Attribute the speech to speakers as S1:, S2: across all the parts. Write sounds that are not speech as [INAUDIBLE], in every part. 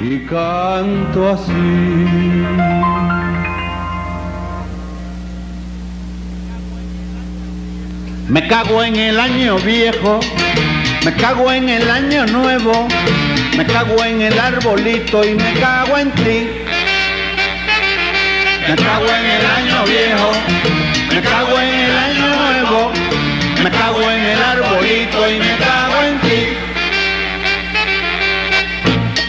S1: y canto así. Me cago en el año viejo, me cago en el año nuevo, me cago en el arbolito y me cago en ti. Me cago en el año viejo, me cago en el año nuevo, me cago en el arbolito y me cago en ti.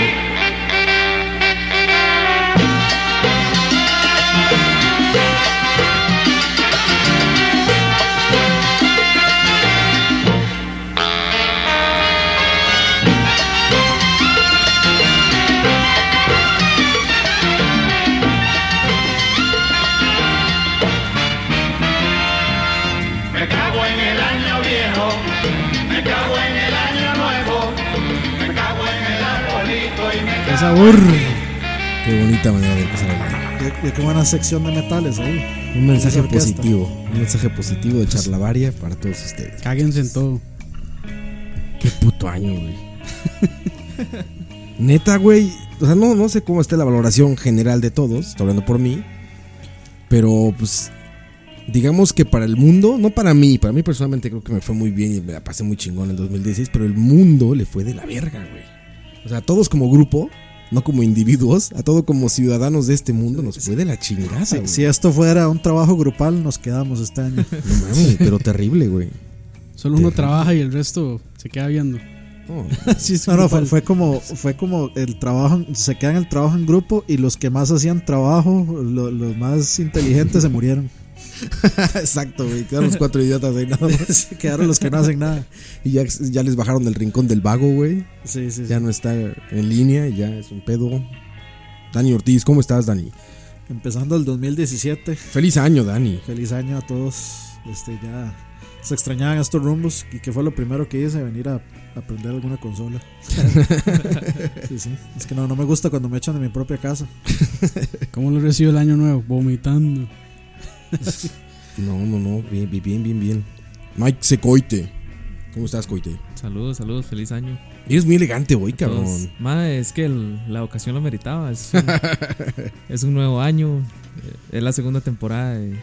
S2: ¡Qué sabor!
S3: Qué bonita manera de empezar el año.
S2: Ya, ya qué buena sección de metales ahí.
S3: Un mensaje
S2: Esa orquesta.
S3: positivo. Un mensaje positivo de charlavaria para todos ustedes.
S4: Cáguense en todo.
S3: Pues, Qué puto año, güey. Neta, güey. O sea, no, no sé cómo esté la valoración general de todos. Estoy hablando por mí. Pero, pues. Digamos que para el mundo, no para mí, para mí personalmente creo que me fue muy bien y me la pasé muy chingón en el 2016, pero el mundo le fue de la verga, güey. O sea, a todos como grupo, no como individuos, a todos como ciudadanos de este mundo nos fue de la chingada,
S2: Si,
S3: güey.
S2: si esto fuera un trabajo grupal, nos quedamos este año.
S3: No
S2: [LAUGHS]
S3: mames, pero terrible, güey.
S4: Solo uno
S3: Terrible.
S4: trabaja y el resto se queda viendo. [LAUGHS]
S3: No,
S4: Así es
S2: No, no, fue,
S4: grupal.
S2: fue como fue como el trabajo, se quedan el trabajo en grupo y los que más hacían trabajo, lo- los más inteligentes se murieron.
S3: [LAUGHS] Exacto, güey. Quedaron los cuatro idiotas
S2: [LAUGHS]
S3: ahí nada más.
S2: Se quedaron los que no hacen nada.
S3: Y ya, ya les bajaron del rincón del vago, güey.
S2: Sí, sí, sí.
S3: Ya no está en línea, ya es un pedo. Dani Ortiz, ¿cómo estás, Dani?
S2: Empezando el 2017,
S3: Feliz año, Dani.
S2: feliz año a todos. Este ya se extrañaban estos rumbos y que fue lo primero que hice, venir a a aprender alguna
S3: [LAUGHS]
S2: consola. sí, sí. Es que no, no me gusta cuando me echan de mi propia casa.
S4: ¿Cómo lo recibió el año nuevo? Vomitando.
S3: No, no, no. Bien, bien, bien, bien, bien. Mike Secoite. ¿Cómo estás, Coite?
S5: Saludos, saludos, feliz año.
S3: Eres muy elegante hoy, cabrón.
S5: Todos. Mae, es que el- la ocasión lo meritaba. Es
S2: [LAUGHS]
S5: un, es un nuevo año. eh, Es la segunda temporada de,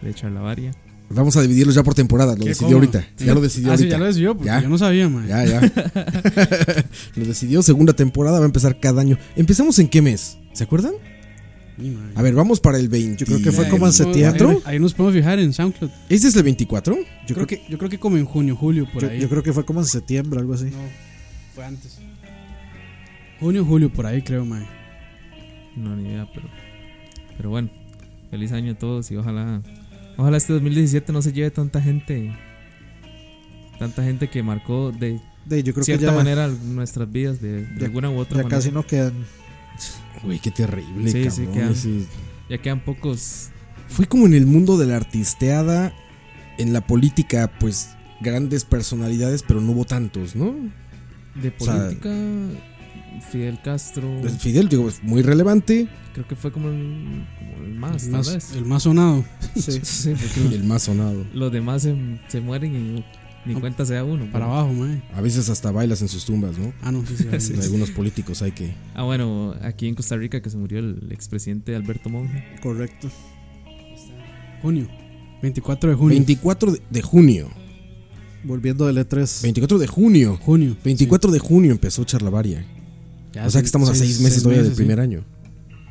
S5: de Charlavaria.
S3: Vamos a dividirlos ya por temporada. Lo
S4: Qué
S3: decidió
S4: cómodo.
S3: ahorita. Ya lo decidió
S4: Ah, sí,
S3: ahorita.
S4: ya lo decidió, porque
S3: Ya.
S4: yo no sabía, man.
S3: Ya, ya. [LAUGHS] Lo decidió, segunda temporada va a empezar cada año. ¿Empezamos en qué mes? ¿Se acuerdan?
S4: Ni madre.
S3: A ver, vamos para el 20.
S2: [LAUGHS] creo que fue
S4: Ahí
S2: como en
S4: nos podemos-
S2: septiembre.
S4: Ahí, ahí nos podemos fijar en SoundCloud.
S3: ¿Este es el 24?
S4: Yo creo que yo creo que como en junio, julio por
S2: Yo,
S4: ahí.
S2: yo creo que fue como en septiembre, algo así.
S4: No, fue antes. Junio, julio por ahí creo, mae.
S5: No, ni idea, pero, pero bueno. Feliz año a todos y ojalá. Ojalá este 2017 no se lleve tanta gente. Tanta gente que marcó de
S2: De, yo creo que
S5: cierta
S2: ya,
S5: manera nuestras vidas de, de
S2: ya-
S5: alguna u otra
S2: ya
S5: manera.
S2: casi no quedan.
S3: Güey, qué terrible,
S5: Sí, sí,
S3: cabrón.
S5: quedan.
S3: ese-
S5: Ya quedan pocos.
S3: Fue como en el mundo de la artisteada, en la política, pues grandes personalidades, pero no hubo tantos, ¿no?
S5: De
S3: O sea,
S5: política. Ah, Fidel Castro.
S2: Pues
S3: Fidel, digo, es muy relevante,
S5: Creo que fue como el, como el más,
S4: el,
S5: tal
S4: más,
S5: vez.
S4: el más sonado.
S2: Sí.
S5: [LAUGHS] Sí,
S3: y
S5: porque
S3: el más sonado.
S5: los demás se, se mueren y ni cuenta se da uno.
S4: Para
S5: pero-
S4: abajo, mae.
S3: A veces hasta bailas en sus tumbas, ¿no?
S4: Ah, no, sí, sí,
S3: [LAUGHS]
S4: ahí.
S3: De algunos políticos hay que...
S5: Ah, bueno, aquí en Costa Rica que se murió el expresidente Alberto Monge.
S2: Correcto.
S4: Junio. 24 de junio. E
S3: 24 de- de junio.
S2: Volviendo del E3.
S3: 24 de junio.
S4: Junio.
S3: 24 de junio empezó Charlavaria.
S4: Sí. Ya
S3: o sea
S4: seis-
S3: que estamos a seis meses todavía del
S4: sí.
S3: primer año.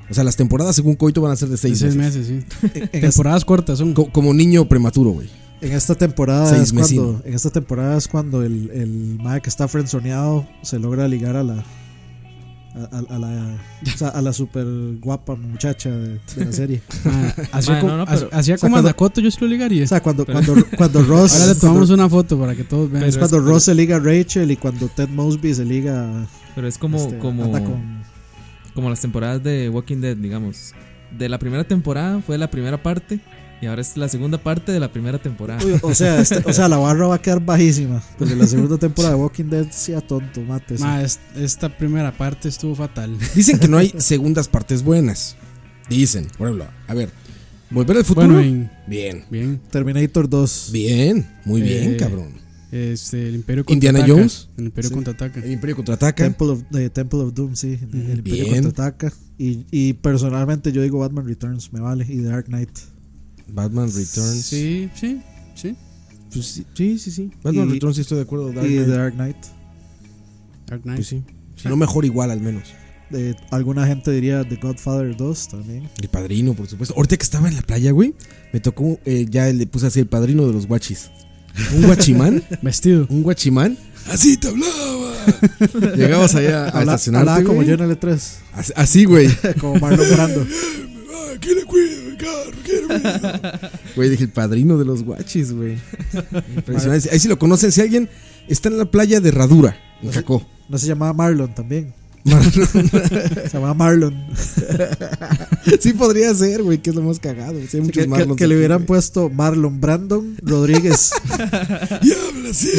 S3: O sea, las temporadas según Coito van a ser de seis,
S4: seis
S3: meses.
S4: meses, sí.
S3: [LAUGHS]
S2: En, esta-
S4: Temporadas cortas son.
S3: Co- como niño prematuro, güey.
S2: en esta temporada
S3: Seis
S2: es cuando,
S3: mesino.
S2: en esta temporada es cuando el, el mae que está frenzoneado se logra ligar a la a, a- a la o sea, a la super guapa muchacha de, de
S4: [LAUGHS]
S2: la serie.
S4: Ah, Hacía
S5: Mae,
S4: como,
S5: no, no,
S4: ha-
S5: pero-
S4: hacía
S2: O sea,
S4: como a
S2: cuando-
S4: Dakota, yo se lo ligaría.
S2: O sea, cuando cuando
S4: [LAUGHS]
S2: cuando Ross
S4: Ahora le tomamos
S2: cuando-
S4: una foto para que todos vean.
S2: es
S5: Pero-
S2: cuando Ross se liga a Rachel y cuando Ted Mosby se liga a-
S5: Pero es como,
S2: este,
S5: como,
S2: anda con-
S5: como las temporadas de Walking Dead, digamos. De la primera temporada fue la primera parte y ahora es la segunda parte de la primera temporada.
S2: Uy, o sea, este- o sea, la barra va a quedar bajísima porque la segunda temporada de Walking Dead sea tonto, mate. sí.
S4: Mae, es- esta primera parte estuvo fatal.
S3: Dicen que no
S4: [LAUGHS]
S3: hay segundas partes buenas. Dicen, por ejemplo, a ver, volver al futuro.
S4: Bueno, en-
S3: Bien,
S4: bien.
S2: Terminator 2.
S3: bien, muy bien,
S4: Eh,
S3: cabrón.
S4: Este, el Imperio
S3: Indiana
S4: contraataca.
S3: Jones.
S4: El Imperio
S2: Sí.
S4: contraataca.
S3: El Imperio contraataca.
S2: Temple of, de Temple of Doom, sí. El Imperio
S3: Bien.
S2: contraataca. Y, y personalmente yo digo Batman Returns, me vale. Y Dark Knight.
S3: Batman Returns.
S4: Sí, sí, sí.
S3: Pues sí, sí, sí, sí. Batman
S2: Y-
S3: Returns sí estoy de acuerdo. Dark
S2: y
S3: Knight,
S2: Dark Knight.
S4: Dark Knight.
S3: pues sí. Si no mejor igual al menos.
S2: Eh, alguna gente diría The Godfather 2 también.
S3: El padrino, por supuesto. Ahorita que estaba en la playa, güey, me tocó, eh, ya le puse así el padrino de los guachis. Un guachimán,
S4: [LAUGHS] Vestido.
S3: un guachimán. Así te [LAUGHS] hablaba. Llegabas allá a
S2: Habla-
S3: estacionarte.
S2: hablaba como
S3: güey.
S2: yo en L3.
S3: Así- Así, [LAUGHS] güey.
S2: [LAUGHS] Como Marlon
S3: [LAUGHS]
S2: Brando.
S3: ¿Qué le cuido, carro? ¿Qué le cuido? Güey, dije el padrino de los guachis, güey. Impresionante. Ahí si lo conocen, si alguien está en la playa de Herradura, en Jacó.
S2: No se llamaba Marlon
S3: [LAUGHS]
S2: también. se llamaba Marlon.
S3: Sí podría ser, güey, que es lo más cagado. Sí, hay
S2: Sí,
S3: muchos
S2: que, que-
S3: Marlons
S2: que le
S3: aquí,
S2: hubieran
S3: güey.
S2: puesto Marlon Brandon
S3: [LAUGHS]
S2: Rodríguez.
S3: Y habla así,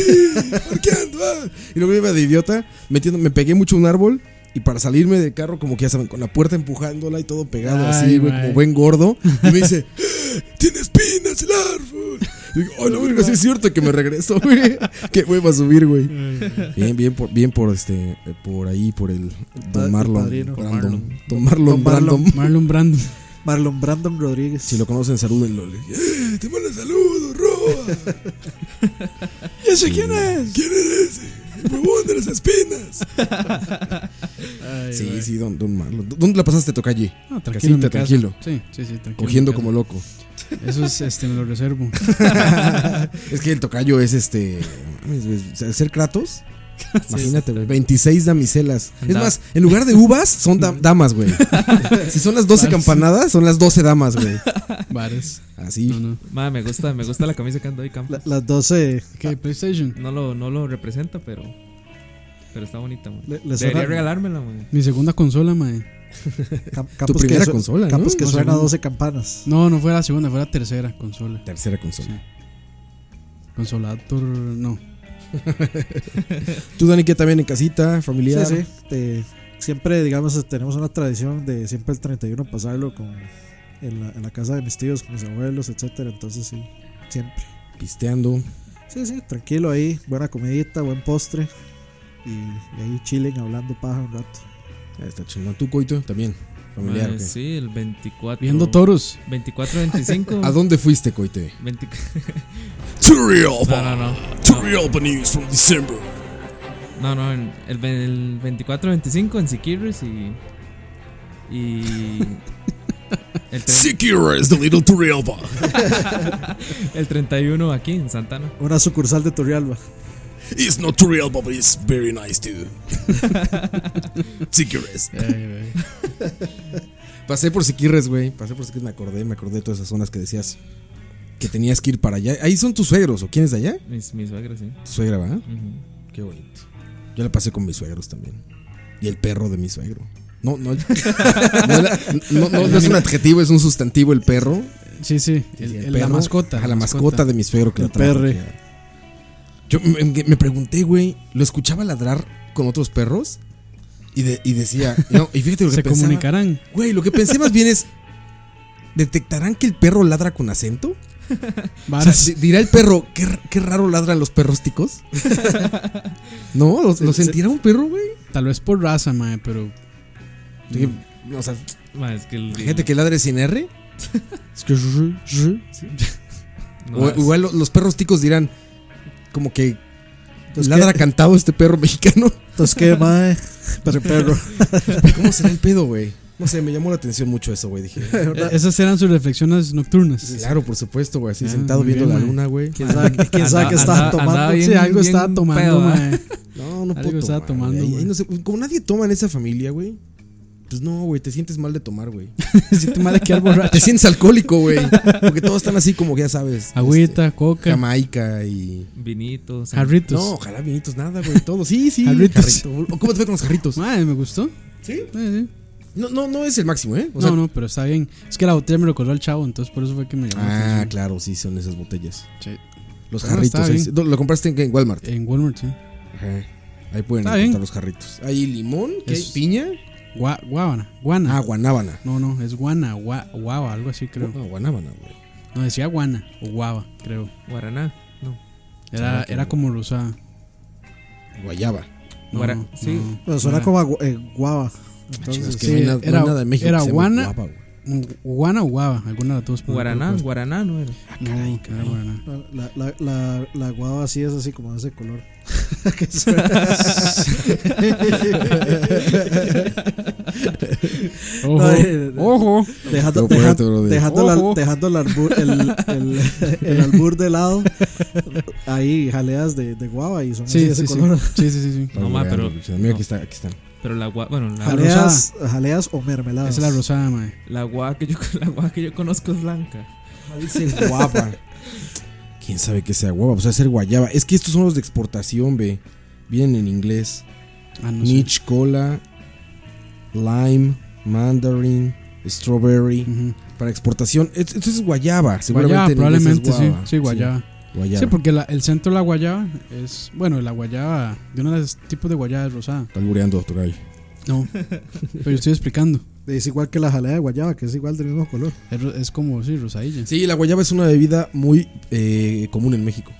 S3: ¿por qué ando? ah? Y luego iba de idiota, metiendo, me pegué mucho a un árbol. Y para salirme del carro, como que ya saben, con la puerta empujándola y todo pegado así,
S4: Ay,
S3: güey,
S4: güey.
S3: como buen gordo. Y
S4: [LAUGHS]
S3: me dice, "Eh, tiene espinas el árbol. Y digo, ay, lo único sí es cierto que me regresó, güey. [LAUGHS] Que güey va a subir, güey. Bien, bien por, bien por este, eh, por ahí, por el
S2: pa-
S3: Don
S2: el
S3: Marlon.
S2: padrino.
S3: Brandon.
S5: Marlon.
S3: Don Marlon
S2: Don
S3: [LAUGHS]
S2: Marlon.
S3: Brandon.
S4: Marlon Brando.
S2: Marlon Brandon Rodríguez.
S3: Si lo conocen, salúdenlo. Le- ¡Eh, [LAUGHS] te mando saludos, Roa! [LAUGHS] ¿Y ese quién es? ¿Quién eres ese? El huevón de las [LAUGHS] espinas.
S4: Ay,
S3: [LAUGHS] Sí,
S4: güey.
S3: sí, don, don Marlon. ¿Dónde la pasaste, Tocalle?
S4: No, tranquilo.
S3: Casita,
S4: en mi casa.
S3: tranquilo.
S4: Sí, sí, sí, tranquilo.
S3: Cogiendo
S4: en mi
S3: como loco.
S4: casa. [LAUGHS] Eso es, este, me lo
S3: [LAUGHS]
S4: reservo.
S3: Es que el tocayo es este. mames, güey, o sea, Ser
S4: [LAUGHS]
S3: Kratos. Imagínate, güey. 26 damiselas. Es
S5: Da-
S3: más, en lugar de uvas, son da- damas,
S4: [LAUGHS]
S3: güey. Si son las
S4: Ah,
S3: 12 campanadas, son las 12
S4: [LAUGHS]
S3: damas, güey.
S4: Bares.
S3: Así.
S4: No, no.
S5: Madre, me gusta, me gusta la camisa que ando hoy, Campos.
S2: La- las Ah. 12.
S4: ¿Qué? PlayStation.
S5: No lo, no lo representa, pero. Pero está bonita, man.
S2: Le- le
S5: Debería
S2: suena-
S5: regalármela, man.
S4: Mi segunda consola,
S3: [LAUGHS]
S4: mae.
S2: Cam-
S3: Tu
S2: Campos
S3: primera
S2: que, su-
S3: consola, ¿no?
S2: Campos que
S4: No,
S2: suena
S4: segunda.
S2: 12 campanas.
S4: No, no fue la segunda, fue la tercera consola.
S3: Tercera consola.
S4: Consolator, no.
S3: Tú, Dani, que también en casita,
S2: Sí,
S3: familiar.
S2: sí. Te- siempre, digamos, tenemos una tradición de siempre el 31 pasarlo con, en, la, en la casa de mis tíos, con mis abuelos, etcétera Entonces, sí, siempre.
S3: Pisteando.
S2: Sí, sí, tranquilo ahí. Buena comidita, buen postre. Y, [LAUGHS] y ahí chilen, hablando paja un rato.
S3: Ah, Está chingón. Tú, Coito, también. Familiar.
S5: Madre,
S3: ¿qué?
S5: sí, el 24.
S4: Viendo toros.
S5: 24,
S2: [LAUGHS]
S5: 25.
S3: ¿A dónde fuiste, Coite?
S5: 20 No, no,
S3: Turrialba.
S5: no.
S3: Turrialba News from December.
S5: No, no, en- el, ve- el 24, 25 en Siquirres y. Y. El, tre-
S3: Secure is the little Turrialba.
S5: [LAUGHS] el 31 aquí en Santana.
S2: Una sucursal de Torrealba.
S3: It's not Turrialba, but it's very
S5: [LAUGHS]
S3: nice too. Siquirres.
S4: Ay, güey.
S3: [LAUGHS] Pasé por Siquirres, güey. Pasé por Siquirres, me acordé, me acordé de todas esas zonas que decías que tenías que ir para allá. Ahí son tus suegros, ¿o quién es de allá?
S5: Mis, mis suegras, sí.
S3: Tu suegra, ¿verdad?
S5: Ujú.
S3: Qué bonito. Yo la pasé con mis suegros también. Y el perro de mi suegro. No, no. [LAUGHS] No, la- no, no, no es un adjetivo, es un sustantivo el perro.
S4: Sí, sí. [LAUGHS] el-
S3: Sí,
S4: el- la
S3: perro.
S4: mascota.
S3: Ajá, la mascota, de mi suegro que
S2: El
S3: la trajo
S2: perre.
S3: aquí. ¿eh? Yo me, me pregunté, güey, lo escuchaba ladrar con otros perros y, de- y decía, [LAUGHS] no, y fíjate lo que
S4: Se
S3: pensaba.
S4: comunicarán.
S3: Güey, lo que pensé más bien es, ¿detectarán que el perro ladra con
S4: [LAUGHS]
S3: acento? O sea,
S4: Varas.
S3: di- dirá el perro, ¿qué, r- qué raro ladran los perros ticos. [LAUGHS] no, ¿lo, lo sentirá un perro, güey?
S4: Tal vez por raza, mae, pero. Mm.
S3: Dije, O sea,
S5: Ma, es que el-
S3: gente que ladre sin R.
S4: [LAUGHS]
S3: Es que
S5: no,
S3: O-
S5: es-
S3: igual lo- los perros ticos dirán, como que
S2: Entonces,
S3: ladra
S2: ¿qué?
S3: cantado este perro mexicano.
S2: Entonces, ¿qué, mae? Pero, perro.
S3: ¿Cómo será el pedo, güey? Eh, No sé, me llamó la atención mucho eso,
S5: [LAUGHS]
S3: güey. [LAUGHS] Dije,
S4: Esas eran sus reflexiones nocturnas.
S3: claro, por supuesto, güey. Así
S4: Ah,
S3: sentado
S4: muy
S3: viendo
S4: bien,
S3: la
S4: mae.
S3: luna, güey.
S2: ¿Quién sabe, quién sabe
S5: Andaba-
S2: qué estaba
S5: andaba-
S2: tomando?
S5: andaba
S4: sí,
S5: bien-
S4: algo estaba
S5: bien
S4: tomando,
S5: pedo,
S4: mae.
S3: ¿eh? [LAUGHS] No, no
S4: Algo
S3: puedo
S4: estaba
S3: tomar,
S4: tomando,
S3: güey. Ahí
S4: güey.
S3: no sé, como nadie toma en esa familia, güey. Pues no, güey, te sientes mal de tomar, güey.
S4: Si te mal de quedar borracho.
S3: Te sientes alcohólico, güey. Porque todos están así como que ya sabes.
S4: Agüita,
S3: este,
S4: coca,
S3: Jamaica y.
S5: Vinitos.
S4: jarritos.
S3: No, ojalá vinitos, nada, güey. Todo. Sí, sí.
S4: Jarritos.
S3: jarrito. ¿Cómo te fue con los jarritos?
S4: Mae, me gustó.
S3: Sí.
S4: Sí, sí.
S3: No, no, no es el máximo, ¿eh?
S4: No,
S3: O sea-
S4: no, pero está bien. Es que la botella me recordó al chavo, entonces por eso fue que me llamó. la
S3: Ah,
S4: atención.
S3: claro, sí, son esas botellas.
S4: Sí.
S3: Los
S4: Ah,
S3: jarritos.
S4: está
S3: ahí
S4: bien.
S3: sí. ¿Lo compraste en, qué? en Walmart?
S4: En Walmart, sí.
S3: Ajá. Ahí pueden
S4: Está
S3: encontrar
S4: bien.
S3: los jarritos. Hay limón, ¿qué hay?
S4: Es-
S3: piña.
S4: Gua- guábana. Guana.
S3: Ah, guanábana.
S4: no, no, es guana, gua, guava, algo así creo.
S3: No, guanábana, güey.
S4: No, decía guana o guava, creo.
S5: Guaraná. No.
S4: Era, era como rosada.
S3: Guayaba.
S4: No,
S5: Guara-
S4: no,
S5: sí.
S4: no.
S2: Pero suena
S4: Guana.
S2: como a gu- eh, guava.
S3: Entonces,
S2: Entonces,
S3: Ah, que
S4: sí,
S3: no hay na- no hay
S4: era-
S3: nada en México
S4: era
S3: que se llame
S4: guana.
S3: guapa, güey.
S4: Guana o guava, alguna de las dos. pero no
S5: Guaraná.
S4: recuerdo.
S5: Ah, Guaraná no era.
S4: No, era guaraná.
S2: la, la, la, la guava así es así como de ese color. [LAUGHS]
S5: [LAUGHS]
S2: Que suena-
S4: Ojo.
S2: No, eh,
S4: Ojo.
S2: dejando,
S3: Qué
S2: deja-
S3: fuerte, brother.
S2: dejando la-
S4: Ojo.
S2: dejando el, albur, el, [LAUGHS] el- el albur de lado, ahí jaleas de, de guava y son así
S4: Sí,
S2: de ese
S4: sí, sí.
S2: color.
S4: Sí, sí, sí, sí.
S5: No, ma, pero-
S3: Mira, aquí está, aquí está.
S5: Pero la gua... Bueno, la,
S4: Jale-
S2: Jaleas, jaleas o mermeladas.
S4: Esa es la rosada, mae.
S5: la guá que yo, [LAUGHS] la guá que yo conozco es blanca.
S3: Ah, Dice guapa. ¿Quién sabe qué sea guapa? Pues va a ser guayaba. Es que estos son los de exportación, ve. Vienen en inglés.
S4: Ah, no sé.
S3: Niche, cola, lime, mandarin, strawberry.
S4: Ujú.
S3: Para exportación. Esto esto es guayaba. Seguramente
S4: Guayaba,
S3: en inglés es
S4: probablemente, sí.
S3: guava.
S4: Sí, guayaba.
S3: guayaba.
S4: Sí, pues. porque la- el centro de la guayaba es. Bueno, la guayaba. De uno de los tipos de guayaba es rosada.
S3: Está albureando, Toray.
S4: No. [LAUGHS] pero yo estoy explicando.
S2: Es igual que la jalea de guayaba, que es igual del mismo color.
S4: Es, ro- es como, sí, rosadilla.
S3: Sí, la guayaba es una bebida muy eh, común en México.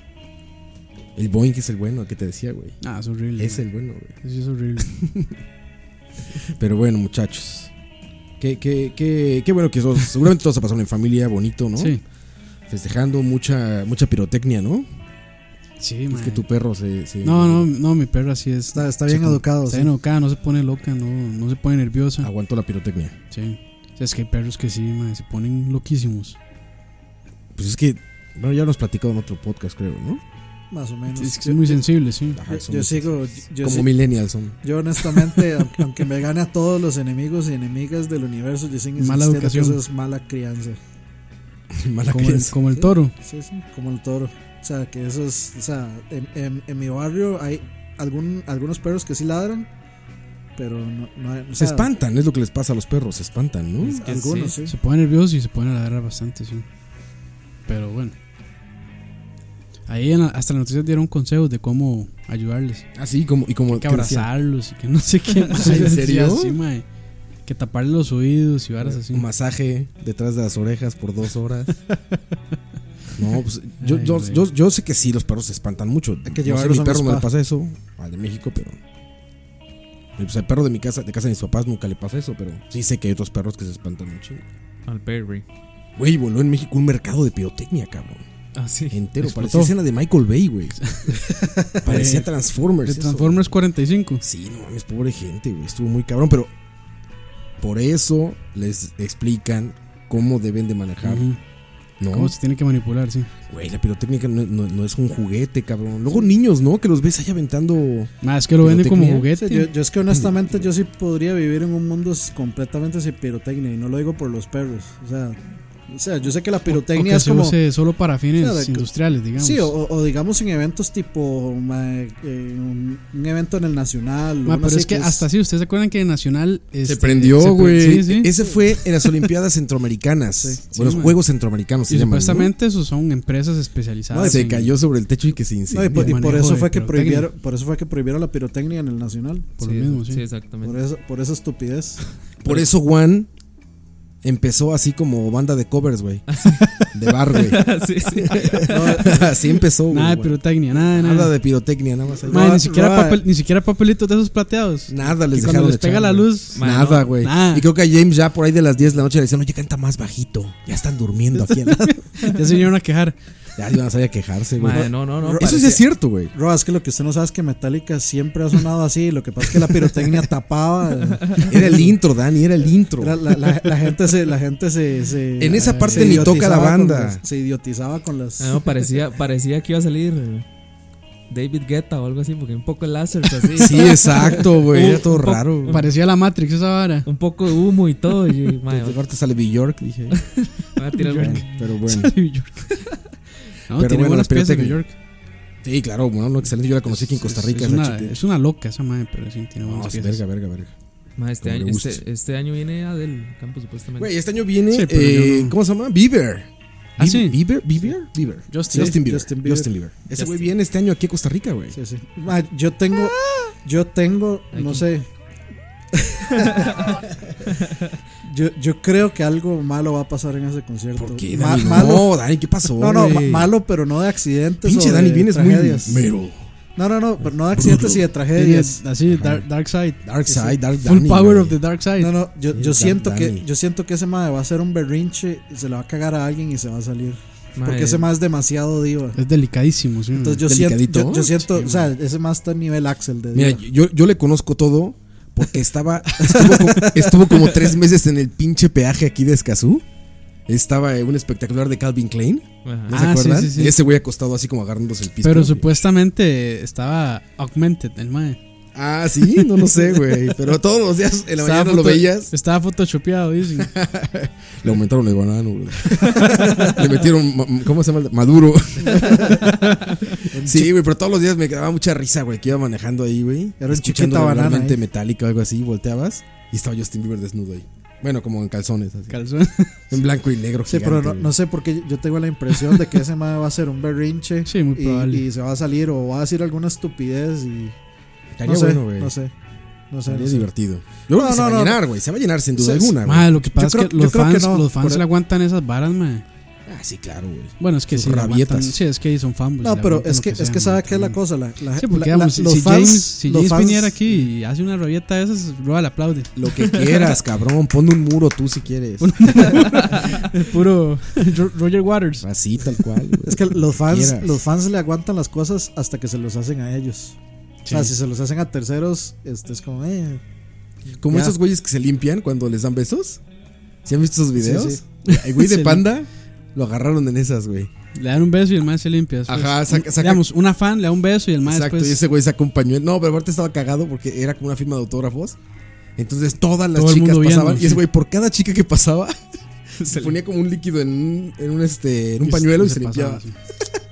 S3: El Boeing es el bueno, el que te decía, güey.
S4: Ah, es horrible.
S3: Es
S4: mae.
S3: el bueno, güey.
S4: Sí, es
S3: [LAUGHS]
S4: horrible.
S3: Pero bueno, muchachos. Qué, qué, qué, qué bueno que todos, [LAUGHS] seguramente todos se pasaron en familia, bonito, ¿no?
S4: Sí.
S3: Festejando mucha, mucha pirotecnia, ¿no?
S4: Sí,
S3: Es
S4: mae.
S3: que tu perro se. se-
S4: No, no, no, mi perra sí es.
S2: Está, está bien educado.
S4: Está
S2: sí.
S4: enojada, no se pone loca, no, no se pone nerviosa.
S3: Aguantó la pirotecnia.
S4: Sí. O sea, es que hay perros que sí, mae, se ponen loquísimos.
S3: Pues es que. Bueno, ya lo hemos platicado en otro podcast, creo, ¿no?
S2: Más o menos.
S4: Es que
S2: Yo-
S4: son muy sensibles, sí.
S3: Ajá,
S2: yo,
S3: son
S2: yo
S3: muy-
S2: sigo. Yo,
S3: como
S2: si-
S3: millennials son.
S2: yo honestamente, [LAUGHS] aunque- aunque me gane a todos los enemigos y enemigas del universo, yo sigo
S4: Mala
S2: insistiendo que
S4: educación.
S2: eso es mala crianza.
S3: [LAUGHS] Mala
S4: Como el,
S3: crianza.
S4: como el toro.
S2: Sí, sí, como el toro. O sea, que eso es. O sea, en, en- en mi barrio hay algún, algunos perros que sí ladran, pero no, no hay. o
S3: Se
S2: sea,
S3: espantan, es lo que les pasa a los perros, se espantan, ¿no?
S5: Es que
S2: Algunos,
S5: sí.
S2: sí.
S4: Se pone nervioso y se pone a ladrar bastante, sí. Pero bueno. Ahí en la- hasta las noticias dieron consejos de cómo ayudarles.
S3: Así Ah, como. Y como
S4: Que
S3: ¿qué decían?
S4: abrazarlos y que no sé qué más.
S3: [LAUGHS] ¿En serio? Eh,
S4: Sí, mae. Que taparle los oídos y varas así.
S3: Un masaje detrás de las orejas por
S4: [LAUGHS]
S3: dos horas. [LAUGHS] No, pues yo,
S4: Ay,
S3: yo,
S4: güey.
S3: yo, yo sé que sí, los perros se espantan mucho.
S2: que
S3: no sé,
S2: llevarlos
S3: mi
S2: a un
S3: perro no
S2: spa.
S3: le pasa eso, al de México, pero. y, Pues al perro de mi casa, de casa de mis papás, nunca le pasa eso, pero sí sé que hay otros perros que se espantan mucho.
S5: [LAUGHS] Al Perry.
S3: Güey, voló en México un mercado de pirotecnia, cabrón.
S5: Ah, sí.
S3: Entero,
S4: Explotó.
S3: parecía escena de Michael Bay, güey. parecía Transformers.
S4: Eh, De
S3: eso,
S4: Transformers 45.
S3: Sí, no mames, pobre gente, güey. Estuvo muy cabrón, pero por eso les explican cómo deben de manejar,
S4: Ujú.
S3: ¿no?
S4: ¿Cómo se tiene que manipular, sí?
S3: Güey, la pirotecnia no, no- no es un juguete, cabrón. Luego niños, ¿no? Que los ves ahí aventando.
S4: Mae, Ah, es que lo venden como
S3: Pirotecnia.
S4: juguete.
S2: Yo, yo es que honestamente yo sí podría vivir en un mundo completamente sin pirotecnia y no lo digo por los perros. O sea, o sea yo sé que la pirotecnia
S4: o que
S2: es
S4: se
S2: como...
S4: use solo para fines
S2: O sea, de-
S4: industriales, digamos.
S2: Sí, o, o digamos en eventos tipo mae, eh, un, un evento en el Nacional. o
S4: Ma,
S2: una
S4: pero
S2: así
S4: es que hasta sí, ¿ustedes se acuerdan que Nacional este,
S3: Se
S4: pre-
S3: pre-
S4: Sí, sí.
S3: Ese fue en las Olimpiadas Centroamericanas.
S4: sí,
S3: o los
S4: man.
S3: Juegos Centroamericanos se
S4: y
S3: llaman, ¿no?
S4: supuestamente esos son empresas especializadas.
S3: No, se
S4: en-
S3: cayó sobre el techo y que se
S2: No, y,
S3: incendió.
S2: por, y por
S4: manejo
S2: eso
S4: de
S2: fue que
S4: pirotecnia.
S2: prohibieron, por eso fue que prohibieron la pirotecnia en el Nacional.
S4: Por lo mismo, sí.
S5: exactamente.
S2: Por eso, por esa estupidez.
S3: Por eso Juan empezó así como banda de covers, güey. De bar,
S4: [LAUGHS]
S3: güey.
S5: Ah, [LAUGHS] sí, sí.
S3: [LAUGHS] así empezó, güey.
S4: Ah, Nada de
S3: Juan.
S4: pirotecnia, nada de nada.
S3: Nada de pirotecnia, nada más. ahí.
S4: Ma,
S2: Ra-
S4: ni, siquiera
S2: ra-
S4: papel- ni siquiera papelitos de esos plateados.
S3: Nada les
S4: que cuando
S3: dejaron
S4: les
S3: echar,
S4: pega la
S3: güey.
S4: luz.
S5: Ma,
S3: Nada,
S5: no,
S3: güey.
S4: nada.
S3: Y creo que a James ya
S4: [LAUGHS]
S3: por ahí de las 10 de la noche le decían, oye, canta más bajito. Ya están durmiendo aquí al lado.
S4: Ya se vinieron a quejar.
S3: Ya se van a salir a quejarse, güey.
S5: Madre, no, no, no.
S3: Eso sí
S5: parecía-
S3: es cierto, güey.
S2: Roa, es que lo que usted no sabe es que Metallica siempre ha sonado así. Lo que pasa es que la
S3: [LAUGHS]
S2: pirotecnia tapaba. eh,
S3: Era el intro, Dani, era el intro.
S2: era la, la- la gente se. La gente se, se-
S3: En esa
S2: se
S3: parte ni toca la
S2: idiotizaba con
S3: banda.
S2: las- se idiotizaba con las.
S5: Ah, no, parecía, parecía que iba a salir eh, David Guetta o algo así, porque un poco de láseres así.
S3: Sí, exacto, güey. Era
S5: Un
S3: todo
S5: poco-
S3: raro. güey.
S4: Uh, Parecía la Matrix esa vara.
S5: Un poco de humo y todo. Y,
S3: [LAUGHS]
S5: yo, madre,
S3: De parte sale
S5: [LAUGHS]
S3: Bjork, dije.
S5: voy a tirar
S3: Bueno,
S5: un-
S3: pero
S4: [LAUGHS]
S3: bueno.
S4: New
S3: [LAUGHS]
S4: York. No,
S3: Pero
S4: tiene
S3: bueno,
S4: buenas
S3: la
S4: piezas New
S3: pirotecnia.
S4: York.
S3: Sí, claro, bueno, no, excelente. Yo la conocí aquí en Costa Rica.
S4: Es,
S3: esa
S4: una,
S3: chica.
S4: es una loca esa madre, pero sí, tiene
S3: No,
S4: buenas
S3: es
S4: piezas.
S3: verga, verga, verga.
S5: madre, este,
S3: Como le
S5: año,
S3: gusta.
S5: este, este año viene Adel Campo, supuestamente.
S3: Güey, este año viene.
S4: Sí, pero
S3: eh,
S4: yo no-
S3: ¿Cómo se llama? Bieber.
S4: Ah, sí.
S3: Bieber, Bieber, Bieber.
S4: Justin.
S3: Justin Bieber.
S2: Justin Bieber.
S3: Justin Bieber. Ese güey
S5: Justin.
S3: viene este año aquí a Costa Rica, güey.
S2: Sí, sí. Ma, yo tengo. Yo tengo. No
S5: Aquí.
S2: [LAUGHS] sé. yo, yo creo que algo malo va a pasar en ese concierto.
S3: ¿Por qué,
S2: Ma-
S3: Dani?
S2: malo.
S3: No, Dani, ¿qué pasó?
S2: No, no, ma-
S3: güey?
S2: malo, pero no de accidentes.
S3: Pinche
S2: o de
S3: Dani, vienes muy
S2: tragedias.
S3: mero.
S2: No, no, no, pero no de accidentes y de
S4: Tiene
S2: tragedias.
S4: así, dark, dark Side.
S3: Dark Side, Dark
S4: Full
S3: Dani,
S4: power
S3: güey.
S4: of the Dark Side.
S2: No, no, yo, yo
S3: Sí,
S2: siento que
S3: Dani.
S2: yo siento que ese mae va a hacer un berrinche, y se le va a cagar a alguien y se va a salir.
S5: Madre,
S2: Porque ese mae es demasiado diva.
S4: Es delicadísimo, sí.
S2: Entonces yo siento,
S3: Mm, ¿Delicadito?
S2: yo, yo siento, o sea, ese mae está a nivel Axel de diva.
S3: Mira, yo, yo le conozco todo porque estaba. Estuvo como, estuvo como tres meses en el pinche peaje aquí de Escazú. Estaba en un espectacular de Calvin Klein.
S5: ajá.
S3: ¿No
S4: Ah,
S3: se acuerdan?
S4: sí, sí, sí.
S3: Y ese güey acostado así como agarrándose el piso.
S4: pero
S3: güey.
S4: supuestamente estaba augmented el mae.
S3: Ah, sí, no lo
S4: [LAUGHS]
S3: sé, güey. Pero todos los días en la
S4: Estaba
S3: mañana lo
S4: foto-
S3: veías.
S4: Estaba photoshopeado, dicen.
S3: Le aumentaron el banano, güey. Le metieron, ma- ¿cómo se llama? Maduro. sí, güey, pero todos los días me daba mucha risa, güey, que iba manejando ahí, güey.
S2: Era un
S3: escuchando
S2: chiquita banana,
S3: normalmente
S2: ¿eh?
S3: metálica o algo así, volteabas y estaba Justin Bieber desnudo ahí. Bueno, como en calzones, así.
S4: Calzón.
S3: en blanco y negro.
S2: Sí,
S3: gigante,
S2: pero no,
S3: güey.
S2: no sé por qué yo tengo la impresión de que ese mae va a hacer un berrinche
S4: Sí, muy
S2: y-
S4: probable.
S2: y, se va a salir o va a decir alguna estupidez y
S3: Estaría
S2: no sé,
S3: bueno, güey.
S2: no sé, no sé,
S3: Estaría
S2: no sé.
S3: divertido. Yo creo
S2: No,
S3: que se
S2: no,
S3: va
S2: no.
S3: a llenar, güey. Se va a llenar sin duda
S2: Sí, sí.
S3: alguna, güey.
S4: Mae, lo que pasa
S2: creo-
S4: es que
S2: yo
S4: los
S2: creo que
S4: fans,
S2: no,
S4: los fans
S2: por-
S4: le aguantan esas varas, mae.
S3: Ah, sí, claro, güey.
S4: Bueno, es que
S3: Sus
S4: sí, le aguantan-
S3: rabietas.
S4: sí, es que son fanboys.
S3: pues,
S2: No,
S4: le
S2: pero
S4: aguantan
S2: es
S4: lo
S2: que, es
S4: sea,
S2: que sabe
S4: mae,
S2: que es la
S4: también.
S2: cosa, la, la-
S4: Sí, porque
S2: la- la-
S4: digamos, si,
S2: los
S4: si
S2: fans,
S4: James, si
S2: los
S4: James
S2: fans-
S4: viniera aquí y hace una rabieta de esas, Roa le aplaude.
S3: Lo
S4: [LAUGHS]
S3: que quieras, cabrón. Pon un muro tú si quieres.
S4: Puro [LAUGHS] Ro- Roger Waters.
S3: Así, tal cual, güey.
S2: Es que los fans,
S3: Quieras.
S2: los fans le aguantan las cosas hasta que se los hacen a ellos. O sea, si se los hacen a terceros, este es como, eh,
S3: Como
S2: Ya.
S3: esos güeyes que se limpian cuando les dan besos. ¿Se han visto esos videos?
S2: Sí, sí.
S3: El
S2: [LAUGHS]
S3: güey de
S4: Se
S3: panda lo agarraron en esas, güey.
S4: Le dan un beso y el mae se limpia. después.
S3: Ajá, saca- saca-
S4: Digamos, una fan le da un beso y el mae
S3: Exacto,
S4: después.
S3: y ese güey sacó un pañuelo. No, pero aparte estaba cagado porque era como una firma de autógrafos. Entonces todas las
S4: Todo el
S3: chicas
S4: mundo
S3: pasaban.
S4: viendo,
S3: y ese
S4: sí.
S3: güey, por cada chica
S4: [LAUGHS]
S3: que pasaba, se ponía como un líquido en un, en un, este, en un
S4: y
S3: pañuelo y se,
S4: pasaba
S3: limpiaba.
S4: así.
S3: [LAUGHS]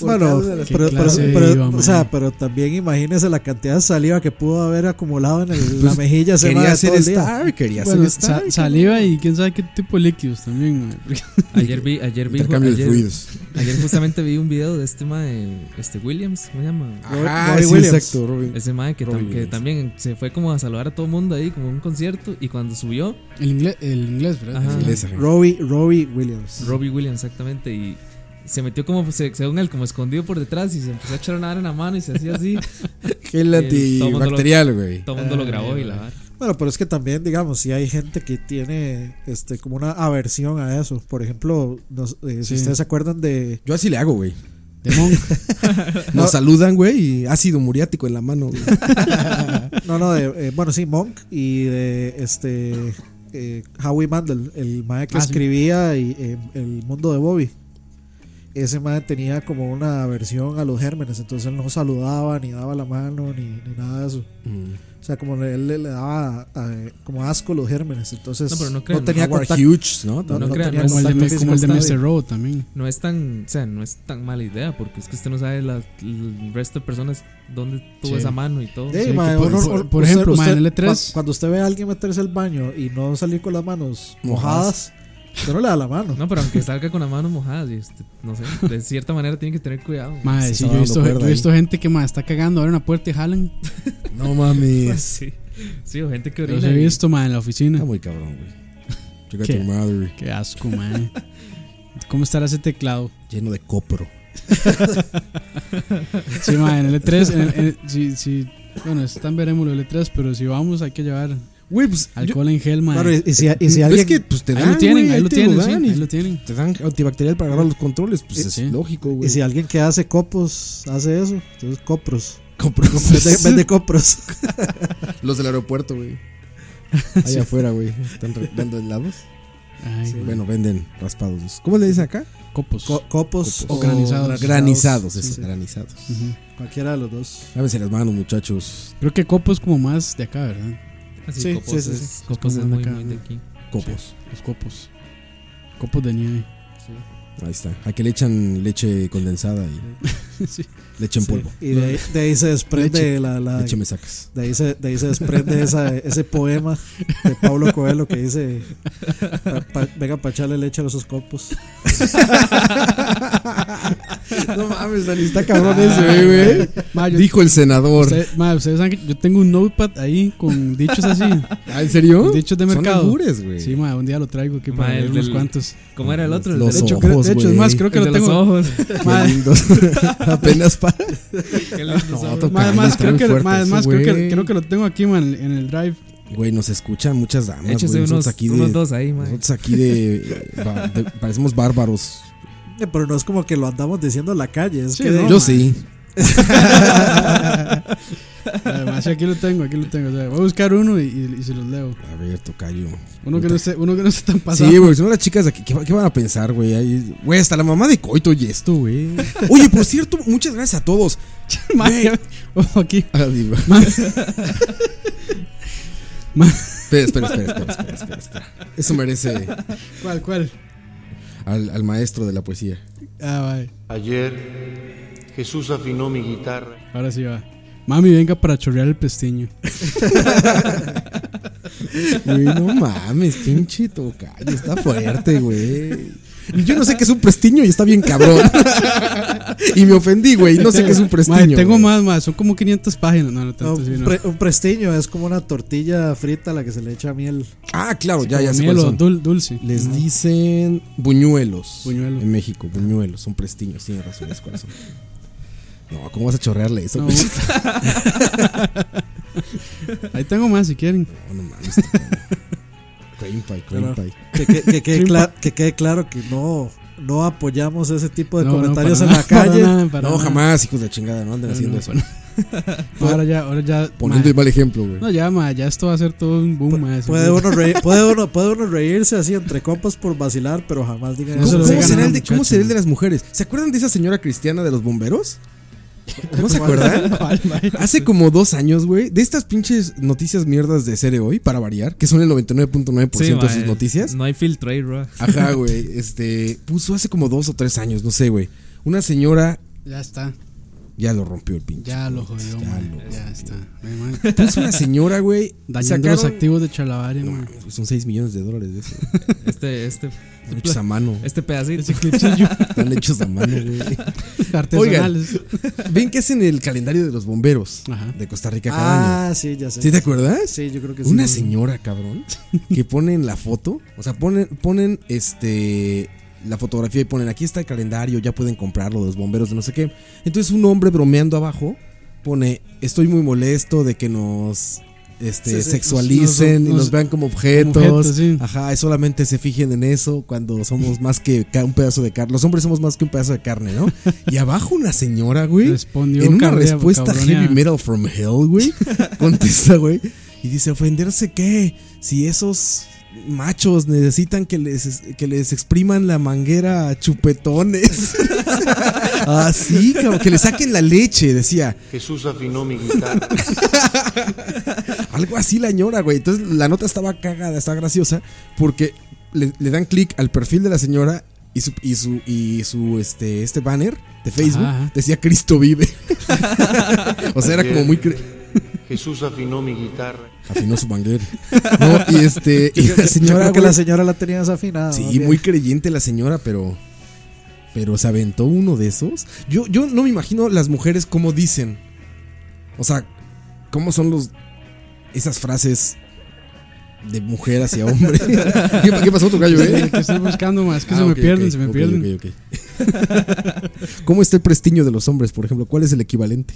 S3: Por cada
S2: bueno,
S3: una de las-
S2: pero,
S4: Qué
S2: pero-
S4: clase
S2: pero-
S4: de diva,
S2: o
S4: man.
S2: sea, pero también imagínese la cantidad de saliva que pudo haber acumulado en el-
S4: Pues,
S2: la mejilla se
S3: Quería ser
S2: todo el día.
S3: star, quería
S4: Bueno,
S3: ser star.
S4: sa- saliva y quién sabe qué tipo de líquidos también, mae. porque-
S5: Ayer vi, ayer vi,
S3: Intercambio de
S5: ayer,
S3: fluidos.
S5: ayer justamente vi un video de este mae, este Williams, ¿cómo se llama?
S3: Ajá,
S2: Robbie
S3: sí,
S2: Williams.
S3: exacto, Robin.
S5: Ese mae que, tam-
S3: Robbie
S5: que
S3: Williams.
S5: también se fue como a saludar a todo el mundo ahí, como a un concierto, y cuando subió,
S4: El inglés, el inglés, ¿verdad?
S5: Ajá.
S3: Inglés, ajá.
S2: Robbie, Robbie Williams.
S5: Robbie Williams exactamente, y se metió como, se- según él, como escondido por detrás, y se empezó a echar una vara en la mano y se hacía
S4: [LAUGHS]
S5: así,
S3: Gel antibacterial, güey.
S5: todo el mundo lo grabó y la
S4: Ah.
S5: vara.
S2: Bueno, pero es que también, digamos, si hay gente que tiene este como una aversión a eso. Por ejemplo, nos- eh, si
S4: Sí.
S2: ustedes se acuerdan de
S3: Yo así le
S4: [LAUGHS]
S3: hago, güey.
S4: De Monk.
S2: [LAUGHS]
S3: Nos saludan, güey, y ácido muriático en la
S4: [LAUGHS]
S3: mano. güey.
S2: [LAUGHS] No, no, de, eh, bueno, sí, Monk y de este eh, Howie Mandel, el mae que
S4: Ah, sí.
S2: escribía y, eh, El mundo de Bobby. Ese mae tenía como una aversión a los gérmenes, entonces él no saludaba, ni daba la mano, ni, ni nada de eso.
S4: Mm.
S2: O sea, como le- él le, le daba eh, como asco los gérmenes, entonces
S5: No,
S2: no,
S5: pero no crean,
S2: tenía
S3: Howard
S2: contacto.
S3: Hughes, ¿no?
S2: No,
S5: no
S2: no
S5: crean,
S2: tenía
S4: como el
S2: contacto
S4: de,
S2: físico
S4: como el de
S2: estable.
S4: Mr. Robo también.
S5: No es tan, o sea, no es tan mala idea, porque es que usted no sabe la- el resto de personas dónde tuvo
S4: Sí.
S5: esa mano y todo.
S2: Sí,
S4: Sí,
S2: mae,
S4: que por-
S2: uno-
S4: por-
S2: uno-
S4: por
S2: usted-
S4: ejemplo, mae, en
S2: usted-
S4: el E E3.
S2: cua- Cuando usted ve a alguien meterse al baño y no salir con las manos
S3: Mojadas.
S2: mojadas, usted no le da la mano.
S5: No, pero aunque salga con las manos mojadas, y este, no sé, de cierta manera tiene que tener cuidado.
S4: Mae,
S3: Se
S4: sí,
S3: estaba
S4: yo he visto,
S3: dando cuerda
S4: yo he
S3: ahí.
S4: visto gente que mae, está cagando, abre una puerta y jalan. [LAUGHS]
S3: No mames.
S5: Sí, sí, o gente que orina.
S4: Los he
S5: y-
S4: visto, mae, en la oficina.
S3: Está muy cabrón, güey.
S4: [LAUGHS]
S3: Chica
S4: ¿Qué?
S3: tu madre.
S4: Qué asco, mae. ¿Cómo estará ese teclado?
S3: Lleno
S4: [LAUGHS]
S3: de copro.
S4: E Sí, mae, en el E3, en el- en el- si, si- bueno, están veremos el E3, pero si vamos hay que llevar
S3: Güey, pues. yo-
S4: Alcohol en gel, mae.
S2: Claro, y, y si, y si
S3: es
S2: alguien.
S3: que pues te
S4: ahí
S3: dan.
S4: lo tienen,
S3: güey,
S4: ahí lo
S3: te
S4: tienen, sí,
S3: dan, y
S4: ahí lo tienen.
S3: Te dan antibacterial para agarrar los controles. Pues
S4: Sí,
S3: es
S4: sí.
S3: lógico,
S2: y
S3: güey.
S2: si alguien que hace copos hace eso, entonces copros.
S3: Compro-
S2: Vende,
S3: [LAUGHS]
S2: vende copros.
S3: Los del aeropuerto, güey. Allá afuera, güey. Están re- dando helados.
S4: Ay, güey.
S3: Bueno, venden raspados. ¿Cómo le dicen acá?
S4: Copos.
S2: Co- copos
S4: O granizados.
S3: Granizados, eso,
S2: sí,
S3: granizados.
S4: Ujú.
S2: sí, cualquiera de los dos.
S3: Lávense las manos, muchachos.
S4: Creo que copos como más de acá, ¿verdad? Ah,
S5: Así,
S2: Sí,
S5: copos
S2: sí, sí,
S5: es,
S2: sí.
S5: Copos es
S4: Como
S5: muy,
S4: acá,
S5: muy de
S4: ¿no?
S5: aquí.
S3: Copos.
S4: Los copos. Copos de nieve.
S3: Ahí está. A que le echan leche condensada y
S4: sí.
S3: leche en
S2: Sí.
S3: polvo.
S2: Y de ahí, de ahí se desprende
S3: Leche.
S2: la. la-
S3: Leche me sacas.
S2: de, ahí se, de ahí se desprende esa- ese poema de Pablo Coelho que dice: "Pa- pa- Venga para echarle leche a esos copos. [LAUGHS]
S3: No mames, Dani, está cabrón
S6: Ah,
S3: ese,
S4: Ma,
S3: Ah, güey.
S4: yo-
S3: Dijo el senador.
S4: Ustedes, ma, ustedes saben que yo tengo un notepad ahí con dichos así.
S3: Ah, ¿En serio?
S4: Los dichos de mercado.
S3: Son albures, güey.
S4: Sí, ma, un día lo traigo aquí
S5: Ma,
S4: para
S5: el
S4: leer unos
S5: del-
S4: cuantos.
S5: ¿Cómo era el otro? El
S3: Los
S5: de-
S4: De hecho,
S3: ojos,
S4: creo- de hecho, es
S3: güey.
S4: más, creo que
S5: el
S4: lo
S5: de los
S4: tengo. [LAUGHS]
S5: ojos.
S3: Qué lindos. Apenas para.
S5: Qué lindos ojos.
S3: toca-
S4: Ma, además,
S3: Están
S4: creo
S3: muy
S4: que,
S3: fuertes,
S4: ma, además, creo
S3: güey.
S4: que, creo que lo tengo aquí ma, en, el- en el drive.
S3: Güey, nos escuchan muchas damas. güey.
S5: Échese
S3: Nosotros
S5: unos,
S3: aquí de-
S5: unos dos ahí, man.
S3: Nosotros aquí de, eh, ba- de- Parecemos bárbaros.
S2: Eh, Pero no es como que lo andamos diciendo en la calle. Es
S4: Sí,
S2: que
S4: ¿no?
S3: Yo
S4: man.
S3: sí.
S4: Además, sí, aquí lo tengo, aquí lo tengo. O sea, voy a buscar uno y, y- y se los leo.
S3: A ver, tocayo.
S4: Uno que no se, uno que no se tan pasado.
S3: Sí, güey, son las chicas de aquí. ¿Qué, va- qué van a pensar, güey? Ahí- Güey, hasta la mamá de Coito y esto,
S4: [LAUGHS]
S3: güey. Oye, por cierto, muchas gracias a todos.
S4: Ma, [LAUGHS]
S3: Güey. Ah,
S4: ojo aquí.
S3: espera,
S4: Ma,
S3: [LAUGHS]
S4: [LAUGHS]
S3: espera, espera, espera, espera, espera, espera. Eso merece
S4: ¿Cuál, cuál?
S3: al, al maestro de la poesía.
S4: Ah, vaya.
S6: Ayer Jesús afinó mi guitarra.
S4: Ahora sí va. Mami, venga para chorrear el pestiño.
S3: Güey, no mames, pinche tocayo. Está fuerte, güey. Y yo no sé qué es un prestiño y está bien cabrón.
S4: [LAUGHS]
S3: [LAUGHS] y me ofendí, güey. No sé qué es un prestiño.
S4: Madre, tengo
S3: güey.
S4: más, más, son como 500 páginas. No, no
S2: No,
S4: tanto, sí,
S2: un,
S4: no.
S2: pre- un prestiño es como una tortilla frita a la que se le echa miel.
S3: Ah, claro, ya,
S4: Como
S3: ya sé
S4: miel
S3: cuáles
S4: o
S3: son.
S4: dul- dulce.
S3: Les dicen buñuelos.
S4: Buñuelo.
S3: En México, buñuelos. Son prestiños. Tienes razón, es corazón. No, ¿cómo vas a chorrearle eso? [LAUGHS]
S4: No.
S3: güey?
S4: [LAUGHS] Ahí tengo más si quieren.
S3: No, no mames. está cabrón.
S4: [LAUGHS]
S3: Cream pie, cream
S2: Pero-
S3: pie.
S2: Que, que- que quede, cla- que quede claro que no, no apoyamos ese tipo de
S4: No, no,
S2: comentarios
S4: para
S2: en la
S4: nada, para
S2: calle.
S4: nada, para
S3: No,
S4: nada.
S3: jamás, hijos de chingada. No anden
S4: No,
S3: haciendo
S4: no,
S3: eso.
S4: para nada.
S2: [LAUGHS]
S4: Ahora ya, ahora ya.
S3: Poniendo el
S4: ma,
S3: mal ejemplo, güey.
S4: No, ya, ma, ya esto va a ser todo un boom, ma.
S2: Puede uno, reír- puede, uno, puede uno reírse así entre compas por vacilar, pero jamás digan
S4: No
S3: ¿Cómo,
S4: se
S2: eso.
S4: lo
S3: cómo
S4: digan a
S3: será
S4: una
S3: el de, cómo
S4: muchacha,
S3: será el
S4: ¿no?
S3: de las mujeres? ¿Se acuerdan de esa señora cristiana de los bomberos? ¿No se
S2: ¿Cuál?
S4: [LAUGHS]
S3: acuerdan?
S4: ¿Cuál, ma?
S3: Hace como dos años, güey, de estas pinches noticias mierdas de Cere hoy, para variar, que son el 99.9%
S5: Sí,
S3: de
S5: ma,
S3: sus noticias.
S5: No hay filtro ahí, bro. [LAUGHS]
S3: Ajá, güey, este, puso hace como dos o tres años, no sé, güey. Una señora
S4: [LAUGHS] Ya está,
S3: ya lo rompió el pinche.
S4: ya lo
S3: tweet,
S4: jodió,
S3: ya
S4: ma.
S3: lo
S4: Ya
S3: rompió.
S4: está. Ve, ma.
S3: Puso una señora, güey,
S4: Dañando
S3: sacaron-
S4: los activos de Chalabaria,
S3: No,
S4: ma.
S3: mames, son 6 millones de dólares de eso.
S5: Este, este,
S3: Están hechos a mano.
S5: este pedacito.
S4: Ese clipsillo.
S3: Están hechos a mano, güey.
S4: artesanales.
S3: Ven que hacen el calendario de los bomberos
S4: Ajá.
S3: de Costa Rica cada año.
S2: Ah, sí, ya sé.
S3: ¿Sí te acuerdas?
S2: Sí, yo creo que sí.
S3: Una señora, cabrón, [LAUGHS] que ponen la foto, o sea, ponen, ponen este la fotografía y ponen aquí está el calendario, ya pueden comprarlo de los bomberos de no sé qué. Entonces un hombre bromeando abajo pone, "Estoy muy molesto de que nos este,
S2: Sí, sí,
S3: sexualicen
S4: nos-
S3: y
S4: nos-
S3: nos vean como objetos.
S4: objetos, sí.
S3: Ajá, y solamente se fijen en eso cuando somos más que ca- un pedazo de carne. Los hombres somos más que un pedazo de carne, ¿no? Y abajo una señora, güey.
S4: Respondió
S3: en una
S4: cabrea-
S3: respuesta
S4: cabronea.
S3: heavy metal from
S4: [LAUGHS]
S3: hell, güey. Contesta, güey. Y dice, ¿ofenderse qué? Si esos machos necesitan que les, que les expriman la manguera a chupetones. [LAUGHS] Así, cabrón. Que le saquen la leche, decía.
S6: Jesús afinó mi guitarra.
S3: [LAUGHS] Algo así la ñora, güey. Entonces la nota estaba cagada, estaba graciosa, porque le, le dan clic al perfil de la señora y su, y su, y su este, este banner de Facebook
S4: Ajá, ajá.
S3: decía
S4: [LAUGHS]
S3: Cristo vive. [LAUGHS] o sea, era como muy... cre-
S6: Jesús afinó mi guitarra.
S3: Afinó su manguera. No, y este...
S4: [LAUGHS]
S3: Y la
S2: Yo
S3: señora...
S2: creo que la
S3: güey,
S2: señora la tenía desafinada. más
S3: sí,
S2: bien.
S3: muy creyente la señora, pero... Pero se aventó uno de esos. Yo, yo no me imagino las mujeres cómo dicen. O sea, cómo son los... Esas frases de mujer
S4: [LAUGHS]
S3: hacia hombre. ¿Qué, qué pasó tu gallo, eh?
S4: Que estoy buscando, ma. Es que
S3: Ah,
S4: se me
S3: ok,
S4: pierden,
S3: ok,
S4: se me
S3: ok,
S4: pierden.
S3: ok,
S4: [LAUGHS]
S3: ok. ¿Cómo está el prestiño de los hombres, por ejemplo? ¿Cuál es el equivalente?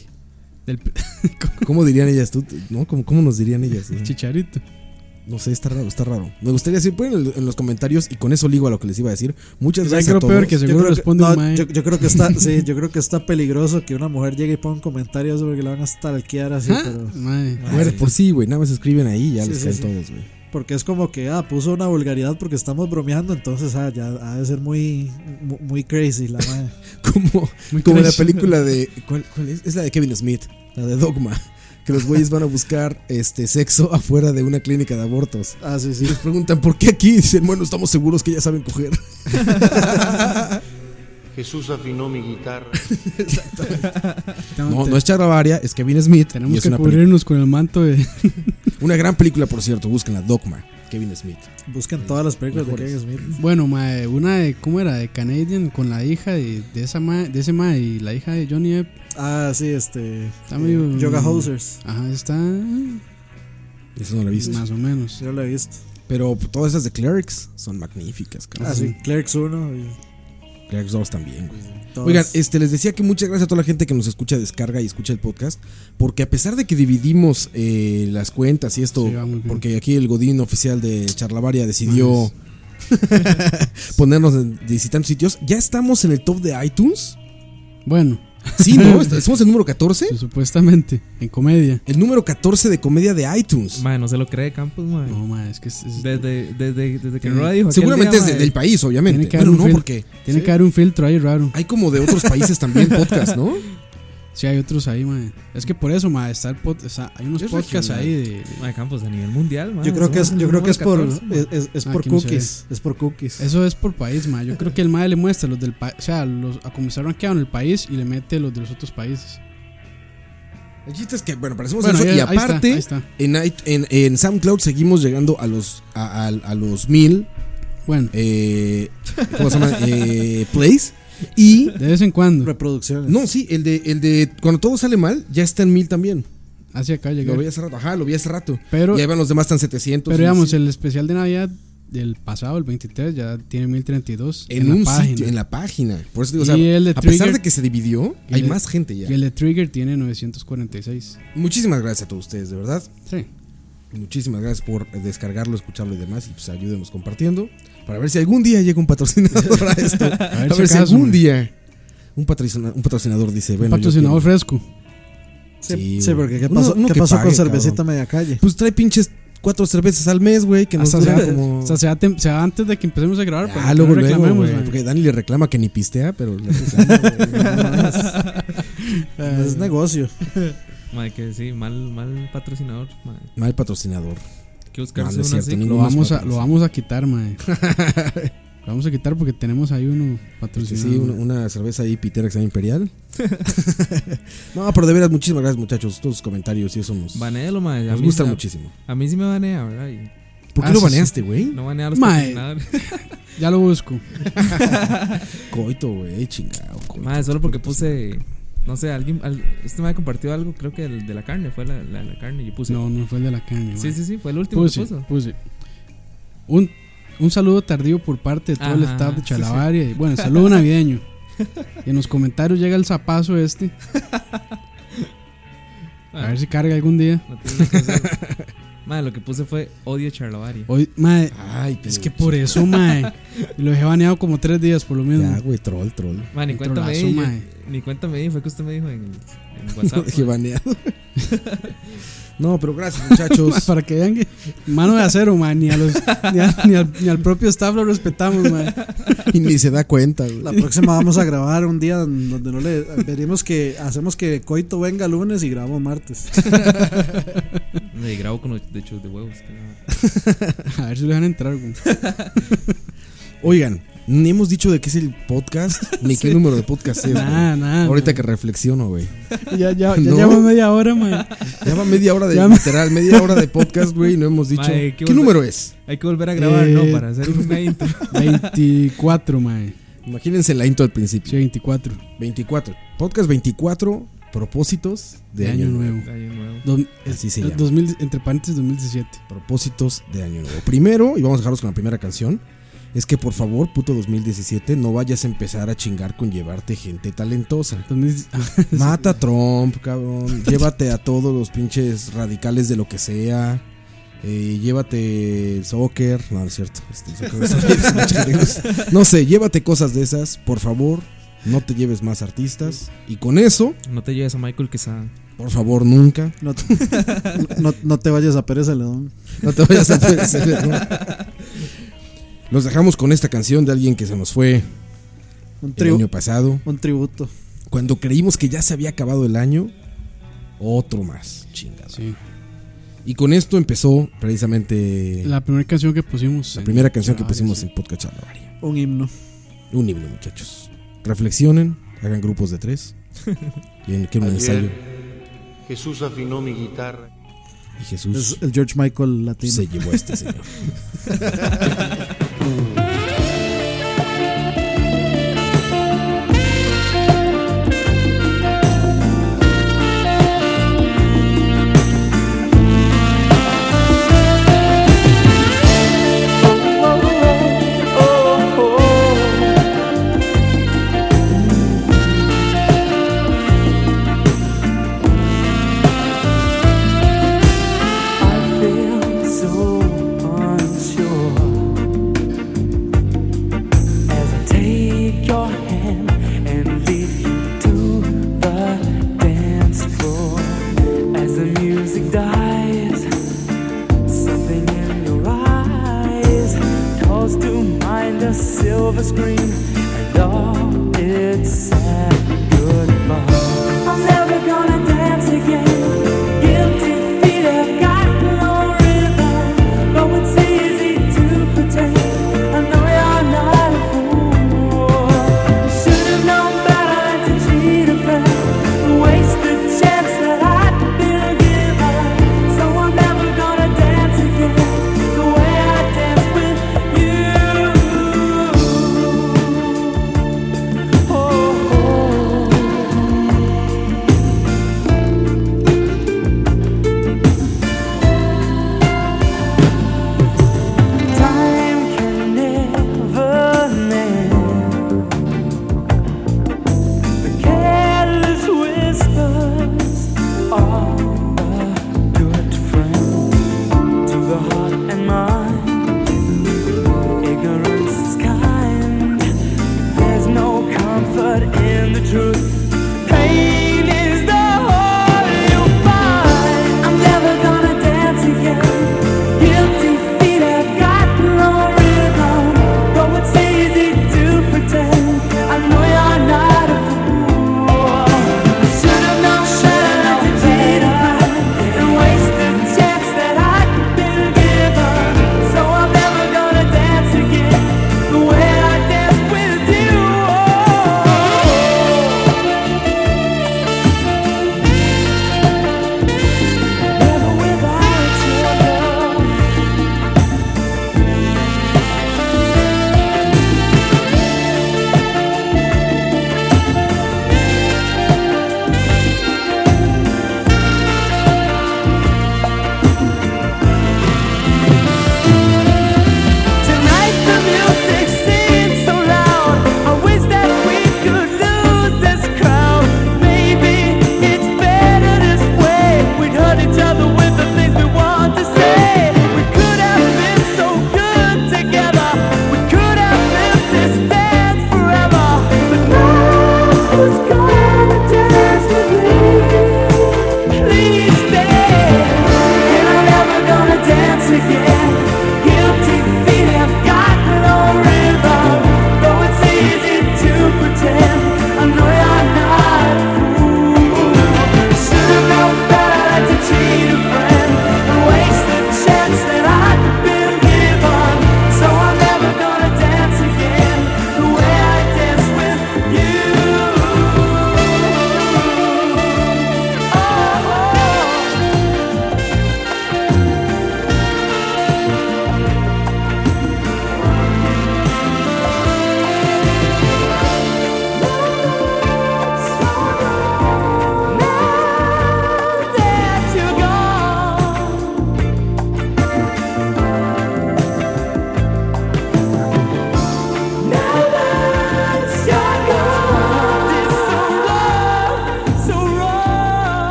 S5: Del-
S4: [LAUGHS]
S3: ¿Cómo dirían ellas tú? ¿No? ¿Cómo, cómo nos dirían ellas?
S4: Chicharito.
S3: No sé, está raro, está raro. Me gustaría si pueden en- en los comentarios y con eso ligo a lo que les iba a decir. Muchas
S4: ¿Saben
S3: gracias
S4: qué
S3: a
S4: es lo
S3: todos.
S4: peor? Que seguro
S2: creo que-
S4: responde un
S2: no,
S4: mae.
S2: yo- yo creo que está,
S4: [LAUGHS]
S2: sí, yo creo que está peligroso que una mujer llegue y ponga un comentario sobre que la van a stalkear así, pero
S4: Mae.
S3: Ah, de por sí, güey. Nada más escriben ahí y ya
S2: Sí,
S3: les
S2: sí,
S3: caen
S2: sí.
S3: todos, güey.
S2: porque es como que ah, puso una vulgaridad porque estamos bromeando, entonces ah, ya ha de ser muy mu- muy crazy la madre.
S3: [LAUGHS] Como,
S4: Muy
S3: como la
S4: cringe.
S3: película de. ¿cuál, cuál es? Es la de Kevin Smith, la de Dogma. Que los güeyes van a buscar este sexo afuera de una clínica de abortos.
S2: Ah, sí,
S3: Y
S2: sí.
S3: les preguntan, ¿por qué aquí? Dicen, bueno, estamos seguros que ya saben
S4: [LAUGHS]
S3: coger.
S6: [LAUGHS] Jesús afinó mi
S2: [LAUGHS]
S6: guitarra.
S3: No, no es Charavaria, es Kevin Smith. y
S4: Tenemos
S3: es
S4: que
S3: una, peli-
S4: cubrirnos con el manto de.
S3: [LAUGHS] una gran película, por cierto. Búsquenla, Dogma, Kevin Smith.
S2: [LAUGHS] Buscan todas las películas de Kevin
S3: Mejores.
S2: Smith.
S4: Bueno, mae, una de. ¿Cómo era? De Canadian con la hija de, de, esa mae, de ese mae y la hija de Johnny Depp.
S2: [LAUGHS] Ah, sí, este
S4: Está medio-
S2: eh, Yoga Hosers.
S4: Ajá, está.
S3: Eso no lo he visto.
S4: Más o menos.
S2: Yo lo he visto.
S3: Pero todas esas de Clerics son magníficas, cabrón.
S2: Ah, sí, Clerks 1 y
S3: Clerics 2 también, güey.
S2: todas.
S3: Oigan, este, les decía que muchas gracias a toda la gente que nos escucha, descarga y escucha el podcast. Porque a pesar de que dividimos eh, las cuentas y esto,
S4: Sí, va muy bien.
S3: porque aquí el Godín oficial de Charlavaria decidió [LAUGHS] ponernos en distintos sitios, ya estamos en el top de iTunes.
S4: Bueno, [LAUGHS]
S3: Sí, ¿no? Somos el número 14.
S4: supuestamente, en comedia.
S3: El número 14 de comedia de iTunes.
S5: Mae, no se lo cree Campos, mae.
S4: No, mae, es que es- es-
S5: Desde, desde, desde que
S4: Tiene-
S5: Roa dijo. aquel
S3: Seguramente
S5: día,
S3: es de-
S5: mae,
S3: del país, obviamente.
S4: Tiene que haber
S3: Pero
S4: un
S3: no,
S4: film.
S3: porque
S4: tiene que haber un filtro ahí raro.
S3: hay como de otros países
S4: [LAUGHS]
S3: también podcast, ¿no?
S4: Sí, hay otros ahí, mae. Es que por eso, mae, está el pod- está- hay unos
S3: Es
S4: podcasts
S3: regional.
S4: ahí de.
S5: Mae, Campos a nivel mundial, mae.
S2: yo creo que es
S5: somos
S2: yo
S5: el
S2: creo que es por
S5: número
S2: es,
S5: 14, mae.
S2: es- es
S4: Ah,
S2: por
S4: aquí no se
S2: cookies, es por cookies.
S4: Eso es por país, mae. Yo creo que el mae le muestra los del país, o sea, los a comenzar rankeados en el país y le mete los de los otros países.
S3: El chiste es que, bueno, parecemos
S4: Bueno,
S3: eso.
S4: ahí-
S3: Y
S4: ahí está,
S3: aparte,
S4: ahí está.
S3: En, i- en, en SoundCloud seguimos llegando a los a, a- a los mil
S4: Bueno,
S3: eh, ¿cómo se llama? Eh, [LAUGHS] plays y
S4: de vez en cuando,
S2: Reproducciones.
S3: no sí el de el de cuando todo sale mal ya está en mil también
S4: hacia acá
S3: lo
S4: llegar.
S3: vi hace rato ajá lo vi hace rato
S4: Pero,
S3: y ahí van los demás están 700
S4: pero
S3: y
S4: digamos,
S3: así.
S4: el especial de Navidad del pasado, el 23, ya tiene 1032
S3: en, un sitio en la página por eso digo o sea,
S4: Y el de
S3: a pesar
S4: Trigger-
S3: de que se dividió
S4: y
S3: hay
S4: el-
S3: más gente ya
S4: Y el de Trigger tiene 946.
S3: muchísimas gracias a todos ustedes de verdad
S4: Sí.
S3: muchísimas gracias por descargarlo escucharlo y demás y pues ayúdenos compartiendo para ver si algún día llega un patrocinador a
S4: [LAUGHS]
S3: esto
S4: A
S3: A ver si
S4: acaso,
S3: algún
S4: mae.
S3: día un patrocinador, un patrocinador dice,
S4: Un
S3: bueno, yo
S4: patrocinador
S3: quiero-
S4: fresco.
S2: Sí,
S3: Sí,
S2: sí,
S3: güey.
S2: porque ¿qué
S3: Uno-
S2: pasó,
S3: uno
S2: ¿qué
S3: que
S2: pasó
S3: pague,
S2: con cervecita
S3: cabrón.
S2: media calle?
S3: pues trae pinches cuatro cervezas al mes, güey, que nos
S4: Hasta
S3: dura
S4: sea-
S3: como
S4: O sea, se da, tem- se da antes de que empecemos a grabar. para
S3: Ah,
S4: que
S3: luego,
S4: no
S3: luego,
S4: reclamemos,
S3: güey,
S4: man.
S3: porque Dani le reclama que ni pistea, pero le reclama, güey.
S2: [LAUGHS] No
S5: [LAUGHS]
S2: es negocio.
S5: Mae, que sí, mal, mal patrocinador, mae.
S3: mal patrocinador.
S5: Hay Que buscarse
S3: No, no es
S5: uno
S3: cierto,
S5: así.
S3: ni-
S4: Lo
S3: unos
S4: vamos, a, lo
S3: patrocinios.
S4: vamos a quitar,
S3: [LAUGHS]
S4: mae. lo vamos a quitar porque tenemos ahí uno
S3: Sí,
S4: patrocinado.
S3: sí, una, una cerveza ahí pitera que sea imperial. no, pero de veras muchísimas gracias, muchachos, todos sus comentarios y eso nos,
S5: Banéalo, mae. a
S3: nos
S5: mí
S3: gusta
S5: sí-
S3: muchísimo.
S5: A mí sí me banea, ¿verdad? Y
S3: ¿Por qué
S4: Ah,
S3: lo
S4: sí,
S3: baneaste, güey?
S5: no banea a los
S4: Mae.
S2: [LAUGHS]
S5: patrocinadores.
S4: Ya lo
S5: [LAUGHS]
S4: busco.
S3: Coito, güey, chingado. coito.
S5: Mae, solo porque puse. No sé, alguien. al- este me compartió algo, creo que el de la carne, fue la, la, la carne. Yo puse.
S4: No, no fue el de la carne,
S5: Sí,
S4: mae.
S5: sí, sí, fue el último que
S4: Puse,
S5: puso.
S4: puse. Un, un saludo tardío por parte de todo el
S5: Ajá,
S4: staff
S5: sí,
S4: de
S5: sí.
S4: Chalabaria.
S5: [LAUGHS]
S4: Y bueno, saludo navideño. Y en los comentarios llega el zapazo
S5: [LAUGHS]
S4: este. A ver si carga algún día.
S5: No tiene nada que hacer. Mae, lo que puse fue odio charlavaria.
S4: [LAUGHS] Hoy, mae,
S3: Ay,
S4: es
S3: pero-
S4: que por eso,
S5: [LAUGHS]
S3: [LAUGHS]
S4: mae. Lo dejé baneado como tres días por lo mismo.
S3: Ya, güey, troll, troll.
S5: Mae, ni
S4: el
S5: cuenta me
S4: trolazo,
S5: di. yo-
S4: mae.
S5: Ni cuenta me di, fue que usted me dijo en, el-
S4: [LAUGHS]
S5: en
S3: No,
S5: WhatsApp.
S3: dije
S5: mae. [LAUGHS]
S3: baneado. no, pero gracias, muchachos.
S4: [LAUGHS] Para que vean que mano de acero, man, ni, a los, ni, a- ni al, ni al propio staff lo respetamos, man.
S3: y ni se da cuenta, güey.
S2: La próxima vamos
S3: [LAUGHS]
S2: a grabar un día en donde no le veremos que hacemos que Coito venga lunes y grabamos martes. [LAUGHS]
S5: Y grabo con los hechos de huevos. que no.
S4: [LAUGHS] A ver si lo dejan entrar, güey.
S3: Oigan, ni hemos dicho de qué es el podcast, ni qué número de podcast es. güey.
S4: Nada, nada.
S3: Ahorita que reflexiono, güey.
S4: que ya, ya, ya
S3: No.
S4: llevo media hora, man.
S3: Ya va media hora de
S4: Ya me-
S3: literal, media hora de podcast, güey, y no hemos dicho.
S5: Mae,
S3: ¿Qué
S5: eh, qué bueno.
S3: número es?
S5: Hay que volver a grabar, ¿no?
S4: Eh,
S5: Para hacer
S3: [LAUGHS]
S5: una intro.
S4: 24, man.
S3: Imagínense la intro al principio.
S4: Sí, 24.
S3: 24. Podcast 24, propósitos de, año, nuevo.
S5: Año nuevo.
S4: Dos-
S3: Así se
S4: eh,
S3: llama.
S4: 2000 entre paréntesis 2017.
S3: Propósitos de año nuevo. Primero, y vamos a dejarlos con la primera canción, es que por favor, puto 2017, no vayas a empezar a chingar con llevarte gente talentosa.
S4: 2000 ah,
S3: Mata a Trump, cabrón. Llévate a todos los pinches radicales de lo que sea. eh, llévate soccer, no, no es cierto, este, soccer es una mucha anécdota. no sé, llévate cosas de esas, por favor, no te lleves más artistas y con eso,
S5: [LAUGHS] No te lleves a Michael Quesada.
S3: por favor, nunca,
S2: No, [LAUGHS] no- no te vayas a Pérez Celedón.
S3: no te vayas a perder, ¿no? Los dejamos con esta canción de alguien que se nos fue
S2: Un,
S3: el
S2: tribu-
S3: año pasado.
S2: un tributo.
S3: Cuando creímos que ya se había acabado el año, otro más, chingado.
S4: Sí.
S3: Y con esto empezó precisamente la,
S4: La primera canción que pusimos. en-
S3: primera canción que
S4: Ah,
S3: pusimos
S4: sí.
S3: en Podcast Charlavaria.
S2: Un himno.
S3: Un himno, muchachos. Reflexionen, hagan grupos de tres.
S4: [LAUGHS]
S3: Y en que un ensayo.
S6: Jesús afinó mi guitarra.
S3: [LAUGHS] Y
S2: Es
S3: Jesús
S2: el George Michael latino.
S3: se llevó a este señor.
S7: I feel so unsure as I take your hand and lead you to the dance floor. As the music dies, something in your eyes calls to mind a silver screen and all its sad goodbye. I'm never gonna dance again. Guilty feet have got no rhythm. Though it's easy to pretend, I know you're not a fool. Should have known better to cheat a friend. Waste the chance that I'd been given. So I'm never gonna dance again the way I danced with you.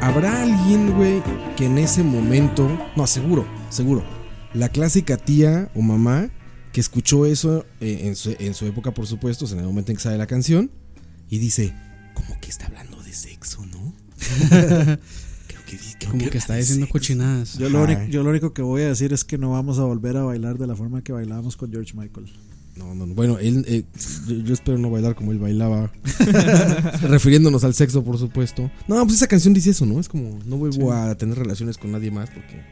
S3: Habrá alguien, güey, que en ese momento. No, seguro, seguro. La clásica tía o mamá que escuchó eso eh, en, su, en su época, por supuesto, o sea, en el momento en que sale la canción,
S4: [LAUGHS]
S3: y dice: ¿Cómo que está hablando de sexo, no? creo que, pues, creo
S4: Como que
S3: habla
S4: está
S3: de
S4: diciendo
S3: sexo.
S4: cochinadas.
S2: Yo lo,
S3: Ajá.
S2: único, yo lo único que voy a decir es que no vamos a volver a bailar de la forma que bailábamos con George Michael.
S3: No, no, no. Bueno, él, eh, yo, yo espero no bailar como
S4: [LAUGHS]
S3: él bailaba. [LAUGHS] Refiriéndonos al sexo, por supuesto. No, pues esa canción dice eso, ¿no? Es como, no vuelvo a tener relaciones con nadie más porque.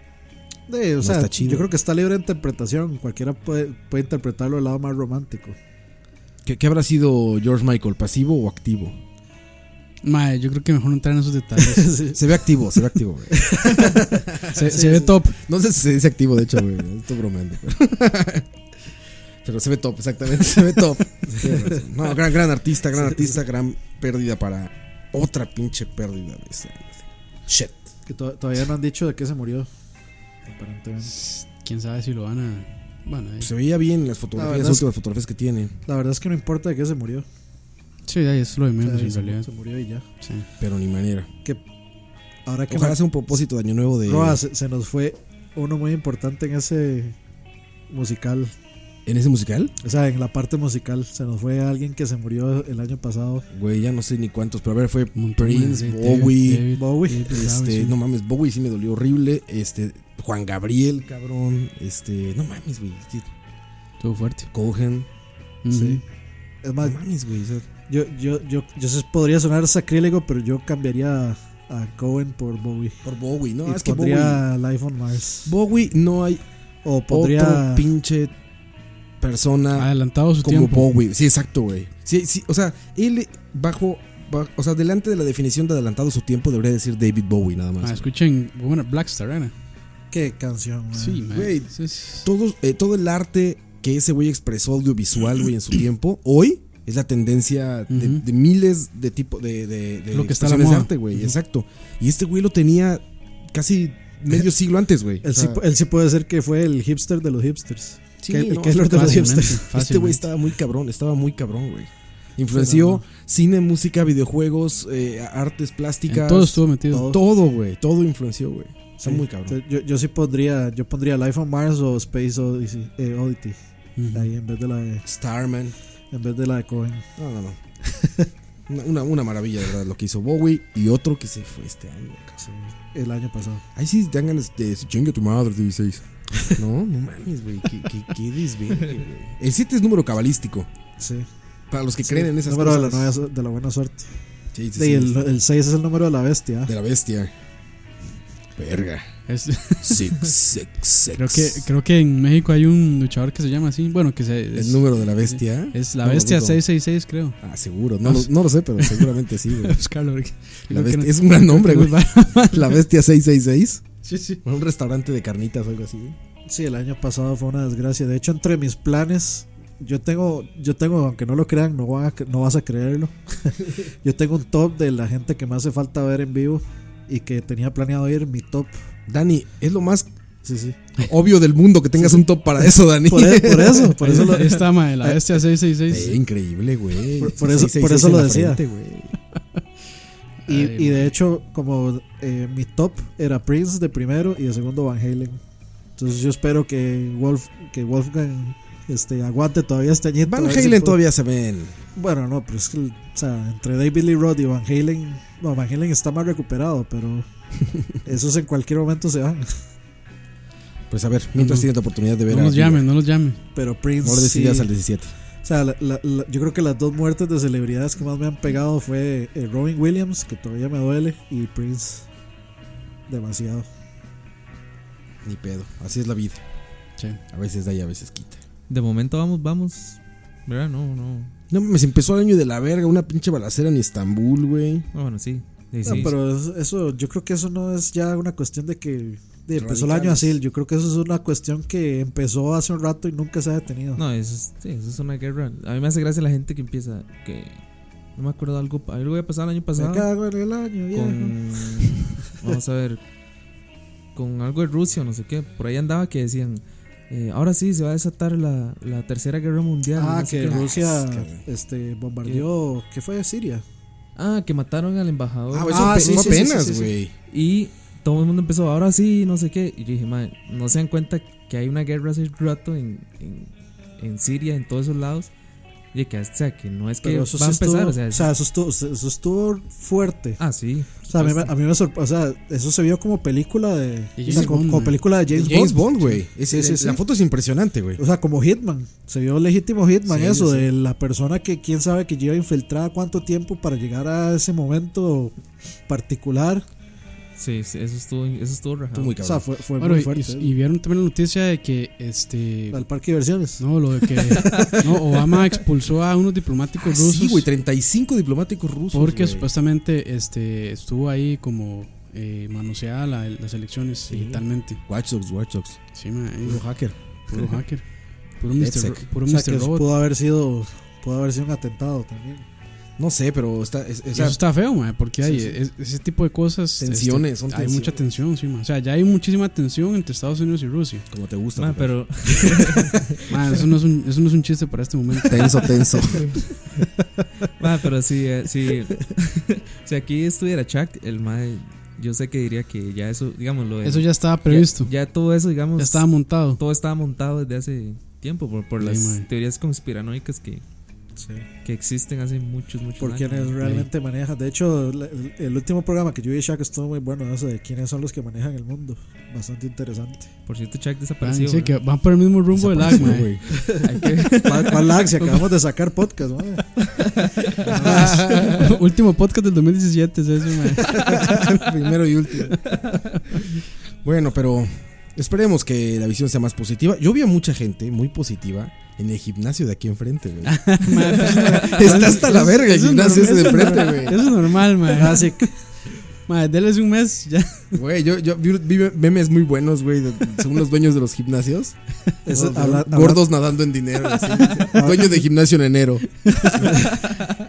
S2: De, o
S3: No
S2: sea,
S3: está chido.
S2: yo creo que está libre de interpretación. Cualquiera puede, puede interpretarlo del lado más romántico.
S3: ¿Qué, qué habrá sido George Michael? ¿Pasivo o activo?
S4: Mae, yo creo que mejor no entrar en esos
S3: [LAUGHS]
S4: detalles.
S3: Se ve activo, se ve activo, [LAUGHS] güey.
S4: [LAUGHS] se, se ve top.
S3: No sé si se dice activo, de hecho, güey. Estoy bromeando. Pero, [LAUGHS] Pero se ve top, exactamente. Se ve top. [LAUGHS] Tienes razón. No, gran, gran artista, gran artista, gran pérdida para otra pinche pérdida. de ese- Shit.
S2: Que to- todavía no han dicho de qué se murió. Aparentemente.
S4: Quién sabe si lo van a. Bueno, eh,
S3: Pues, Se veía bien las
S2: La
S3: fotografías,
S2: verdad
S3: las
S2: es-
S3: últimas fotografías que tiene.
S2: La verdad es que no importa de qué se murió.
S4: sí, ya es lo de
S2: O sea,
S4: menos en
S2: se, mu-
S4: realidad.
S2: se murió y ya.
S4: Sí.
S3: Pero ni manera.
S2: Ahora que
S3: Ojalá sea un propósito de año nuevo de.
S2: Roa, se, se nos fue uno muy importante en ese musical.
S3: ¿En ese musical?
S2: O sea, en la parte musical. Se nos fue alguien que se murió el año pasado.
S3: Güey, ya no sé ni cuántos, pero a ver, fue
S4: Un montón,
S3: Prince,
S4: mae, sí, David-
S3: Bowie.
S4: David-
S2: Bowie.
S4: David Bowie,
S3: Este,
S4: sí.
S3: no mames, Bowie sí me dolió horrible. Este, Juan Gabriel, cabrón. Este, no mames, güey. sí,
S4: Estuvo fuerte.
S3: Cohen.
S2: Sí.
S4: Sí.
S2: Es
S3: No
S2: más,
S3: mames, güey. o sea,
S2: yo, yo, yo, yo sé, podría sonar sacrílego, pero yo cambiaría a, a Cohen por Bowie.
S3: por Bowie, no,
S2: y
S3: es que Bowie.
S2: pondría Life on Mars.
S3: Bowie no hay
S2: O
S3: otro
S2: podría.
S3: pinche persona
S4: Adelantado su
S3: como
S4: tiempo.
S3: Bowie. Sí, exacto, güey. Sí, sí, o sea, él bajo, ba- o sea, delante de la definición de adelantado su tiempo debería decir David Bowie nada más.
S4: Mae, escuchen, bueno, Blackstar, ¿eh?
S2: Qué canción, man.
S4: Sí, mae.
S3: güey.
S4: Eso es-
S3: Todo, eh, todo el arte que ese güey expresó audiovisual, güey, en su tiempo, hoy es la tendencia de,
S4: Ujú.
S3: de miles de tipo de, de, de
S4: Lo que está a la
S3: expresiones de
S4: moda.
S3: arte, güey.
S4: Ujú.
S3: Exacto. Y este güey lo tenía casi medio siglo antes, güey.
S2: Él,
S3: O sea,
S2: sí, pu- él sí puede ser que fue el hipster de los hipsters.
S3: sí,
S2: que- el
S3: no,
S2: que es lo- los
S4: fácilmente,
S2: hipsters.
S3: Este güey
S4: fácilmente.
S3: estaba muy cabrón, estaba muy cabrón, güey. Influenció
S2: Pero
S3: cine, música, videojuegos, eh, artes plásticas.
S4: En todo estuvo metido.
S3: todo, todo, güey. Todo influenció, güey. Está
S2: Sí.
S3: muy cabrón.
S2: Entonces, Yo, yo sí podría, yo pondría Life on Mars o Space Odyssey, eh, Oddity,
S4: Ujú.
S2: ahí en vez de la de,
S3: Starman.
S2: en vez de la de Cohen.
S3: No, no, [LAUGHS] no. Una, una, una maravilla, de verdad, lo que hizo Bowie y otro que se fue este año. cabrón.
S2: Sí, el año pasado.
S3: Ahí sí te hagan este, chingue tu madre, 16. No, no mames, güey. Qué, qué, qué desvergue, güey. El 7 es número cabalístico.
S2: Sí.
S3: Para los que
S2: Sí,
S3: creen en esas
S2: número
S3: cosas.
S2: De, la nueva su- de la buena suerte.
S3: Sí, sí,
S2: Sí,
S3: sí,
S2: el, el 6 es el número de la bestia.
S3: De la bestia. Verga.
S4: Es- [LAUGHS]
S3: Six, six, six.
S4: creo, que, creo que en México hay un luchador que se llama así. Bueno, que se, es,
S3: El número de la bestia.
S4: es la
S3: No lo
S4: bestia
S3: dudo.
S4: 666, creo.
S3: Ah, seguro. No, lo- no lo sé, pero seguramente sí,
S4: [LAUGHS]
S3: güey.
S4: Buscarlo, porque
S3: La
S4: creo que
S3: bestia-
S4: no-
S3: Es
S4: [LAUGHS]
S3: un gran nombre,
S4: creo que
S3: güey. La bestia 666.
S4: Sí, sí.
S3: Un restaurante de carnitas o algo así, güey.
S2: Sí, el año pasado fue una desgracia. De hecho, entre mis planes, yo tengo, yo tengo, aunque no lo crean, no, van a cre- no vas a creerlo. [LAUGHS] yo tengo un top de la gente que me hace falta ver en vivo y que tenía planeado ir mi top.
S3: Dani, es lo más
S2: Sí, sí.
S3: obvio del mundo que tengas un top para eso, Dani.
S2: Por, e- por eso, por eso lo,
S4: Ahí está, mae, la bestia
S3: Eh,
S4: 666.
S3: increíble, güey.
S2: Por- por eso- por eso
S3: en
S2: lo
S3: la
S2: decía.
S3: frente, güey.
S2: [LAUGHS] Y,
S4: Ay,
S2: y
S4: man.
S2: de hecho, como eh, mi top era Prince de primero y de segundo Van Halen. Entonces yo espero que Wolf que Wolfgang este, aguante todavía este añito. a
S3: Van
S2: ver si
S3: Halen
S2: puede-
S3: todavía se ven.
S2: Bueno, no, pero es que o sea, entre David Lee Roth y Van Halen, no, Van Halen está más recuperado,
S3: [LAUGHS]
S2: pero esos en cualquier momento se van.
S3: Pues a ver, mientras
S4: No.
S3: tienes la oportunidad de ver
S4: No
S3: a
S4: los llamen, no los llamen.
S2: Pero Prince
S3: No le decidas
S2: sí.
S3: al 17.
S2: O sea, la- la- la- yo creo que las dos muertes de celebridades que más me han pegado fue eh, Robin Williams, que todavía me duele, y Prince. Demasiado.
S3: Ni pedo. Así es la vida.
S4: Sí.
S3: A veces da y a veces quita.
S5: De momento vamos, vamos. ¿Verdad? No, no.
S3: No mames, empezó el año de la verga, una pinche balacera en Estambul, güey.
S5: No, bueno, sí. Sí,
S2: No,
S5: sí.
S2: pero es- eso, yo creo que eso no es ya una cuestión de que de empezó el
S3: Radicales.
S2: año así. Yo creo que eso es una cuestión que empezó hace un rato y nunca se ha detenido.
S5: No, eso es, sí, eso es una guerra. A mí me hace gracia la gente que empieza. Que no me acuerdo algo. Algo había pasado el año
S2: se
S5: pasado.
S2: cago en el año, viejo.
S5: Pues, con vamos a ver con algo de Rusia o no sé qué por ahí andaba que decían eh, ahora sí se va a desatar la, la tercera guerra mundial
S2: [LAUGHS] Ah,
S5: no sé
S2: que
S5: qué.
S2: Rusia
S3: cabrón.
S2: este, bombardeó. ¿Qué fue? Siria.
S5: Ah, que mataron al embajador.
S3: Ah,
S2: Ah,
S3: eso
S2: sí,
S3: fue
S2: sí, sí,
S3: apenas,
S2: sí, sí.
S3: güey.
S5: Y todo el mundo empezó, ahora sí, no sé qué. Y yo dije, madre, no se dan cuenta que hay una guerra hace rato en, en, en Siria, en todos esos lados. Y que, o sea, que no es que
S2: Pero
S5: va
S2: eso
S5: a
S2: sí
S5: empezar.
S2: estuvo-
S5: o sea, es-
S2: eso estuvo, eso estuvo fuerte.
S5: ah, sí.
S2: O sea, a mí, me- a mí me sorprendió. O sea, eso se vio como película de.
S4: Y
S2: o sea,
S4: James
S2: como,
S4: Bond,
S2: como
S4: man.
S2: película de James,
S3: James
S2: Bond.
S3: Bond, güey. Ese-
S2: Sí, sí,
S3: ese-
S2: sí.
S3: La foto es impresionante, güey.
S2: O sea, como Hitman. Se vio legítimo Hitman,
S3: Sí, sí,
S2: eso.
S3: sí.
S2: De la persona que quién sabe que lleva infiltrada cuánto tiempo para llegar a ese momento particular.
S5: Sí, sí, eso estuvo, eso estuvo rajado.
S3: Tú muy
S2: O sea,
S3: cabrón.
S2: fue, fue
S4: Bueno,
S2: muy
S4: y,
S5: [LAUGHS]
S2: fuerte. ¿eh?
S4: y vieron también la noticia de que este.
S2: al parque de diversiones.
S4: No, lo de
S2: [LAUGHS]
S4: que. [LAUGHS] no, Obama expulsó a unos diplomáticos
S3: Ah,
S4: rusos.
S3: sí, güey, 35 diplomáticos rusos.
S4: porque
S3: güey.
S4: supuestamente este estuvo ahí como eh, manoseada la- las elecciones digitalmente.
S3: Watch Dogs, Watch Dogs.
S4: Sí, ma, eh,
S3: Puro hacker.
S4: puro hacker. Puro
S3: Dead
S4: Mr. Ro-
S3: Sec.
S4: puro
S2: O sea,
S4: Mr.
S2: que
S4: Robot.
S2: pudo haber sido. Pudo haber sido un atentado también.
S3: No sé, pero está. es-
S4: Y
S3: o sea,
S4: eso está feo, ma, porque hay
S3: sí, sí.
S4: es- ese tipo de cosas.
S3: Tensiones,
S4: este,
S3: son
S4: Hay mucha tensión, sí, ma. O sea, ya hay muchísima tensión entre Estados Unidos y Rusia.
S3: como te gusta.
S5: Ma,
S3: papá.
S5: pero
S4: [LAUGHS] Ma, eso, no es un, eso no es un chiste para este momento.
S3: Tenso, tenso.
S5: Ah, pero sí, eh, sí. [LAUGHS] si aquí estuviera Chuck, el mae, yo sé que diría que ya eso, digamos, lo de-
S4: Eso ya estaba previsto. Ya,
S5: Ya, todo eso, digamos,
S4: estaba montado.
S5: todo estaba montado desde hace tiempo por, por
S4: Sí,
S5: las
S4: mae.
S5: teorías conspiranoicas que, que existen hace muchos, muchos
S2: Por
S5: años.
S2: quienes realmente manejan. De hecho, la- el, el último programa que yo vi de Shaq estuvo muy bueno. Eso de quiénes son los que manejan el mundo. Bastante interesante.
S5: Por cierto, Chuck
S4: Ah,
S5: desapareció.
S4: sí, que
S5: ¿verdad?
S4: van por el mismo rumbo del eh. lag, ma.
S3: güey.
S5: Hay
S4: [LAUGHS]
S5: que-
S2: ¿Cuál, cuál lag? Si acabamos de sacar podcast, madre.
S4: Último podcast del 2017 es
S3: [LAUGHS]
S4: eso, ma.
S3: Primero y último. Bueno, pero esperemos que la visión sea más positiva. Yo vi a mucha gente muy positiva en el gimnasio de aquí enfrente,
S4: [LAUGHS]
S3: güey. Está hasta la verga el
S4: Eso es
S3: gimnasio ese de
S4: normal,
S3: enfrente, güey.
S4: Eso es normal, ma. Ma, déles un mes, ya.
S3: Güey, yo, yo vi, vi memes muy buenos, güey, de- según los dueños de los gimnasios.
S2: Eso,
S3: Gordos-
S2: habla- habla-
S3: gordos nadando en
S2: [LAUGHS]
S3: dinero.
S4: [LAUGHS]
S3: así. Dueño de gimnasio en enero.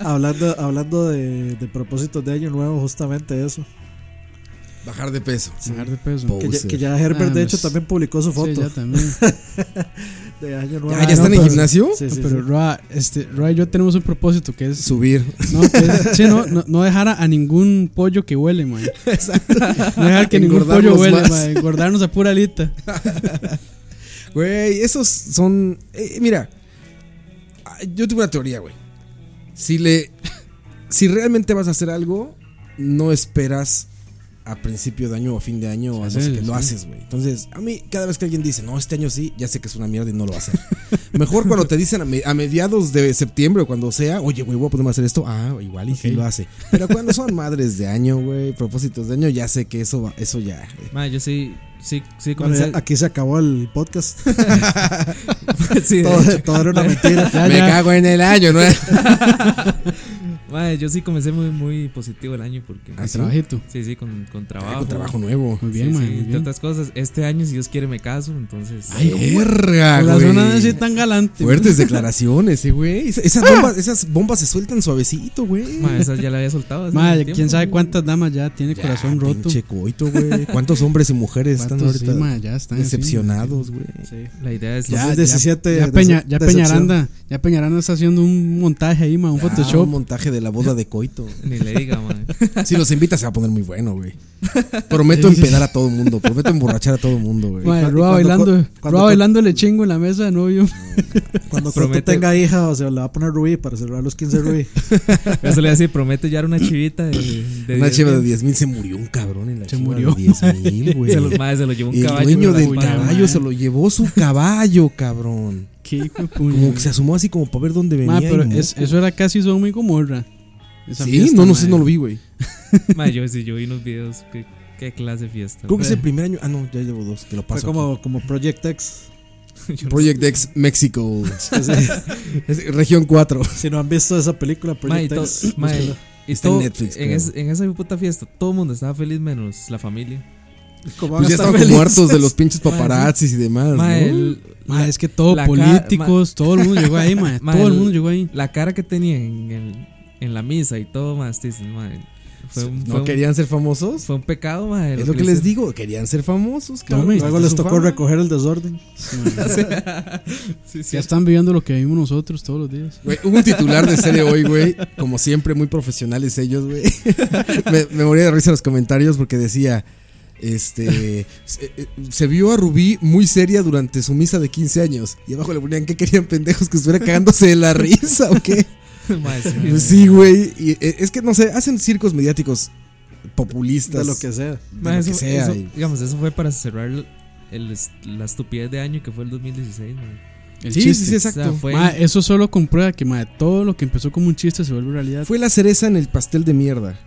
S2: hablando hablando de, de propósitos de año nuevo, justamente eso.
S3: Bajar de peso.
S4: Bajar de peso.
S3: Po-
S2: Que ya,
S3: Poser.
S2: que ya Herbert,
S4: Ah,
S2: de hecho,
S4: pues,
S2: también publicó su
S4: Sí,
S2: foto
S4: ya
S2: [LAUGHS]
S4: también.
S2: de año nuevo.
S3: Ah, ¿ya están en
S2: pero-
S3: gimnasio?
S2: Sí,
S4: No,
S2: sí,
S4: pero
S2: sí.
S4: Roa, este, Roa y yo tenemos un propósito que es.
S3: Subir.
S4: No, que es- sí, no, no, no dejar a, a ningún pollo que huele, man.
S3: [LAUGHS]
S4: No dejar que ningún pollo
S3: Engordarnos
S4: huele,
S3: más.
S4: man. Guardarnos a pura
S3: [LAUGHS]
S4: alita.
S3: Güey, esos son. eh, mira, ah, yo tengo una teoría, güey. Si le. Si realmente vas a hacer algo, no esperas a principio de año o a fin de año o a no sé
S4: Hacerlo,
S3: qué, lo
S4: sí.
S3: haces, güey. Entonces, a mí, cada vez que alguien dice, no, este año sí, ya sé que es una mierda y no lo va a hacer. Mejor cuando te dicen a, me- a mediados de septiembre o cuando sea, oye, güey, voy a poderme hacer esto. Ah, igual y sí
S4: Ok.
S3: lo hace. Pero cuando son madres de año, güey, propósitos de año, ya sé que eso, va- eso ya.
S5: Mae, yo sí, sí, sí,
S2: Bueno,
S5: comencé-
S2: ya aquí se acabó el
S3: [LAUGHS]
S2: podcast.
S5: [LAUGHS] sí, de
S2: Todo,
S5: hecho.
S2: todo era
S5: [LAUGHS]
S2: una mentira.
S4: Ya,
S3: me
S4: ya.
S3: cago en el año, ¿no?
S4: [LAUGHS]
S5: Mae, yo sí comencé muy, muy positivo el año porque...
S3: ¿Ah, sí?
S4: Trabajito.
S5: Sí, sí, con, con trabajo.
S3: Con trabajo nuevo.
S4: Muy
S5: Sí,
S4: bien, man.
S5: sí,
S4: muy
S5: entre
S4: bien.
S5: otras cosas. Este año, si Dios quiere, me caso, entonces...
S3: verga,
S4: Por la
S3: güey.
S4: zona de ser tan
S5: [LAUGHS]
S4: galante.
S3: Fuertes declaraciones, eh, güey. Esa- Esas bombas, esas bombas se sueltan suavecito, güey.
S5: Mae, esa ¡Ah! ya la había soltado. hace
S4: Ma,
S5: un tiempo,
S4: quién sabe
S5: güey.
S4: cuántas damas ya tiene
S3: Ya,
S4: corazón roto.
S3: pinche
S4: [LAUGHS]
S3: coito, güey. ¿Cuántos hombres y mujeres están
S4: ¿Cuántos? Sí,
S3: ahorita
S4: ma, ya están así,
S3: decepcionados, güey?
S5: La idea es...
S2: Ya, 17
S4: Ya,
S2: de-
S4: Peña- ya
S2: decepción.
S4: Peñaranda, ya Peñaranda está haciendo un montaje ahí, ma, un
S3: Ah,
S4: Photoshop.
S3: un montaje de la boda de coito.
S5: [LAUGHS] Ni le diga, man.
S3: [LAUGHS] Si los invitas se va a poner muy
S4: [LAUGHS]
S3: bueno, güey. Prometo empedar a todo el mundo, prometo emborrachar a todo el mundo, güey.
S4: Ma,
S2: ¿Y cu-
S4: Roa
S2: y
S4: bailando,
S2: cuándo co- cuándo
S4: Roa
S2: co-
S4: bailándole chingo en la mesa de novio.
S2: Cuando Coto
S5: Promete-
S2: tenga hija, o sea, le va a poner Rubí para celebrar los
S3: [LAUGHS]
S2: 15 Rubí.
S5: Eso le hace, promete ya era una chivita de, de
S3: Una
S5: 10
S3: chiva de
S5: mil.
S3: 10 mil se murió un cabrón en la
S4: Se
S3: chiva
S4: murió.
S3: de 10 mil, güey.
S5: [LAUGHS] Se los madres se lo llevó un
S3: El
S5: caballo.
S3: dueño del
S4: güey, la
S3: caballo
S4: madre.
S3: se lo
S5: [LAUGHS]
S3: llevó su caballo, cabrón.
S4: Qué hijo de
S3: Como
S4: puño.
S3: que se asomó así como para ver dónde venía.
S4: Ma,
S3: y
S4: pero
S3: moco.
S4: es- eso era casi Sodoma y Gomorra. Esa
S3: sí,
S4: fiesta,
S3: no, no
S4: ma.
S3: sé, no lo vi, güey.
S5: Madre, yo, sí, yo vi unos videos. Qué, qué clase de fiesta.
S3: Creo que es
S4: Sí.
S3: el primer año. Ah, no, ya llevo dos. Que lo
S2: Fue
S3: paso.
S2: como, como
S5: [LAUGHS]
S2: Project X.
S3: aquí. Project X México. [LAUGHS]
S2: Ese-
S3: Es región 4.
S2: si no han visto esa película,
S5: Madre,
S2: Project
S5: to-
S2: X.
S5: madre,
S2: búsquela.
S5: y
S3: Está en
S5: todo-
S3: Netflix,
S5: en,
S3: creo.
S5: es- en esa puta fiesta, todo el mundo estaba feliz menos la familia.
S2: ¿Cómo van
S3: Pues
S2: a
S3: ya
S2: estar
S3: estaban
S2: felices?
S3: muertos de
S5: [LAUGHS]
S3: los pinches
S5: Madre,
S3: paparazzis y demás.
S5: Madre,
S3: ¿no?
S5: el-
S4: Ma,
S5: la-
S4: es que todo,
S5: la ca-
S4: políticos, todo el mundo llegó
S5: [LAUGHS]
S4: ahí, ma.
S5: Ma,
S4: todo el
S5: el-
S4: mundo llegó ahí.
S5: la cara que tenía en, el- en la misa y todo, más te dicen, madre, Fue un, fue
S3: ¿No
S5: un-
S3: querían ser famosos?
S5: fue un pecado, mae.
S3: Es lo que
S5: le
S3: les
S5: hicieron.
S3: digo, querían ser famosos,
S4: Tome.
S3: Esta
S2: Luego
S3: es
S2: les
S3: su
S2: tocó
S3: fama.
S2: recoger el desorden.
S4: [LAUGHS]
S5: Sí, sí.
S4: Ya están viviendo lo que vivimos nosotros todos los días.
S3: Güey, hubo un titular de serie hoy, güey. Como siempre, muy profesionales ellos, güey. [LAUGHS] me, me moría de risa en los comentarios porque decía. Este se, eh, se vio a Rubí muy seria durante su misa de 15 años. Y abajo le ponían que querían pendejos que estuviera cagándose de la risa o
S4: [LAUGHS]
S3: qué.
S5: Mae, sí,
S3: Pues sí, güey. Y, eh, Es que no sé, hacen circos mediáticos populistas.
S2: De lo que sea.
S3: de
S5: Mae,
S3: lo
S5: eso,
S3: que sea.
S5: eso-
S3: y- pues
S5: digamos, eso fue para cerrar el- el est- la estupidez de año que fue el 2016. mae.
S4: El
S3: sí, sí,
S4: chiste.
S3: sí,
S5: O sea,
S3: exacto.
S5: fue,
S4: Ma, eso solo comprueba que ma, todo lo que empezó como un chiste se vuelve realidad.
S3: Fue la cereza en el pastel de mierda.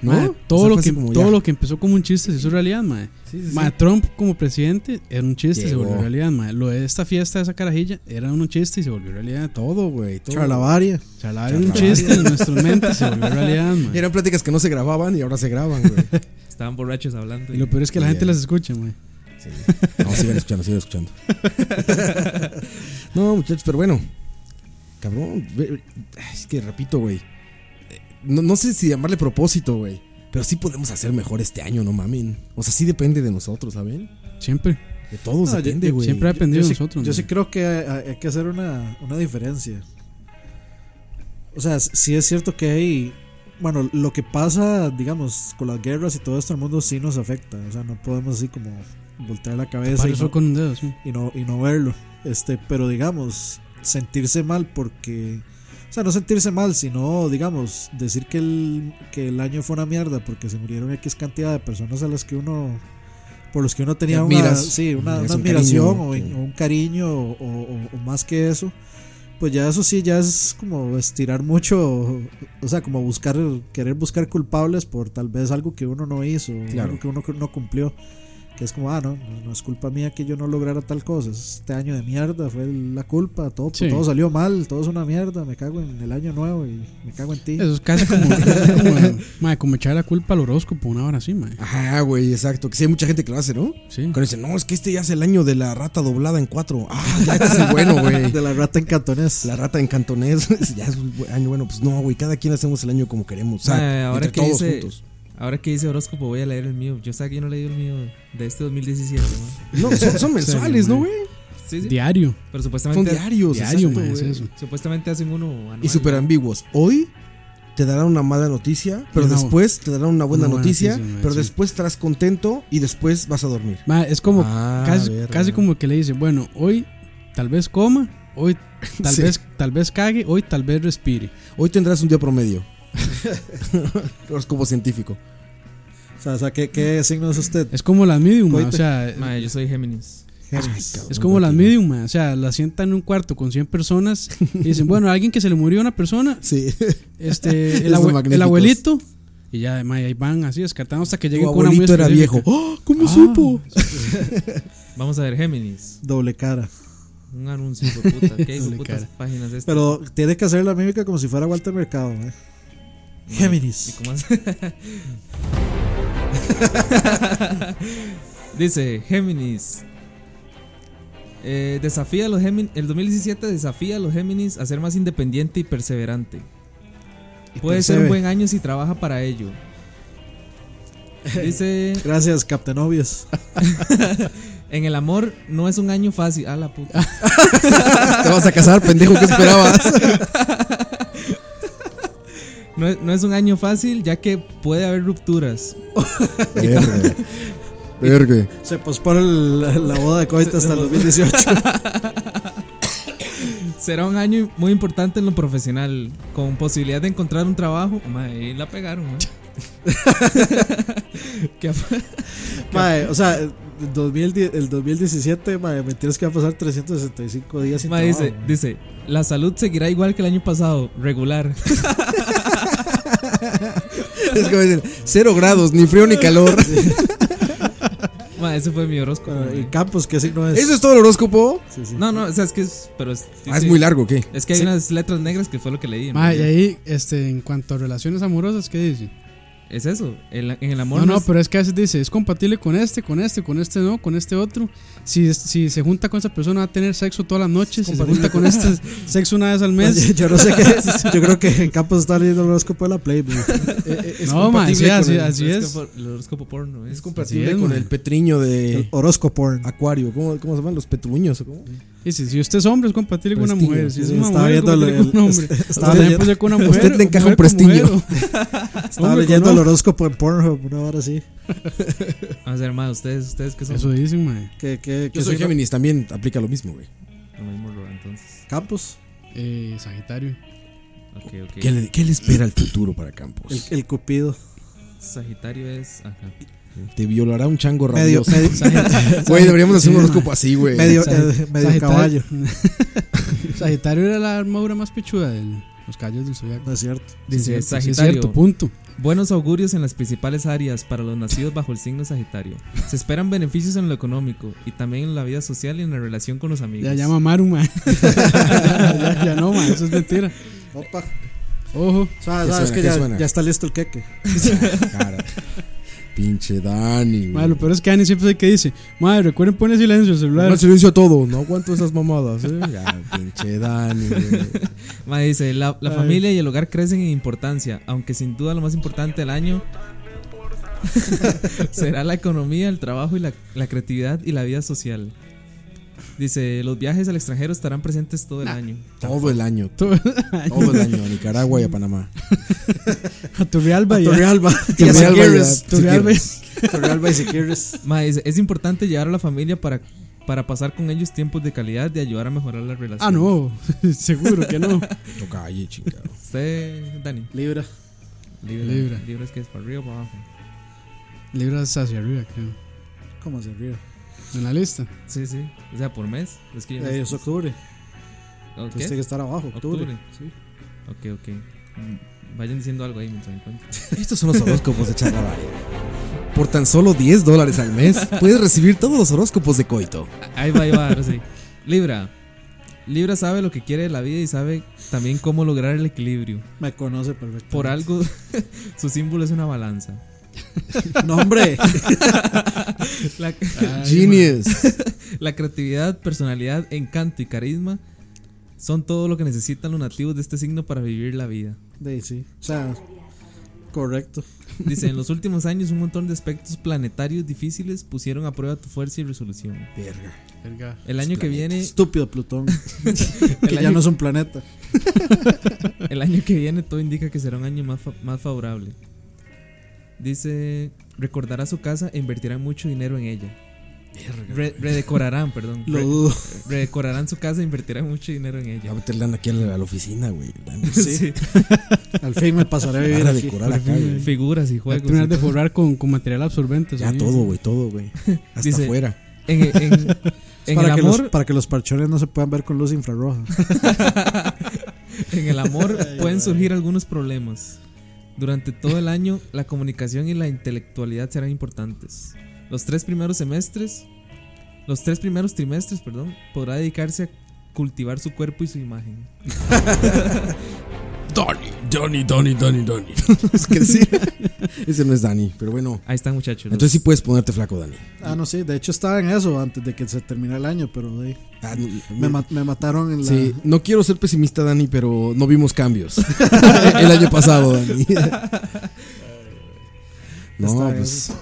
S3: ¿No?
S4: Ma, todo
S3: O sea,
S4: lo
S3: fue
S4: que
S3: así como
S4: todo
S3: ya.
S4: lo que empezó como un chiste se hizo realidad, ma. Ma, Trump como presidente era un chiste y se
S3: Llegó.
S4: volvió realidad, ma. Lo de esta fiesta de esa carajilla era un chiste y se volvió realidad.
S3: Todo, güey. todo.
S2: Charlavaria.
S4: Charlar era un
S3: Charlavaria.
S4: chiste en nuestros mentes se volvió
S3: [LAUGHS]
S4: realidad, ma.
S3: Eran pláticas que no se grababan y ahora se graban, güey.
S5: estaban borrachos hablando.
S4: Y lo peor es que la
S3: Bien.
S4: gente las escucha, ma.
S3: Sí. No, sigan escuchando, sigan escuchando. no, muchachos, pero bueno. Cabrón, ve- ve- ay, es que repito, güey. eh, No, no sé si llamarle propósito, güey. Pero sí podemos hacer mejor este año, no mamen. O sea, sí depende de nosotros, ¿saben?
S4: Siempre.
S3: De todos
S2: No, yo-
S3: depende,
S2: yo-
S3: güey.
S4: Siempre ha dependido
S2: yo
S4: de
S2: sí,
S4: nosotros.
S2: yo
S4: ma.
S2: sí creo que hay, hay que hacer una, una diferencia. O sea, sí es cierto que hay. Bueno, lo que pasa, digamos, con las guerras y todo esto en el mundo sí nos afecta. O sea, no podemos así como voltear la cabeza
S4: Para
S2: y
S4: eso
S2: no,
S4: con un dedo, sí.
S2: y no, y no verlo. Este, pero digamos, sentirse mal porque. O sea, no sentirse mal, sino, digamos, decir que el, que el año fue una mierda porque se murieron X cantidad de personas a las que uno. Por los que uno tenía una,
S3: admiras.
S2: sí, una,
S3: Es
S2: una
S3: un
S2: admiración
S3: cariño,
S2: o,
S3: sí.
S2: o un cariño o, o- o más que eso. Pues ya eso sí, ya es como estirar mucho. O sea, como buscar, querer buscar culpables por tal vez algo que uno no hizo,
S3: Claro.
S2: algo que uno no cumplió que es como, ah, no, no, no es culpa mía que yo no lograra tal cosa, es este año de mierda fue la culpa, todo,
S4: Sí.
S2: todo salió mal, todo es una mierda, me cago en el año nuevo y me cago en ti.
S4: Eso es casi
S2: [LAUGHS]
S4: como, casi como, ma, como echar la culpa al horóscopo una hora así, ma.
S3: Ajá, güey, exacto. Que sí hay mucha gente que lo hace, ¿no?
S4: Sí.
S3: Cuando dicen, no, es que este ya es el año de la rata doblada en cuatro.
S4: [LAUGHS]
S3: Ah, ya este es el bueno, güey.
S2: De la rata en cantonés.
S3: La rata en cantonés. [LAUGHS] ya es un buen año bueno. Pues no, güey, cada quien hacemos el año como queremos. O sea,
S4: Eh,
S5: Mae, ahora
S3: entre
S5: que
S3: todos
S5: dice-
S3: juntos.
S5: Ahora que dice horóscopo, voy a leer el mío. Yo sabía que yo no leí el mío de este 2017. mae.
S3: No,
S5: [LAUGHS]
S3: son, son mensuales, ¿no, güey?
S5: Sí, sí.
S4: Diario.
S5: Pero
S3: Son
S5: supuestamente,
S3: diarios.
S4: Diario,
S3: exacto,
S4: ma, es
S3: güey.
S4: eso.
S5: supuestamente hacen uno anual.
S3: Y súper ambiguos. Hoy te darán una mala noticia, pero
S4: Una bu-
S3: después te darán una buena
S4: buena
S3: noticia,
S4: noticia, güey,
S3: pero
S4: sí.
S3: después estarás contento y después vas a dormir.
S4: Ma, es como
S3: Ah,
S4: casi,
S3: verga.
S4: casi como que le dice, bueno, hoy tal vez coma,
S2: [LAUGHS]
S4: hoy tal
S3: Sí.
S4: vez tal vez cague, hoy tal vez respire.
S3: Hoy tendrás un día [LAUGHS] promedio. Horóscopo científico.
S2: O sea, o sea, ¿qué, ¿qué signo es usted?
S4: Es como las medium, ma, o
S2: Coite.
S4: sea,
S5: Mae, yo soy Géminis.
S2: Géminis.
S4: es como las medium, ma, o sea, la sientan en un cuarto con 100 personas
S3: [LAUGHS]
S4: y dicen, bueno, alguien que se le murió a una persona,
S3: Sí. [LAUGHS]
S4: este el,
S3: Los
S4: abue- el
S3: magnéticos.
S4: abuelito y ya ma, ahí van así descartando hasta que
S3: Tu
S4: lleguen con una muy
S3: abuelito era
S4: específica.
S3: viejo. ¡Oh! ¿Cómo
S4: Ah, [LAUGHS]
S3: supo?
S5: Vamos a ver, Géminis.
S2: Doble cara.
S5: Un anuncio, hijo de
S3: [LAUGHS]
S2: [LAUGHS]
S5: puta. ¿Qué hijo de
S4: Doble
S5: putas
S4: cara.
S5: páginas es esta?
S2: Pero tiene que hacer la mímica como si fuera Walter Mercado, ¿eh?
S5: Mae, ¿y
S2: Géminis.
S5: cómo hace? [LAUGHS] Dice, Géminis. Eh, desafía a los Géminis. El 2017 desafía a los Géminis a ser más independiente y perseverante.
S2: Y
S5: Puede ser
S2: percebe.
S5: un buen año si trabaja para
S2: [LAUGHS]
S5: ello. Dice,
S2: Gracias, Captain Obvious.
S5: [LAUGHS] en el amor no es un año fácil. Ah, la puta.
S3: [LAUGHS] Te vas a casar, pendejo, ¿qué esperabas?
S5: [LAUGHS] No, es- no es un año fácil ya que puede haber rupturas.
S3: Verga. Verga.
S2: Se pospone el- la, la boda de Coita hasta el 2018.
S5: [LAUGHS] Será un año muy importante en lo profesional, con posibilidad de encontrar un trabajo. Madre, ahí la pegaron,
S2: [LAUGHS]
S5: ¿no? [LAUGHS] Que ap-
S2: Mae, o sea, el 2010 el 2017, mae, mentiras que va a pasar 365 días sin
S5: madre,
S2: trabajo,
S5: dice, dice,
S2: mae.
S5: la salud seguirá igual que el año pasado,
S4: [LAUGHS]
S5: regular.
S3: Es como dicen, cero grados, ni frío ni calor.
S4: [LAUGHS]
S5: [LAUGHS] Madre, ese fue mi horóscopo.
S2: Bueno,
S5: madre.
S2: Ah, ¿Y Campos qué signo es?
S3: ¿Eso es todo el horóscopo?
S2: Sí, sí.
S5: No, no, o sea, es que es, pero es,
S3: Ah, es
S5: sí,
S3: muy largo, ¿qué?
S5: es que hay unas letras negras que fue lo que leí. en
S4: Ma, y
S5: realidad.
S4: ahí este en cuanto a relaciones amorosas, ¿qué dice?
S5: es eso. el- en el amor.
S4: No, no,
S5: es-
S4: pero es que a veces dice, es compatible con este, con este, con este no, con este otro. Si, si se junta con esa persona va a tener sexo todas las noches, si se junta con este
S8: [LAUGHS]
S4: sexo una vez al mes.
S2: [LAUGHS]
S8: Yo, yo no sé
S5: [LAUGHS]
S8: qué es.
S4: [LAUGHS]
S8: Yo creo que en Campos está leyendo el horóscopo de la Playboy.
S4: no, ma, sí,
S3: compatible
S4: así,
S3: con el-
S4: así
S5: el
S4: es.
S5: horóscopo- El horóscopo porno. Es,
S3: Es compatible
S4: Así es,
S3: con
S4: man.
S3: el petriño de
S8: Horóscopo porn.
S3: Acuario. ¿Cómo, cómo se llaman? Los petruños. o cómo?
S4: Y si, si usted es hombre, es compatible con una
S3: Prestigio.
S4: mujer. Si es
S8: Sí,
S4: una
S8: estaba
S4: mujer, es
S8: viendo
S4: compatible
S8: el-
S4: con
S8: el-
S4: un hombre.
S8: estaba
S4: Usted también
S8: leyendo-
S4: puede ser
S8: [LAUGHS]
S4: con una mujer.
S3: Usted le encaja
S4: mujer con
S3: un prestigio.
S4: mujer.
S8: Estaba
S4: Hombre,
S8: leyendo
S4: con
S8: el
S4: hombre.
S8: horóscopo en Pornhub, una hora así.
S5: A ver, Ah, ma, ustedes, ustedes que son.
S4: Eso dicen, mae.
S8: Que, que,
S3: Yo soy Géminis, también aplica lo mismo, güey.
S5: Lo mismo, Ro, entonces.
S8: Campos.
S4: Eh, Sagitario.
S5: Ok, ok.
S3: ¿Qué le, qué le espera el futuro para
S8: El,
S3: Campos?
S8: el cupido.
S5: Pues, Sagitario es. Ajá.
S3: Te violará un chango
S8: Medio,
S3: rabioso.
S8: medio,
S3: Güey, deberíamos hacer un horóscopo así, güey.
S8: medio,
S4: Sagitario.
S8: eh, medio caballo.
S4: [LAUGHS] Sagitario era la armadura más pichuda de los callos del zodiaco.
S8: No es cierto.
S5: Dice
S4: Sí, es
S5: Sagitario.
S4: cierto, punto.
S5: Buenos augurios en las principales áreas para los nacidos bajo el signo Sagitario. Se esperan beneficios en lo económico y también en la vida social y en la relación con los amigos.
S4: Ya llama Maru,
S5: [LAUGHS]
S4: mae. [LAUGHS] ya, ya no, mae, eso es mentira.
S8: Opa.
S4: Ojo.
S8: O sea, sabes
S3: ¿Qué suena?
S8: que
S3: ¿Qué
S8: ya,
S3: suena?
S8: ya está listo el
S4: [LAUGHS]
S8: queque.
S3: Cara. Pinche Dani,
S4: Mae,
S3: güey.
S4: lo peor es que Dani siempre es el que dice, mae, recuerden poner silencio el celular.
S3: Mal silencio a todo, no aguanto esas mamadas, eh. Ya, pinche Dani, güey.
S5: [LAUGHS] Ma, dice, la, la familia y el hogar crecen en importancia, aunque sin duda lo más importante del año [LAUGHS] será la economía, el trabajo y la, la creatividad y la vida social. Dice, los viajes al extranjero estarán presentes todo el año.
S3: Todo el año. Todo el año, a Nicaragua y a Panamá.
S4: [LAUGHS] A Turrialba y
S5: [LAUGHS]
S4: a-
S8: Torrealba.
S4: [LAUGHS] y a
S3: Turrialba y a-
S4: Siquirres. Turrialba y-
S8: Torrealba y Siquirres.
S5: [LAUGHS] Ma, dice, es importante llevar a la familia para, para pasar con ellos tiempos de calidad y ayudar a mejorar la relación.
S8: [LAUGHS]
S4: Ah, no, seguro que no.
S3: Toca ahí, chingado.
S5: Usted, Dani.
S8: Libra.
S5: Libra.
S4: Libra.
S5: Libra es que es para arriba o para abajo.
S4: [LAUGHS] Libras hacia arriba, creo.
S8: ¿Cómo se ríe?
S4: En la lista.
S5: Sí, sí. O sea, por mes. Es que yo no
S8: Eh,
S5: sé.
S8: es octubre.
S5: ¿O
S8: Entonces tiene que
S5: qué?
S8: estar abajo. Octubre.
S5: Octubre.
S8: Sí.
S5: Ok, ok. Mm, Vayan diciendo algo ahí mientras encuentro.
S3: Estos son los horóscopos de Charlavaria. Por tan solo 10 dólares al mes, puedes recibir todos los horóscopos de Coito.
S5: Ahí va, ahí va, ahora sí. Libra. Libra sabe lo que quiere de la vida y sabe también cómo lograr el equilibrio.
S8: Me conoce perfecto.
S5: Por algo, [LAUGHS] su símbolo es
S8: [LAUGHS]
S5: una balanza.
S8: No, hombre.
S5: [LAUGHS] La,
S3: Genius.
S5: [LAUGHS] la creatividad, personalidad, encanto y carisma son todo lo que necesitan los nativos de este signo para vivir la vida.
S8: [LAUGHS] De, sí. O sea, correcto.
S5: [LAUGHS] Dice, en los últimos años un montón de aspectos planetarios difíciles pusieron a prueba tu fuerza y resolución.
S3: Verga.
S4: Verga.
S5: El año que viene,
S8: Estúpido Plutón. que
S5: [LAUGHS] el
S8: ya no
S5: año,
S8: es un planeta.
S5: [LAUGHS] el año que viene todo indica que será un año más, fa- más favorable. Dice, recordará su casa e invertirá mucho dinero en ella. Re- redecorarán, perdón.
S8: Lo
S5: Re-
S8: dudo.
S5: redecorarán su casa e invertirán mucho dinero en
S3: Ya
S5: ella.
S3: meterle aquí a la, a la oficina, güey. Dani.
S8: Sí.
S3: [LAUGHS]
S8: Al fin me pasaré a vivir
S3: Para
S8: aquí.
S3: decorar acá, güey.
S5: Figuras y
S4: Voy a
S5: juegos.
S4: terminar de
S5: y todo.
S4: forrar con, con material absorbente.
S3: Ya
S4: sonido.
S3: todo, güey, todo, güey. Hasta
S5: Dice-
S3: afuera.
S5: En,
S2: [LAUGHS]
S3: [LAUGHS]
S5: en- en
S8: Es
S5: el
S8: para, que los,
S5: amor,
S8: para que los parchones no se puedan ver con luz
S4: [LAUGHS]
S8: infrarroja.
S5: en el
S3: [LAUGHS]
S5: amor pueden surgir algunos problemas. Durante todo el año, la comunicación y la intelectualidad serán importantes. Los tres primeros semestres, los tres primeros trimestres, perdón, podrá dedicarse a cultivar su cuerpo y su imagen.
S3: [LAUGHS] Dani, Dani, Dani, Dani, Dani. [LAUGHS] es que sí. Ese no es Dani, pero bueno.
S5: Ahí están, muchachos. los-
S3: Entonces sí pues. puedes ponerte flaco, Dani.
S8: Ah, no, sí. De hecho estaba en eso antes de que se termine el año, pero de,
S3: Ah,
S8: me, ma- me mataron en la...
S3: Sí, no quiero ser pesimista, Dani, pero no vimos cambios [LAUGHS] el año pasado,
S5: [LAUGHS]
S3: Dani.
S8: Está
S3: no,
S8: bien.
S3: pues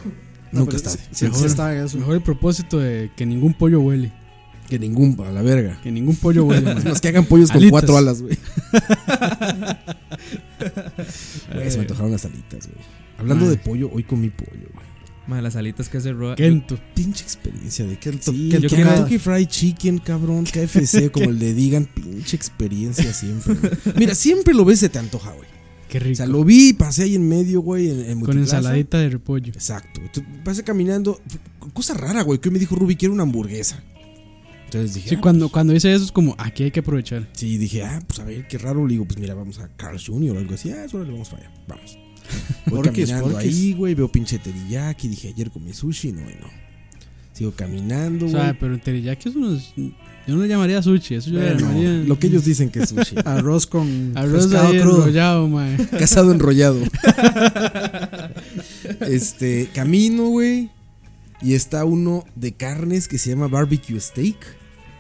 S8: No, pero
S3: nunca está.
S8: sí- sí- sí estaba en eso.
S4: Mejor el propósito de que ningún pollo huele.
S3: Que ningún, a la verga.
S4: Que ningún pollo
S3: [LAUGHS]
S4: huele.
S3: Es
S4: mae.
S3: más que hagan pollos con
S4: Alitas.
S3: cuatro alas,
S4: [LAUGHS]
S3: [LAUGHS] güey. Güey,
S4: Eh.
S3: se me antojaron las alitas, güey. Hablando
S4: Ay.
S3: de pollo, hoy comí pollo, güey.
S5: Madre, las alitas que hace Roa.
S4: Kento.
S3: Pinche experiencia de que
S8: Sí,
S3: que
S8: yo
S3: Kentucky
S8: quiero-
S3: Fried Chicken,
S4: [LAUGHS]
S3: cabrón, KFC, [LAUGHS] como le digan, pinche experiencia siempre. güey. Mira, siempre lo ves y se te antoja, güey.
S4: Qué
S3: O
S4: rico.
S3: sea, lo vi, pasé ahí en medio, güey, en, en
S4: con
S3: Multiplaza.
S4: ensaladita de repollo.
S3: Exacto. Tú Pasé caminando. F- Cosa rara, güey. Que hoy me dijo Ruby, quiero una hamburguesa. Entonces dije,
S4: Sí,
S3: ah,
S4: cuando, cuando dice eso es como, aquí hay que aprovechar.
S3: sí, dije, ah, pues a ver, qué raro. Le digo, pues mira, vamos a Carl Jr. o algo así. Ah, eso le vamos para allá.
S4: [LAUGHS]
S3: Vamos. Voy
S8: Porquis,
S3: caminando
S8: porquis.
S3: ahí, güey. Veo pinche teriyaki. Dije, ayer comí sushi. No, güey, no. Sigo caminando,
S4: O
S3: güey.
S4: sea, pero en teriyaki es unos... Yo no le llamaría sushi, eso yo le
S3: Bueno,
S4: llamaría...
S3: lo que ellos dicen que es sushi.
S8: Arroz con
S4: [LAUGHS] Arroz
S8: pescado
S4: ahí [LAUGHS]
S8: crudo.
S4: enrollado, mae.
S3: Casado enrollado. Este, camino, güey. Y está uno de carnes que se llama barbecue steak.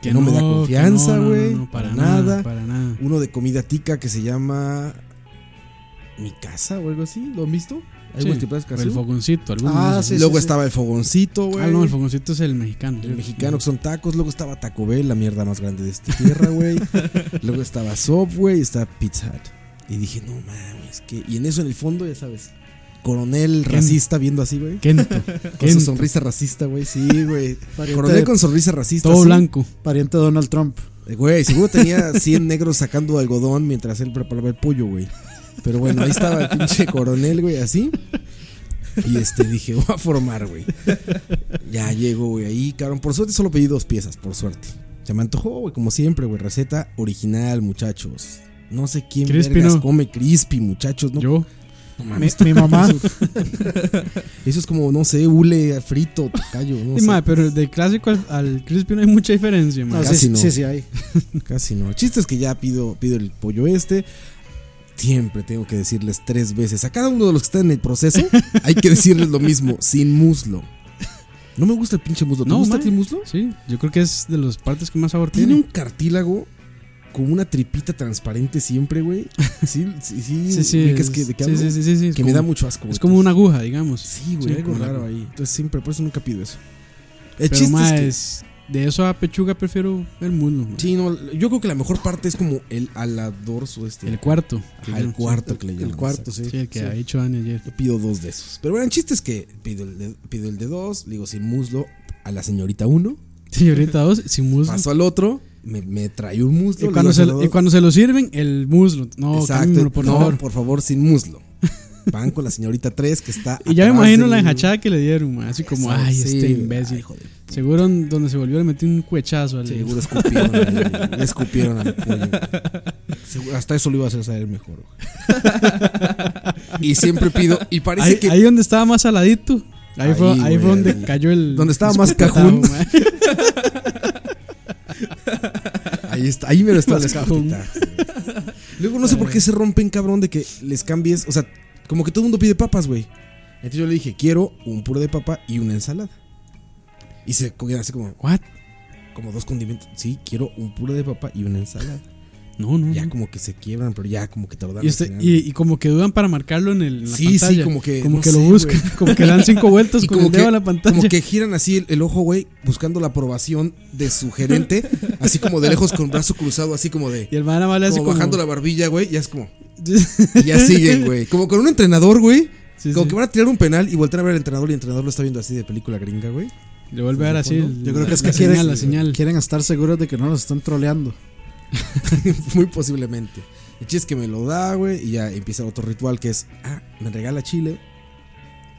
S3: Que no, me da
S4: que
S3: confianza,
S4: no, no,
S3: güey.
S4: no, no,
S3: para nada.
S4: Para nada.
S3: Uno de comida tica que se llama Mi casa o algo así. ¿Lo han visto? Hay
S4: Sí,
S3: múltiples
S4: El
S3: casos.
S4: fogoncito, alguno
S2: Ah,
S4: de esos.
S2: sí,
S3: Luego estaba el fogoncito, güey.
S4: [LAUGHS] Ah, no, el fogoncito es el mexicano.
S3: El mexicano que son tacos, luego estaba Taco Bell, la mierda más grande de esta
S4: [LAUGHS]
S3: tierra, güey. luego estaba Subway, estaba Pizza Hut. Y dije, no mames, que. Y en eso, en el fondo, ya sabes, coronel racista viendo así, güey.
S4: Kento.
S3: Con su
S4: Kento.
S3: sonrisa racista, güey, [LAUGHS] sí, güey. Coronel
S2: de-
S3: con sonrisa racista.
S4: Todo
S3: sí.
S4: blanco.
S2: Pariente de Donald Trump.
S3: Eh, Güey, seguro
S2: [LAUGHS]
S3: tenía 100 negros sacando algodón mientras él preparaba el pollo, güey. Pero bueno, ahí estaba el pinche coronel, güey, así. Y este, dije, voy a formar, güey. Ya llego, güey, ahí, cabrón. Por suerte solo pedí dos piezas, por suerte. Se me antojó, güey, como siempre, güey. Receta original, muchachos. No sé quién
S4: Crispy,
S3: vergas
S4: ¿no?
S3: come crispy, muchachos. No,
S4: Yo.
S3: no
S2: Mi,
S3: mames.
S2: mi mamá.
S3: [LAUGHS] Eso es como, no sé, hule frito, tocayo, no
S4: Sí,
S3: sé.
S4: mae, pero del clásico al, al crispy no hay mucha diferencia, mae.
S2: No,
S3: Casi
S2: sí,
S3: no.
S2: sí, sí, ahí.
S3: [LAUGHS] Casi no. El chiste es que ya pido, pido el pollo este. Siempre tengo que decirles tres veces. A cada uno de los que están en
S4: [LAUGHS]
S3: el proceso, hay que decirles lo mismo, sin muslo. No me gusta el pinche muslo. ¿Te
S4: No,
S3: gusta
S4: mae.
S3: el muslo?
S4: Sí, yo creo que es de las partes que más sabor
S3: Tiene un
S4: tiene.
S3: cartílago con una tripita transparente siempre, güey. Sí, sí, sí. ubicas que, de
S4: [LAUGHS]
S3: qué
S4: sí,
S3: hablo?
S4: sí, sí, sí, sí, es
S3: que me
S4: como-
S3: da mucho asco.
S4: Es
S3: güey.
S4: como una aguja, digamos.
S3: Sí, güey, algo
S4: como la-
S3: raro ahí. Entonces siempre, por eso nunca pido eso. El
S4: Pero
S3: chiste
S4: más
S3: es que-
S4: de eso a pechuga prefiero el muslo. mae.
S3: Sí, no, yo creo que la mejor parte es como el alador este.
S4: El cuarto.
S3: Ajá, el cuarto que le llaman,
S2: El cuarto,
S3: exacto.
S2: sí.
S4: Sí, el que ha dicho Dani ayer.
S3: Yo pido dos de esos. Pero bueno, el chiste es que pido el de, pido el de dos, le digo sin muslo a la señorita uno,
S4: Señorita dos, sin muslo.
S3: paso al otro, me, me trae un
S4: Y
S3: muslo. le
S4: cuando,
S3: digo
S4: se,
S3: al
S4: y
S3: otro,
S4: cuando se lo sirven, el muslo. No,
S3: Exacto,
S4: cámbiamelo, por
S3: no,
S4: favor.
S3: por favor, sin muslo. Van con la señorita tres que está.
S4: [LAUGHS] Y ya me
S3: atrás
S4: imagino
S3: del-
S4: la enjachada que le dieron, ma, así como,
S3: Eso,
S4: ay,
S3: Ah, sí,
S4: este imbécil.
S3: ay, joder,
S4: Seguro en donde se volvió le metí un cuechazo al.
S3: Seguro escupieron a
S4: [LAUGHS]
S3: mi- le escupieron a mi pollo. Seguro- hasta eso lo iba a hacer saber mejor.
S4: [LAUGHS]
S3: güey. Y siempre pido, y parece
S4: ahí,
S3: que
S4: ahí donde estaba más saladito. Ahí, fue,
S3: Ahí,
S4: ahí
S3: güey,
S4: fue donde
S3: ahí.
S4: cayó el.
S3: Donde estaba más
S4: escopetazo, [LAUGHS]
S3: cajún.
S4: ma.
S3: Ahí está, [LAUGHS] ahí me lo está
S4: [LAUGHS]
S3: la
S4: Más cajón.
S3: escopeta. Luego no sé por qué se rompen, cabrón, de que les cambies. O sea, como que todo el mundo pide papas, güey. Entonces yo le dije, quiero un puré de papa y una ensalada. Y se cogían así como,
S4: ¿What?
S3: como dos condimentos. Sí, quiero un puré de papa y una ensalada.
S4: No, no.
S3: Ya
S4: no.
S3: como que se quiebran, pero ya como que tardan.
S4: Y, este- y, y como que dudan para marcarlo en, el, en la
S3: Sí, sí,
S4: pantalla.
S3: como que-
S4: Como
S3: no
S4: que lo
S3: sé,
S4: buscan. [LAUGHS] Como que le dan cinco vueltas
S3: Y
S4: con
S3: como
S4: el
S3: que-
S4: dedo a la pantalla.
S3: Como que giran así el, el ojo, güey, buscando la aprobación de su gerente, así como de lejos con brazo cruzado, así como de.
S4: y el man nada más le hace
S3: Como
S4: como.
S3: bajando la barbilla, güey, ya es como.
S4: sí,
S3: Y
S4: [LAUGHS]
S3: ya siguen, güey. Como con un entrenador, güey.
S4: sí.
S3: Como que van a tirar un penal y voltean a ver al entrenador y el entrenador lo está viendo así de película gringa, güey.
S4: Le vuelve a dar así. el-
S2: Yo creo que es
S4: la
S2: que quieren,
S4: señal, la señal.
S2: quieren estar seguros de que no nos están troleando.
S3: [LAUGHS] Muy posiblemente. El chiste es que me lo da, güey, y ya empieza otro ritual que es, ah, me regala chile.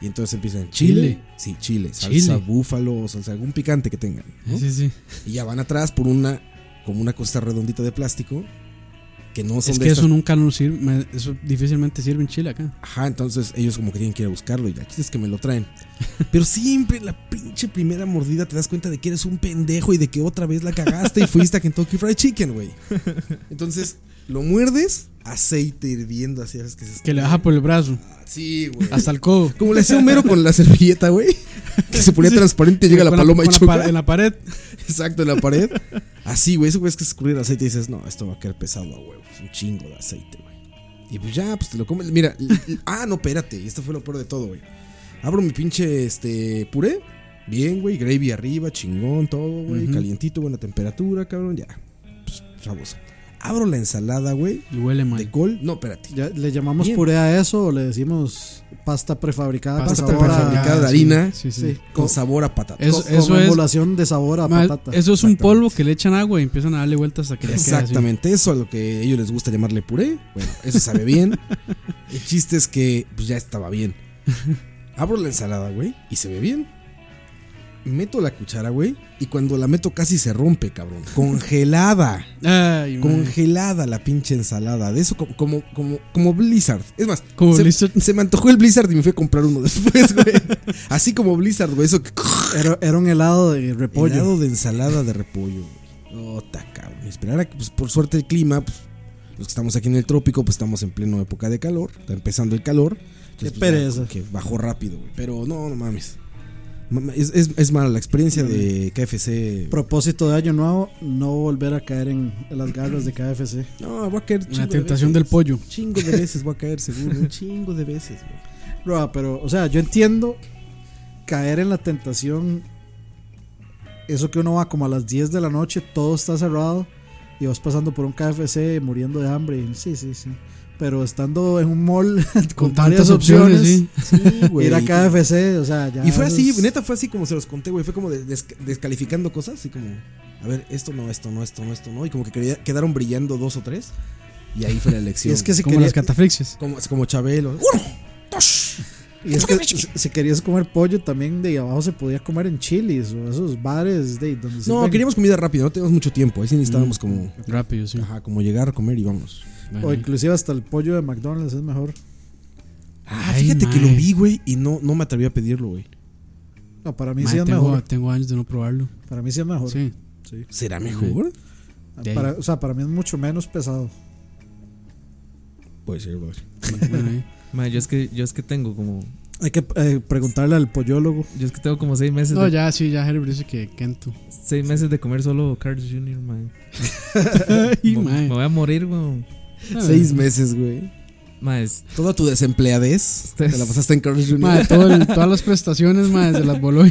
S3: Y entonces empiezan, ¿chile?
S4: Chile.
S3: Sí, chile. Salsa
S4: Chile.
S3: búfalo, salsa, algún picante que tengan. ¿no?
S4: Sí, sí.
S3: Y ya van atrás por una, como una cosa redondita de plástico, que no son
S4: Es
S3: de
S4: que
S3: estas-
S4: eso nunca nos sirve. ma, Eso difícilmente sirve en Chile acá.
S3: Ajá, entonces ellos como que tienen que ir a buscarlo y la chiste es que me lo traen. [LAUGHS] Pero siempre en la pinche primera mordida te das cuenta de que eres un pendejo y de que otra vez la cagaste y fuiste a Kentucky Fried Chicken, güey. Entonces lo muerdes, aceite hirviendo, así es que se
S4: Que le baja por el brazo.
S3: Sí, güey.
S4: Hasta el codo.
S3: Como le hacía Homero con la servilleta, güey. Que se ponía transparente y llega la
S4: Con
S3: paloma y
S4: con la
S3: choca.
S4: pa- En la pared.
S3: Exacto, en la pared. Así, güey. Eso güey, es que escurrir aceite y dices, no, esto va a quedar pesado, güey. Es un chingo de aceite, güey. Y pues ya, pues te lo comes. Mira, l- l- ah, no, espérate. Esto fue lo peor de todo, güey. Abro mi pinche este puré. Bien, güey. Gravy arriba, chingón, todo, güey.
S4: Ujú.
S3: Calientito, buena temperatura, cabrón. Ya. Pues, sabroso. Abro la ensalada, güey.
S4: Y huele
S3: De
S4: mal.
S3: col. No, espérate.
S2: Ya, ¿Le llamamos
S3: Bien.
S2: puré a eso o le decimos pasta prefabricada?
S4: Pasta
S2: con sabor a-
S3: prefabricada de
S4: sí,
S3: harina.
S4: Sí, sí.
S2: Sí,
S3: Con sabor a patata.
S4: Eso,
S2: con-
S4: eso
S2: con
S4: es.
S2: emulación de sabor a
S4: ma,
S2: patata.
S4: eso es un
S3: Exactamente.
S4: polvo que le echan agua y empiezan a darle vueltas hasta que ya quede así.
S3: Exactamente, eso a lo que a ellos les gusta llamarle puré. Bueno, eso
S4: [LAUGHS]
S3: sabe bien. El chiste es que pues, ya estaba bien. Abro la ensalada, güey, y se ve bien. Meto la cuchara, güey, y cuando la meto casi se rompe, cabrón. Congelada.
S4: Ay, ma.
S3: Congelada la pinche ensalada. De eso como, como, como, como Blizzard. Es más,
S4: Como
S3: se,
S4: Blizzard.
S3: se me antojó el Blizzard y me fui a comprar uno [LAUGHS] después, güey. Así como Blizzard,
S4: [LAUGHS]
S3: güey. Eso que
S2: Era, era un helado de repollo.
S3: Helado de ensalada de repollo, güey. Ota, cabrón. Esperar a que, pues, por suerte, el clima, pues, los que estamos aquí en el trópico, pues estamos en pleno época de calor. Está empezando el calor. Entonces,
S9: Qué
S3: pues, ya,
S9: pereza.
S3: como Que bajó rápido, güey. Pero no, no mames. Mama- Es, es, es mala la experiencia de KFC.
S2: Propósito de año nuevo, no volver a caer en en las garras de KFC.
S3: No, va a caer. chingo
S4: La
S3: de
S4: tentación del
S3: veces.
S4: pollo.
S3: Chingo de veces va a caer,
S2: [LAUGHS]
S3: seguro. Un chingo de veces, güey.
S2: Roa, pero, o sea, yo entiendo caer en la tentación. Eso que uno va como a las 10 de la noche, todo está cerrado y vas pasando por un KFC muriendo de hambre. y Sí, sí, sí. Pero estando en un mall [LAUGHS] con, varias opciones,
S4: sí.
S3: Sí,
S2: [LAUGHS] ir a KFC, o sea, ya.
S3: Y fue así,
S2: es-
S3: neta, fue así como se los conté, güey. Fue como de- des- descalificando cosas, así como, a ver, esto no, esto no, esto no, esto no. Y como que quería- quedaron brillando dos o tres. Y ahí fue la
S2: Y
S3: elección.
S2: es que si
S4: Como
S2: querías,
S4: las catafixes.
S3: Como, como Chabelo. ¡Uno! ¡Dos!
S2: [LAUGHS] y es que si- si querías comer pollo también de abajo se podía comer en chilis o esos bares de donde se
S3: No, queríamos comida rápida, no teníamos mucho tiempo. Ahí sí
S2: Mm.
S3: necesitábamos como,
S4: Rápido, sí.
S3: ajá, como llegar a comer y vámonos.
S4: Bueno,
S2: o inclusive hasta el pollo de McDonald's es mejor.
S3: Ah,
S4: Ay,
S3: fíjate que
S4: mae.
S3: lo vi, güey, y no, no me atreví a pedirlo, güey.
S2: No, para mí
S4: mae,
S2: sí es
S4: tengo,
S2: mejor.
S4: tengo años de no probarlo.
S2: Para mí sí es mejor.
S4: Sí.
S3: ¿Será mejor?
S4: de ahí.
S2: Para- o sea, para mí es mucho menos pesado.
S3: Puede ser, güey.
S4: Bueno, ahí.
S5: [LAUGHS] Mae, yo es que yo es que tengo como
S2: Hay que eh, preguntarle al polliólogo.
S5: yo es que tengo como seis meses
S4: No,
S5: de,
S4: ya, sí, ya Herbert dice que Kento.
S5: seis meses de comer solo Carl Jr. mae.
S4: Ay,
S5: Mo-
S4: mae.
S5: Me voy a morir, weón.
S3: Seis meses, güey.
S5: Mae, es-
S3: Toda tu desempleadez te la pasaste en [LAUGHS] Carl Jr.
S4: Mae, todo el- todas las prestaciones, mae, se las [LAUGHS] voló.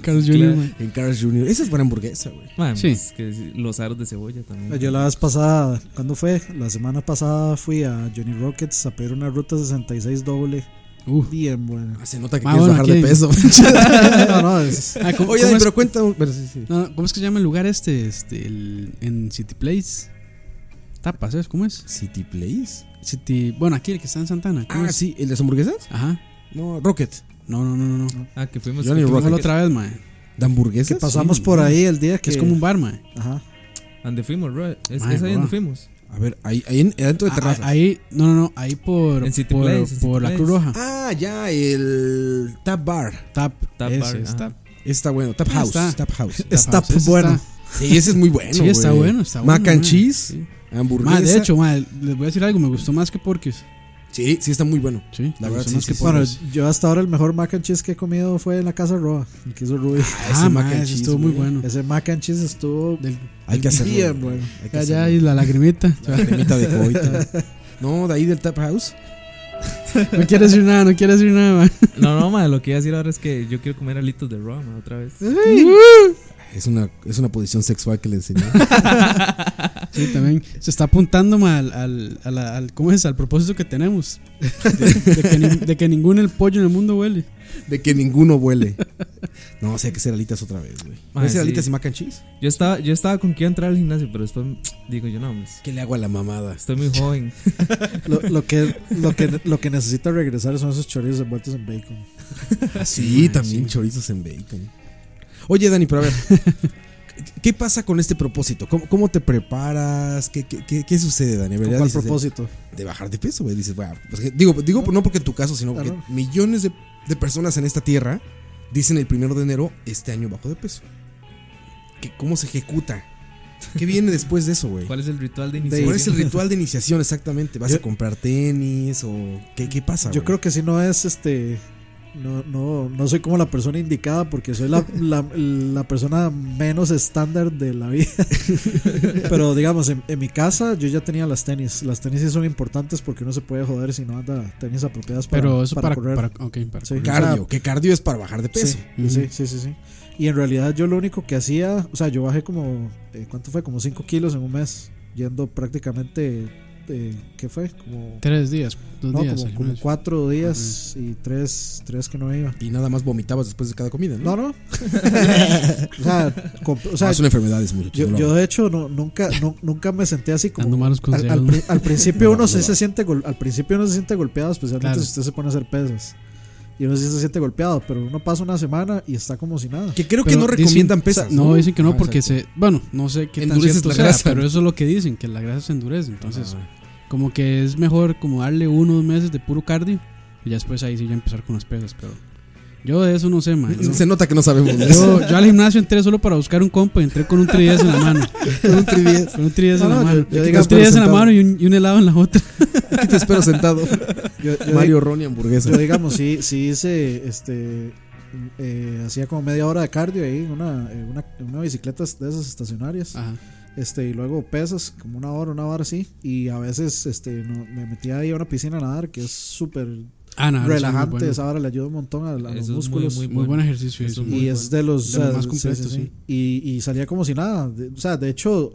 S4: Carlos Jr.,
S5: Claro.
S4: mae.
S3: En Carl Jr. Esa es buena hamburguesa, güey.
S5: mae,
S4: Sí.
S5: es que sí, los aros de cebolla también.
S2: Yo la vez pasada, ¿cuándo fue? La semana pasada fui a Johnny Rockets a pedir una ruta 66 doble.
S4: Uh.
S2: Bien buena.
S3: Ah, se nota que
S4: Ah,
S3: quieres
S4: bueno,
S3: bajar
S4: aquí-
S3: de
S4: [LAUGHS]
S3: peso. [LAUGHS]
S2: No, no, es-
S4: Ah, ¿cómo- cómo
S3: Oye, Dani,
S4: es-
S3: pero cuenta. un- Pero sí, sí.
S4: no, ¿Cómo es que se llama el lugar este? este el- en City Place. Tapas, ¿sabes cómo es?
S3: City Place.
S4: City. Bueno, aquí el que está en Santana. ¿cómo
S3: Ah,
S4: es?
S3: sí, el de las hamburguesas.
S4: Ajá.
S3: No, Rocket.
S4: No, no, no, no. no.
S5: Ah, que fuimos
S3: Johnny
S5: que fuimos
S4: Fue la
S3: Rocket.
S4: otra vez, mae.
S3: ¿De
S2: que
S3: hamburguesas?
S2: pasamos
S3: Sí.
S2: por ahí el día
S4: Que Ah.
S2: que.
S4: es como un bar, mae.
S2: Ajá.
S5: a- ¿Dónde fuimos, bro? Es,
S4: Mae,
S5: es ahí
S4: bro.
S5: donde fuimos.
S3: A ver, ahí, ahí en- adentro de
S4: Ah,
S3: terraza.
S4: Ahí, no, no, no. Ahí por,
S5: En City
S4: por,
S5: Place, en City
S4: por la
S5: Place.
S4: Cruz Roja.
S3: Ah, ya, el Tap Bar.
S4: Tap.
S5: Tap
S4: ese,
S5: bar,
S4: es
S5: ajá.
S4: tap.
S3: Está bueno, Tap
S4: Ah,
S3: House.
S4: está.
S3: Tap House.
S2: Está
S4: Tap House, ese
S2: bueno.
S4: [LAUGHS] está-
S3: Sí, ese es muy bueno.
S4: sí, está
S3: güey.
S4: bueno, está bueno.
S3: Mac and
S4: mae.
S3: cheese,
S4: Sí.
S3: hamburguesa.
S4: Mae, de hecho, mae, les voy a decir algo. Me gustó más que Porky's.
S3: Sí, sí, está muy bueno.
S4: Sí,
S3: La
S4: me
S3: verdad,
S4: gustó
S3: sí,
S4: más
S3: sí,
S4: que
S3: sí.
S2: Bueno,
S4: Porky's.
S2: yo hasta ahora el mejor mac and cheese que he comido fue en la casa Roa, el que hizo Ruby.
S4: Ah,
S3: ese
S4: mae,
S3: mac and
S4: ese
S3: cheese,
S4: estuvo muy
S3: güey.
S4: bueno.
S2: Ese mac and cheese estuvo
S4: Del-
S3: Hay que hacerlo.
S2: bien
S3: güey.
S2: bueno.
S3: Hay que
S4: Ya, ya,
S3: hacerlo.
S4: y la
S3: [LAUGHS]
S4: lagrimita.
S3: Cremita de
S4: [LAUGHS]
S3: coito. No, de ahí del Tap House.
S4: No quiere decir nada, no quiere decir nada, mae.
S5: [LAUGHS] No, no, mae, lo que iba a decir ahora es que yo quiero comer alitos de raw, mae, otra vez.
S3: Es una, es una posición sexual que le enseñé.
S4: [LAUGHS] [LAUGHS] Sí, también se está apuntando mae, al, al, a la- al- ¿cómo es? al propósito que tenemos. De, de que ni- de que ningún el pollo en el mundo huele.
S3: De que ninguno huele. No, o sea, hay que ser alitas otra vez, güey.
S5: Ah,
S3: ¿No hacer
S5: sí.
S3: alitas y mac and cheese?
S5: Yo estaba, yo estaba con que iba a entrar al gimnasio, pero después digo yo, no, pues,
S3: ¿Qué le hago a la mamada?
S5: estoy muy
S3: [LAUGHS]
S5: joven.
S2: Lo, lo que, lo, que, lo que necesita regresar son esos chorizos envueltos en bacon.
S5: [LAUGHS]
S3: sí, también chorizos en bacon. Oye,
S5: [LAUGHS]
S3: Dani, pero a ver. ¿Qué pasa con este propósito? ¿Cómo, cómo te preparas? ¿Qué, qué, qué, qué sucede, Dani?
S2: ¿Con
S3: ¿Verdad?
S2: cuál
S3: Dices,
S2: propósito?
S3: De, de bajar de peso, güey. Dices, bueno, pues que- digo, digo no porque en tu caso, sino porque
S2: Claro.
S3: millones de, de personas en esta tierra dicen el primero de enero, este año bajo de peso. ¿Qué- ¿Cómo se ejecuta? ¿Qué viene después de eso, güey?
S5: ¿Cuál es el ritual de
S3: Sí,
S5: inicio?
S3: ¿Cuál es el ritual de iniciación exactamente? ¿Vas
S2: Yo-
S3: a comprar tenis o qué, qué pasa?
S2: Yo creo que si no es este. No, no, no soy como la persona indicada porque
S3: [LAUGHS]
S2: soy la, la- la persona menos estándar de la vida. [LAUGHS] Pero digamos, en, en mi casa yo ya tenía las tenis. Las tenis sí son importantes porque uno se puede joder si no anda tenis apropiadas para,
S4: Pero eso
S2: para
S4: para,
S2: correr.
S4: para, ok, para
S2: Sí.
S4: correr.
S3: que cardio, que cardio es para bajar de peso.
S2: Sí, sí, sí, sí, sí. Y en realidad yo lo único que hacía, o sea, yo bajé como, eh, ¿cuánto fue? Como 5 kilos en un mes, yendo prácticamente, eh, ¿qué fue? Como,
S4: Tres días, dos
S2: no,
S4: días.
S2: como,
S4: al
S2: como
S4: menos.
S2: cuatro días y tres, tres que no iba.
S3: Y nada más vomitabas después de cada comida, ¿no?
S2: No,
S4: [LAUGHS]
S2: no. o sea, comp- o
S3: Ah,
S2: sea
S3: es una enfermedad, es mucho.
S2: yo, yo de hecho no, nunca, no- nunca me sentí así
S4: Dando
S2: como...
S4: malos
S2: Al, al
S4: consejos.
S2: pri- al principio
S3: No,
S2: uno sí
S3: no.
S2: se siente gol- al principio uno se siente golpeado, especialmente
S4: Claro.
S2: si usted se pone a hacer pesas. Y uno sí se siente golpeado, pero uno pasa una semana y está como si nada.
S3: que creo que
S4: Pero
S3: no
S4: dicen-
S3: recomiendan pesas.
S4: No, dicen que no
S3: Ah,
S4: porque
S3: exacto.
S4: se. Bueno, no sé qué tan
S3: Endureces
S4: cierto
S3: la
S4: sea,
S3: grasa.
S4: pero eso es lo que dicen, que la grasa se endurece. Entonces,
S3: Ah,
S4: como que es mejor como darle uno o dos meses de puro cardio y ya después ahí sí ya empezar con las pesas. Pero Yo de eso no sé, man. Yo,
S3: [LAUGHS] Se nota que no sabemos. de eso.
S4: yo, yo al gimnasio entré solo para buscar un compa y entré con un 3 en la mano.
S3: [LAUGHS] Con un 3DS.
S4: Con un 3
S2: No,
S4: en la
S2: no, yo-
S4: mano.
S2: yo
S4: Con
S2: digo,
S4: un 3 en la
S2: presentado.
S4: mano y un, y un helado en la
S3: [LAUGHS]
S4: otra. [LAUGHS]
S3: Aquí te espero sentado.
S2: Yo, yo-
S3: Mario, Ron y hamburguesa.
S2: yo, digamos, sí, sí hice, este, eh, hacía como media hora de cardio ahí en una, en una, en una bicicleta de esas estacionarias.
S4: Ajá.
S2: Este, y luego pesas, como una hora, una hora así. Y a veces, este, no- me metía ahí a una piscina a nadar, que es súper
S4: Ah, no, eso es muy
S2: relajante.
S4: bueno.
S2: Esa hora le ayuda un montón a, a los
S5: Eso es muy,
S2: músculos.
S5: muy
S4: Muy buen
S5: bueno.
S4: ejercicio.
S5: Eso
S4: Eso,
S5: muy-
S2: y es de los,
S4: de los
S2: o sea,
S4: más
S2: sí,
S4: completos,
S2: sí,
S4: sí.
S2: sí. Y, y salía como si nada. De- O sea, de hecho,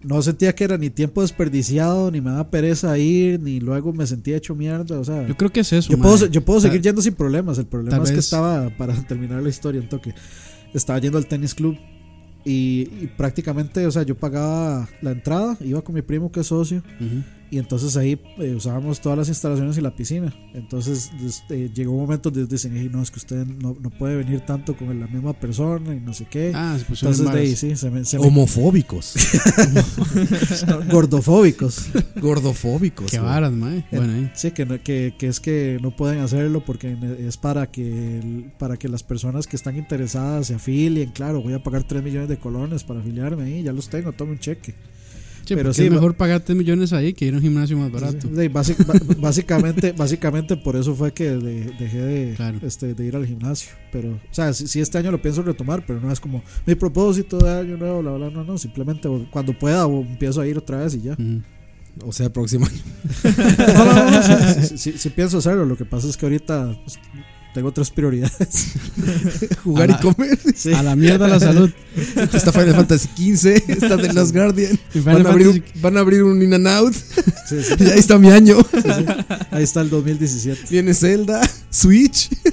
S2: no sentía que era ni tiempo desperdiciado, ni me daba pereza ir, ni luego me sentía hecho mierda. O sea,
S4: Yo creo que es eso.
S2: yo
S4: man.
S2: puedo, yo puedo seguir
S4: Ta-
S2: yendo sin problemas. El problema
S4: tal
S2: es que
S4: vez-
S2: estaba, para [LAUGHS] terminar la historia, en toque, estaba yendo al tenis club y, y prácticamente, o sea, yo pagaba la entrada, iba con mi primo que es socio
S7: Mm-hmm.
S4: Ujú.
S2: y entonces ahí eh, usábamos todas las instalaciones y la piscina. Entonces des- eh, llegó un momento donde dicen, "Ey, no, es que usted no, no puede venir tanto con la misma persona y no sé qué.
S4: Ah, se pusieron
S2: entonces de ahí
S4: Entonces,
S2: sí, se me, se
S3: [LAUGHS]
S2: me-
S3: Homofóbicos.
S2: [LAUGHS] gordofóbicos. Eh,
S3: Gordofóbicos.
S4: Qué
S3: güey.
S4: varas, mae. Bueno, ahí.
S2: Sí, que, no- que, que es que no pueden hacerlo porque ne- es para que, el- para que las personas que están interesadas se afilien. Claro, voy a pagar 3 millones de colones para afiliarme ahí, ya los tengo, tome un cheque.
S4: Sí,
S2: Pero
S4: pero
S2: sí,
S4: es
S2: va-
S4: mejor pagar 3 millones ahí que ir a un gimnasio más barato.
S2: Sí, básic- ba- [LAUGHS] básicamente, básicamente por eso fue que de- dejé de,
S4: Claro.
S2: este, de ir al gimnasio. Pero, o sea, si, si este año lo pienso retomar, pero no es como mi propósito de año nuevo, bla, bla, no, no, simplemente cuando pueda o empiezo a ir otra vez y ya.
S4: Ujú.
S3: O sea, próximo año.
S2: [LAUGHS] No, no, no, no, sí, sí, sí, sí pienso hacerlo, lo que pasa es que ahorita pues, tengo
S4: [LAUGHS]
S2: otras prioridades.
S3: Jugar
S4: Ala.
S3: y
S4: [LAUGHS]
S3: comer.
S2: Sí. Este,
S4: A la mierda la salud.
S3: Está Final Fantasy XV. Está The Last Guardian.
S4: Y Final
S3: Van a, abrir,
S4: Fantasy-
S3: van a abrir un In and Out.
S2: Sí, sí,
S3: [LAUGHS] Y ahí está mi año.
S2: Ahí está el 2017.
S3: Viene Zelda. Switch.
S2: [LAUGHS]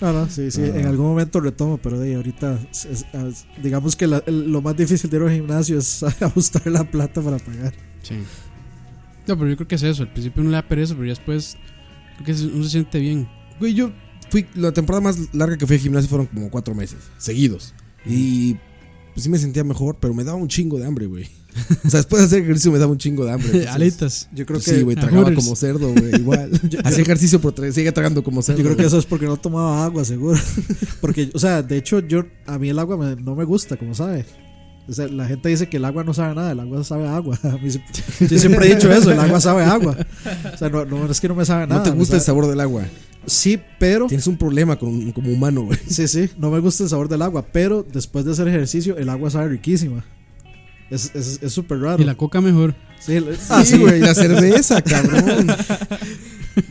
S2: No, no, sí, sí, en algún momento retomo, pero de ahí ahorita, es- es- es- digamos que la- el- lo más difícil de ir a un gimnasio es [LAUGHS] ajustar la plata para pagar.
S4: Sí. No, pero yo creo que es eso. Al principio uno le da pereza, pero ya después creo que se- uno se siente bien.
S3: Güey, yo fui. La temporada más larga que fui al gimnasio fueron como cuatro meses. Seguidos. Y. Pues sí me sentía mejor, pero me daba un chingo de hambre, güey. O sea, después de hacer ejercicio me daba un chingo de hambre. entonces-
S4: Alitas.
S2: Yo creo
S3: Pues
S2: que
S3: sí, güey,
S4: a
S3: tragaba
S4: Hooters.
S3: como cerdo, güey,
S2: [LAUGHS]
S3: igual. Hacía ejercicio, pero tra- seguía tragando como cerdo.
S2: Yo creo que
S3: güey.
S2: eso es porque no tomaba agua, seguro. [LAUGHS] Porque, o sea, de hecho, yo a mí el agua me- no me gusta, como sabe. O sea, la gente dice que el agua no sabe nada, el agua sabe a agua. [LAUGHS] A mí siempre- yo siempre he dicho eso, el agua sabe a agua. O sea, no, no, es que no me sabe
S3: No
S2: nada.
S3: te
S2: me
S3: gusta el
S2: sabe-
S3: sabor del agua.
S2: Sí, pero
S3: Tienes un problema con, como humano, güey.
S2: Sí, sí, no me gusta el sabor del agua, pero después de hacer ejercicio, el agua sabe riquísima. Es es- es súper raro.
S4: Y la coca mejor.
S2: Sí, el-
S3: Ah, sí, güey, la cerveza, cabrón.
S2: [LAUGHS]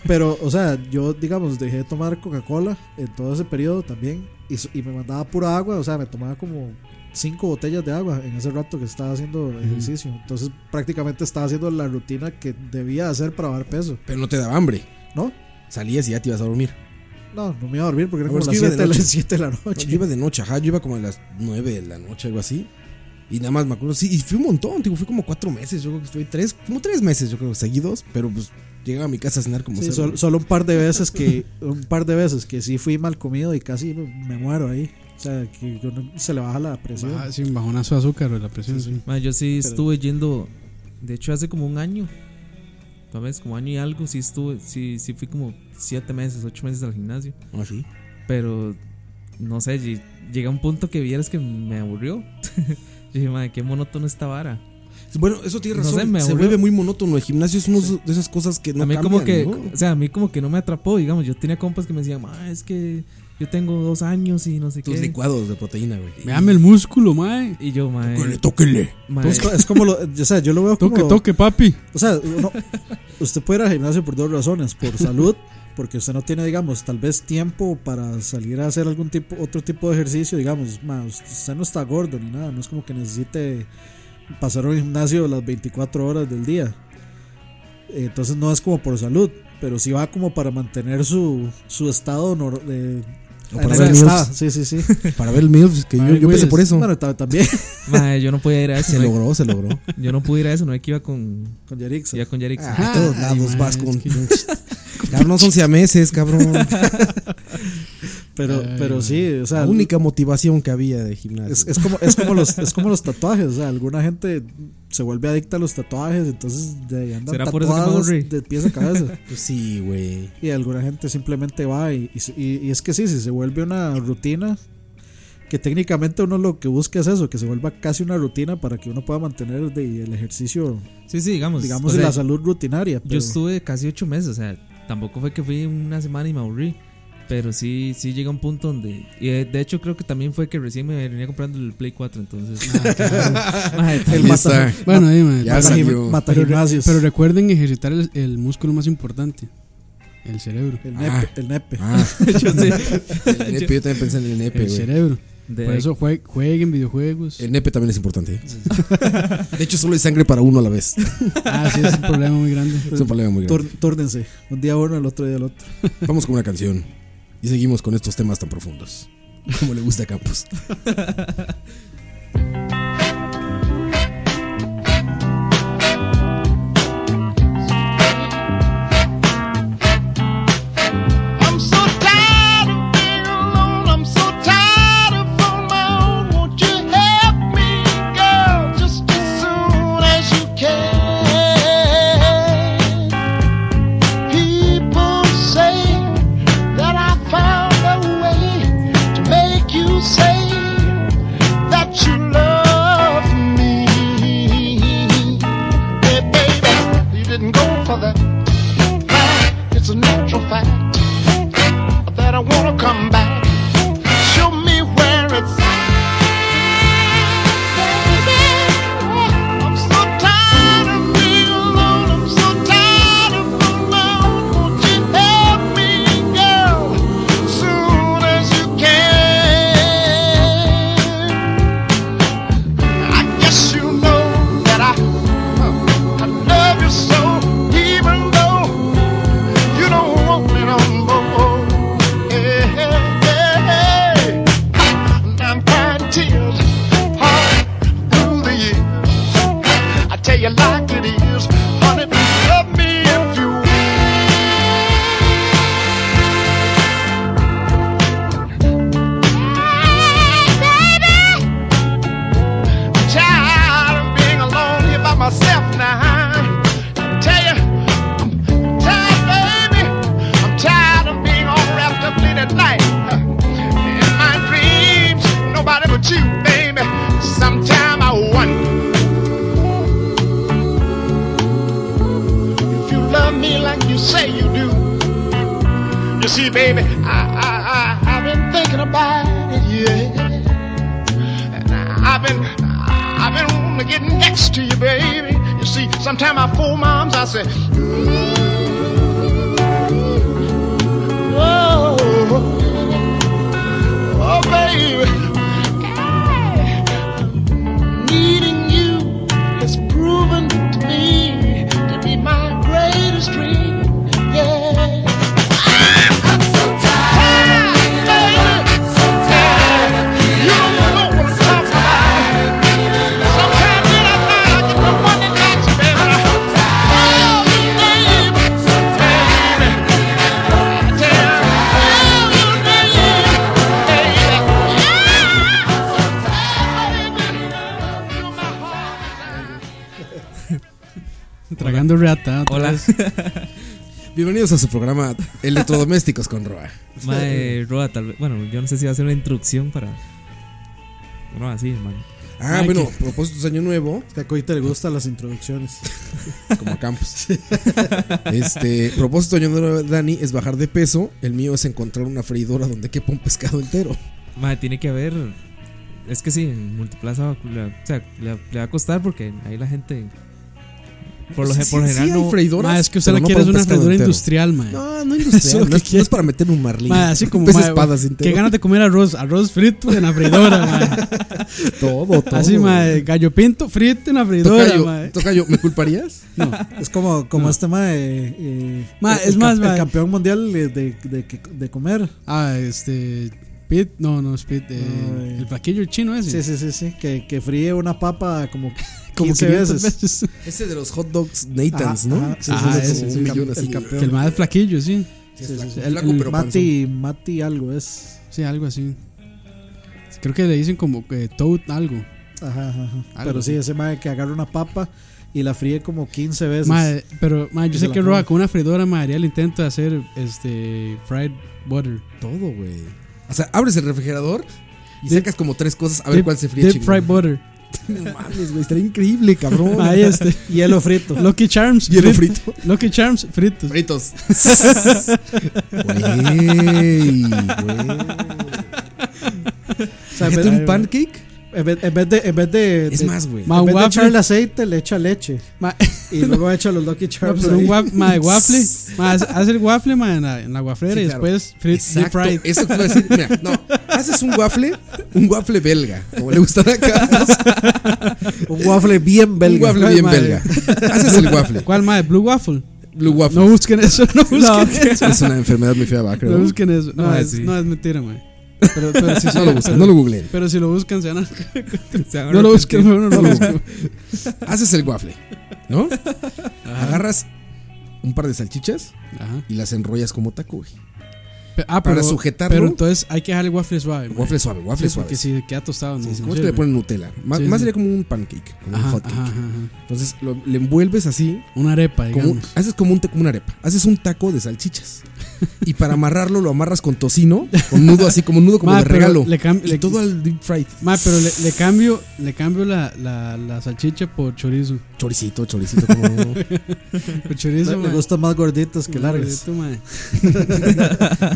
S2: pero, o sea, yo, digamos, dejé de tomar Coca-Cola en todo ese periodo también y, s- y me mandaba pura agua, o sea, me tomaba como cinco botellas de agua en ese rato que estaba haciendo ejercicio. Entonces, prácticamente estaba haciendo la rutina que debía hacer para bajar peso,
S3: Pero no te daba hambre.
S2: ¿no?
S3: Salías y ya te ibas a dormir.
S2: No, no me iba a dormir porque era
S3: No,
S2: como
S3: es
S2: las
S3: que iba de
S2: 7 de, la-
S3: noche.
S2: siete de la noche.
S3: Yo iba de noche, ajá. Yo iba como a las 9 de la noche, algo así. Y nada más me acuerdo, sí, y fui un montón, digo, fui como cuatro meses, yo creo que fui tres, como tres meses, yo creo, seguidos, pero pues llegaba a mi casa a cenar como
S2: Sí,
S3: cerdo,
S2: solo,
S3: güey.
S2: solo un par de veces que un par de veces que sí fui mal comido y casi me- me muero ahí. O sea, que uno se le baja la presión.
S4: Ah, sí, un bajonazo de azúcar o la presión. [LAUGHS] Sí,
S5: Ma, yo sí
S2: Pero-
S5: estuve yendo, de hecho hace como un año, tal vez como año y algo, sí estuve, sí, sí fui como siete meses, ocho meses al gimnasio,
S3: Ah, sí.
S5: pero no sé, lle- llegué a un punto que vieras que me aburrió. [LAUGHS] Yo dije, madre, qué monótono esta vara.
S3: Bueno, eso tiene
S5: No sé,
S3: razón,
S5: me
S3: se
S5: aburrió.
S3: vuelve muy monótono, el gimnasio es una de esas cosas que no
S5: a mí
S3: cambian,
S5: como que,
S3: ¿no?
S5: o sea, a mí como que no me atrapó, digamos, yo tenía compas que me decían, "Ma, es que yo tengo dos años y no sé
S3: Tus
S5: qué.
S3: licuados de proteína, güey.
S4: Me dame el músculo, mae.
S5: Y yo, eh, madre,
S3: Tóquele, tóquele.
S2: Pues Es,
S5: eh".
S2: co- es como lo, o sea, yo lo veo como
S4: Toque, toque, papi.
S2: o sea, uno- usted puede ir al gimnasio por dos razones, por salud, porque usted no tiene, digamos, tal vez tiempo para salir a hacer algún tipo otro tipo de ejercicio, digamos, ma, usted no está gordo ni nada, no es como que necesite pasar a un gimnasio las 24 horas del día. Entonces no es como por salud, pero sí va como para mantener su, su estado nor- de
S3: O para
S2: en
S3: ver
S2: el que
S3: MILFs.
S2: está. Sí, sí, sí.
S3: Para ver el MILFs, que yo,
S4: Ay,
S3: yo
S4: güey,
S3: pensé por
S4: es-
S3: eso.
S2: Bueno,
S3: [LAUGHS]
S2: ta- también
S5: madre, yo no podía ir a eso.
S3: Se
S5: no-
S3: logró, se logró.
S5: yo no pude ir a eso, no es que iba con,
S2: con Yarixa.
S5: iba con Yarixa.
S3: Ah, a todos
S4: Ay,
S3: lados
S4: madre,
S3: vas
S4: es
S3: con.
S4: que-
S3: Cabrón, no son
S8: [LAUGHS]
S3: siameses, cabrón.
S2: Pero,
S4: Ay,
S2: pero
S4: man.
S2: sí, o sea,
S3: La única motivación que había de
S5: [LAUGHS]
S3: gimnasio. [LAUGHS]
S2: Es, es como, es, como los, es como los tatuajes, o sea, alguna gente
S8: se vuelve adicta a los tatuajes, entonces de ahí andan
S5: ¿Será por eso que me
S8: tatuadas
S5: aburrí?
S8: de pies a
S5: [LAUGHS]
S8: cabeza.
S3: [LAUGHS] Pues sí,
S4: [LAUGHS]
S3: güey.
S8: y alguna gente simplemente va y, y se- y- y es que sí, si se vuelve una rutina, que técnicamente uno lo que busca es eso, que se vuelva casi una rutina para que uno pueda mantener de- el ejercicio,
S5: [LAUGHS] Sí, sí, digamos.
S8: digamos,
S5: o
S8: y
S5: sea,
S8: la salud rutinaria.
S5: Yo
S8: pero-
S5: estuve casi ocho meses, o sea, tampoco fue que fui una semana y me aburrí. Pero sí, sí llega un punto donde. Y de, de hecho, creo que también fue que recién me venía comprando el Play
S8: [LAUGHS]
S5: 4, entonces. Mae,
S8: el
S3: Ya
S8: mata,
S3: está.
S4: Bueno, ahí, mae,
S3: Ya
S8: mata,
S4: pero-
S3: salió.
S8: mata
S4: pero, re-
S8: gimnasios.
S4: pero recuerden ejercitar el, el músculo más importante, el cerebro.
S8: el nepe,
S3: Ah.
S8: el nepe.
S3: [LAUGHS] Ah,
S4: [LAUGHS]
S5: yo sí.
S3: el nepe, yo también pensé en el nepe,
S4: El
S3: güey.
S4: cerebro.
S5: De-
S4: Por eso jue- jueguen videojuegos.
S3: El nepe también es importante. ¿eh? [LAUGHS] De hecho, solo hay sangre para uno a la vez.
S4: [LAUGHS] Ah, sí, es un problema muy grande.
S3: Es un problema muy grande.
S8: Tur- túrnense, un día uno, el otro día el otro.
S3: Vamos con una canción. Y seguimos con estos temas tan profundos. Como le gusta a Campos.
S7: I'm so tired of being alone. I'm so tired of on my own. Won't you help me, girl, just as soon as you can? People say that I found a way to make you say that you love me. Hey, baby, you didn't go for that. It's a natural fact that I wanna come back. Show me where it's at. I'm so tired of being alone. I'm so tired of being alone. Won't you help me, girl, soon as you can? I guess you know that I, I love you so, even though you don't want me no more. Hey, hey, hey. I'm crying tears hard through the years. I tell you like it is, honey, love me if you will. Tired of being alone here by myself now. Tell you tired, baby. I'm tired of being all wrapped up late at night. huh, In my dreams, nobody but you, baby. Sometime I wonder if you love me like you say you do. You see, baby, I, I, I, I've been thinking about it, yeah. And I- I've been, I've been wanting to get next to you, baby. You see, sometimes I fold my arms, I say, Oh, oh, baby. Needing you has proven to me to be my greatest dream. Yeah. I'm so tired, baby. So tired. You don't know what I'm talking about. Sometimes in our lives, I get the one that knocks, baby. Oh, baby.
S4: Tragando reata. otra
S5: Hola.
S4: vez.
S3: [LAUGHS] Bienvenidos a su programa Electrodomésticos con Roa. [LAUGHS]
S5: Mae, Roa, tal vez. Bueno, yo no sé si va a ser una introducción para. Bueno, así, hermano.
S3: Ah,
S4: Ay,
S3: bueno, propósitos de año nuevo,
S8: Es que a Coita le gustan las
S4: [LAUGHS]
S8: introducciones.
S3: [LAUGHS] como a Campos. Este, propósito de año nuevo de Dani es bajar de peso. El mío es encontrar una freidora donde quepa un pescado entero.
S5: Mae, tiene que haber. Es que sí, en Multiplaza le, va- o sea, le, le va a costar porque ahí la gente. Por lo,
S3: Sí,
S5: gen- por lo
S3: sí, sí
S5: general
S3: hay
S5: no.
S3: freidoras,
S4: Ma, es que usted
S3: pero
S4: la
S3: no
S4: quiere
S3: para
S4: es
S3: un
S4: una
S3: pescado
S4: freidora
S3: entero.
S4: industrial, mae. [LAUGHS]
S3: No, no industrial.
S4: Eso
S3: no,
S4: que
S3: es, no es para meter un marlín.
S4: Ma, así como
S3: Pez
S4: ma,
S3: espadas entero.
S4: Qué ganas de comer arroz, arroz frito en la freidora, ma.
S3: [LAUGHS] Todo, todo.
S4: Así, ma, gallo pinto frito en la freidora,
S3: Tocayo,
S4: ma.
S3: tocayo, ¿me
S2: [LAUGHS]
S3: culparías?
S4: No.
S8: Es como, como este ma de, eh,
S4: Ma,
S8: el-
S4: es
S8: el
S4: más,
S8: cam-
S4: ma.
S8: el campeón mundial de, de, de que- de comer.
S4: Ah, este Pit, no, no es Pit, eh,
S8: Ay.
S4: el plaquillo chino ese.
S8: Sí, sí, sí, sí. Que, que fríe una papa
S4: [LAUGHS]
S8: como, como 15
S4: 500
S8: veces.
S3: [LAUGHS] Ese de los hot dogs Nathan's,
S8: Ajá,
S3: ¿no?
S8: ajá, sí,
S4: sí, sí, sí,
S3: un
S4: sí,
S3: millón así.
S8: el campeón.
S4: Que el más flaquillo, sí.
S3: Sí, es flaco,
S4: el-
S3: flaco,
S4: el
S3: pero panzón.
S8: Mati, Mati algo es.
S4: Sí, algo así. Creo que le dicen como que Toad algo.
S2: Ajá, ajá, ajá.
S4: Algo
S2: Pero sí,
S4: así.
S2: ese mae que agarra una papa y la fríe como 15 veces.
S4: Madre, pero madre, yo sé
S2: Y se la
S4: que
S2: come.
S4: Roa con una freidora madre, haría el intento de hacer este fried butter.
S3: Todo, güey. O sea, abres el refrigerador y
S4: Deep-
S3: sacas como tres cosas a ver
S4: Deep-
S3: cuál se fría
S4: Deep
S3: chingón.
S4: fried butter.
S3: [LAUGHS] No mames, güey. Estaría increíble, cabrón.
S4: Ahí
S3: [LAUGHS]
S4: este.
S2: Hielo frito.
S4: Lucky Charms.
S3: Hielo
S4: frit-
S3: frito.
S4: Lucky Charms fritos.
S3: Fritos. Güey, güey.
S2: O sea, en vez,
S3: Fíjate un pancake.
S2: en vez- en vez de. En vez de,
S3: Es
S2: de-
S3: más, güey.
S4: Ma,
S2: en vez de
S4: waffle.
S2: echarle aceite, le echa leche.
S4: Ma-
S2: Y luego echa los Lucky
S4: [LAUGHS] No,
S2: Charms.
S4: pero un
S2: ahí.
S4: wa- madre, waffle.
S2: [LAUGHS]
S4: Ma, hace- hace el waffle madre, en, la, en la guaflera
S3: Sí,
S4: y
S3: claro.
S4: después frit, deep
S3: Exacto,
S4: fried.
S3: eso te iba a decir. Mira, no,
S4: [LAUGHS]
S3: haces un waffle, un waffle belga, como le gustan a Carlos,
S2: [LAUGHS] Un waffle bien
S3: un
S2: belga.
S3: waffle bien
S4: madre.
S3: belga. Haces el waffle,
S4: ¿Cuál madre? Blue waffle.
S3: blue waffle.
S4: No busquen eso,
S3: [LAUGHS]
S4: no busquen eso.
S3: Es una enfermedad muy fea, va, creo.
S4: No busquen eso. No,
S5: Ah,
S4: es,
S5: sí.
S4: no es mentira, madre.
S3: [LAUGHS]
S4: Pero, pero si
S3: No lo busquen, no lo googleen.
S4: Pero si lo buscan, se van a-
S5: Se van a
S4: No lo
S5: arrepentir.
S4: busquen, no, no lo
S3: No lo
S4: busquen.
S3: [LAUGHS] Haces el waffle, ¿no? Agarras un par de salchichas
S4: Ajá.
S3: y las enrollas como taco, güey.
S4: Pe- Ah,
S3: Para
S4: pero,
S3: sujetarlo.
S4: Pero entonces hay que dejar el waffle suave. man.
S3: Waffle suave, waffle
S4: Sí,
S3: suave.
S4: porque si queda tostado, no.
S3: Sí, sí,
S4: no
S3: ¿Cómo es que
S4: sirve.
S3: le ponen Nutella? Más,
S4: Sí,
S3: más
S4: sí.
S3: sería como un pancake, como
S4: Ajá,
S3: un hot cake.
S4: ajá, ajá.
S3: Entonces lo, le envuelves así
S4: Una arepa,
S3: Como un-
S4: digamos.
S3: haces como, un, te- como una arepa. Haces un taco de salchichas. Y para amarrarlo lo amarras con tocino, con nudo así, como un nudo como
S4: [LAUGHS] Ma,
S3: de
S4: pero
S3: regalo.
S4: Le cam-
S3: y
S4: le-
S3: todo al deep fried.
S4: ma, pero le, le cambio, le cambio la, la, la salchicha por chorizo.
S3: Choricito, choricito. Como...
S4: [LAUGHS] Por chorizo,
S2: Le, le
S4: ma.
S2: gustan más gorditas que
S4: Un
S2: largas.
S4: gordito, ma.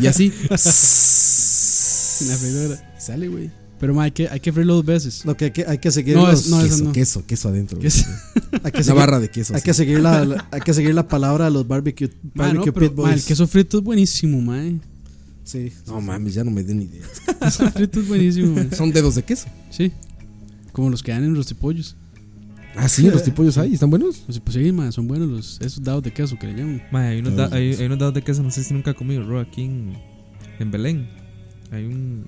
S2: [LAUGHS]
S3: y así.
S4: En la freidora.
S3: Sale, güey.
S4: Pero ma, hay que, hay que freírlo dos veces.
S2: Lo que hay que, hay que seguir.
S4: No,
S2: los-
S4: es- no, eso
S3: queso,
S4: no.
S3: queso, queso adentro.
S4: Queso. [LAUGHS]
S2: hay que
S3: Una
S2: seguir,
S3: barra de queso.
S2: hay
S3: así.
S2: que seguir la, la- hay que seguir la palabra de los barbecue,
S4: Ma, Ah, no,
S2: barbecue
S4: pero,
S2: pit
S4: ma, el
S2: boys.
S4: queso frito es buenísimo, ma. eh.
S2: Sí.
S3: No mames, ya no me den ideas.
S4: El [LAUGHS] queso frito es buenísimo, ma.
S3: Son dedos de queso.
S4: Sí. Como los que dan en los tipollos.
S3: Ah, sí, los tipollos hay. ¿Están buenos?
S4: Los tipollos, sí, ma, son buenos los, esos dados de queso que le llaman.
S5: Mae, hay, unos da-
S3: Todos
S5: hay,
S3: los-
S5: hay unos dados de queso, no sé si nunca he comido, bro, aquí en, en Belén. Hay un,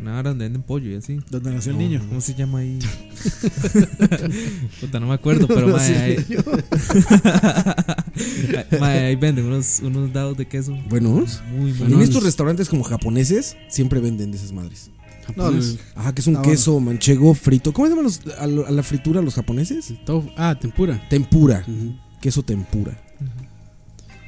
S5: una hora donde venden pollo y así.
S2: Donde nació el
S5: No,
S2: niño.
S5: ¿Cómo se llama
S3: [LAUGHS]
S5: ahí? Puta, no me acuerdo, pero mae, ahí- [LAUGHS] mae, ahí venden unos, unos dados de queso.
S3: Buenos.
S5: Muy
S3: en
S4: no,
S5: buenos.
S3: estos
S4: no.
S3: restaurantes como japoneses siempre venden de esas madres.
S2: No,
S4: Japonés.
S3: Ah, que es un
S2: Ah, bueno.
S3: queso manchego frito. ¿Cómo se llaman los, a, lo- a la fritura los japoneses?
S4: Tofu- Ah, tempura.
S3: Tempura.
S4: Ujú.
S3: Queso tempura.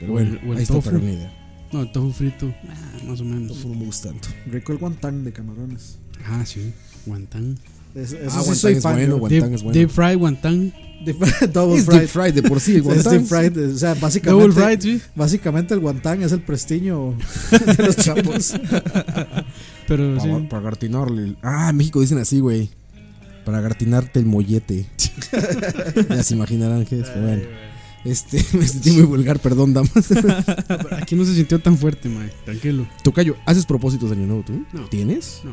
S3: Pero
S4: O el-
S3: bueno,
S4: o el
S3: ahí está
S4: tofu.
S3: para una idea.
S4: No, el tofu frito, ah, más o menos.
S3: Tofu no me gusta tanto.
S2: Rico el guantán de camarones.
S4: Ah, sí. Guantán.
S2: Es- Eso,
S3: ah,
S2: sí
S3: guantán
S2: soy
S3: es
S2: fan.
S3: bueno,
S2: yo.
S3: guantán
S4: deep,
S3: es
S4: deep
S3: bueno.
S4: fried guantán.
S2: Deep- [LAUGHS] double
S3: Es
S2: fried.
S3: deep fried de por sí, el
S2: Es
S3: guantán.
S2: deep fried. O sea, básicamente,
S4: Double fried, sí.
S2: básicamente el guantán es el prestiño
S4: [LAUGHS]
S2: de los chapos.
S4: Pero sí.
S3: Para, para gratinarle. Ah, en México dicen así, güey. Para gratinarte
S4: [LAUGHS]
S3: el mollete. ya se imaginarán que es, pero bueno. Este, [LAUGHS] me sentí muy vulgar, perdón,
S4: [LAUGHS]
S3: damas.
S4: Aquí no se sintió tan fuerte, mae. Tranquilo.
S3: Tocayo, ¿haces propósitos de año nuevo tú?
S4: No.
S3: ¿Tienes?
S4: No.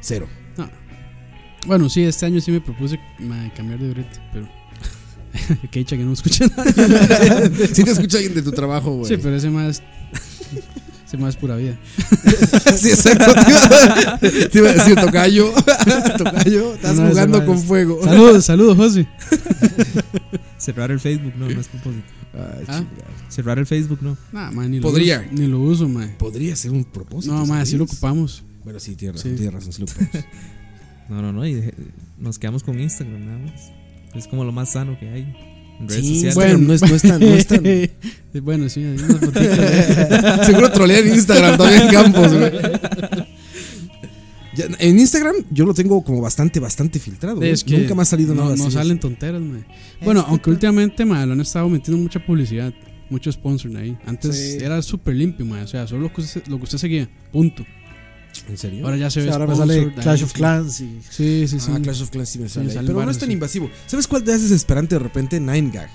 S3: Cero.
S4: Bueno, sí, este año sí me propuse mae, cambiar de brete, pero. [LAUGHS] que dicha que no me escucha nada.
S3: [LAUGHS] Si te escucha alguien de tu trabajo, güey.
S4: Sí, pero ese más. Ese más pura vida.
S3: [LAUGHS] Sí, exacto. Te iba, te iba a
S4: [LAUGHS]
S3: decir tocayo. Tocayo, estás
S4: No, no,
S3: jugando
S4: ese no
S3: con
S4: es.
S3: fuego.
S4: Saludos, saludos, José.
S3: [LAUGHS]
S5: Cerrar el Facebook, no, no es propósito.
S3: Ay,
S4: Ah.
S3: chingada.
S5: Cerrar el Facebook, no.
S4: Nah, mae, ni lo
S3: Podría.
S4: uso- ni lo uso, mae.
S3: Podría ser un propósito.
S4: No, mae,
S3: ¿sabes?
S4: sí lo ocupamos.
S3: Bueno, sí, tienes
S4: Sí.
S3: razón, tienes razón, sí lo ocupamos.
S5: [LAUGHS] No, no, no. Y deje- nos quedamos con Instagram nada más. Es como lo más sano que hay. En redes
S3: Sí,
S5: sociales.
S3: Bueno, no es, no es tan.
S5: [LAUGHS]
S3: No es tan
S4: bueno, sí, hay
S3: [LAUGHS]
S4: unas fotitos.
S3: seguro trolean [LAUGHS] en Instagram también, Campos, güey. Ya, en Instagram yo lo tengo como bastante, bastante filtrado.
S4: Es
S3: güey.
S4: que
S3: Nunca más ha salido
S4: no,
S3: nada
S4: No
S3: así. Este,
S4: salen tonteras, mae. Bueno, aunque últimamente, mae, lo han estado metiendo mucha publicidad, mucho sponsor ahí. Antes
S2: Sí.
S4: era súper limpio, mae. O sea, solo lo que, usted, lo que usted seguía, punto.
S3: ¿En serio?
S4: Ahora ya se
S2: O
S4: ve
S2: sea, ahora me
S4: sponsor, de
S2: sale
S4: ahí,
S2: Clash of
S4: sí.
S2: Clans y
S4: Sí, sí, sí.
S3: Ah, Clash of Clans sí me sale
S4: me
S3: ahí,
S4: sale
S3: Pero no
S4: varios,
S3: es tan
S4: sí.
S3: invasivo. ¿Sabes cuál te hace desesperante de repente? Nine Gag.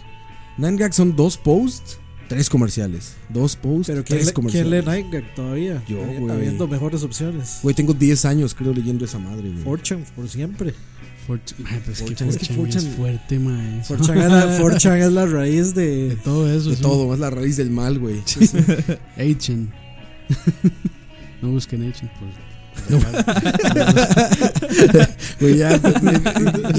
S3: Nine Gag son dos posts, tres comerciales. Dos posts,
S2: Pero ¿quién,
S3: tres
S2: le,
S3: comerciales.
S2: ¿quién lee Nine Gag todavía?
S3: Yo,
S2: Habi-
S3: güey.
S2: Habiendo mejores opciones.
S3: Güey, tengo 10 años, creo, leyendo esa madre, güey. [LAUGHS]
S2: Fortune, por siempre.
S4: Fortune- mae, pero es que
S3: 4chan, es que
S4: 4chan es
S3: 4chan
S4: fuerte, mae.
S2: Fortune es la, 4chan es la
S4: [LAUGHS]
S2: raíz
S4: De
S2: de.
S4: todo eso.
S3: De
S4: sí.
S3: todo, es la raíz [LAUGHS] del mal, güey.
S4: [LAUGHS] Achen. no busquen Achen por
S3: [LAUGHS] Güey, ya.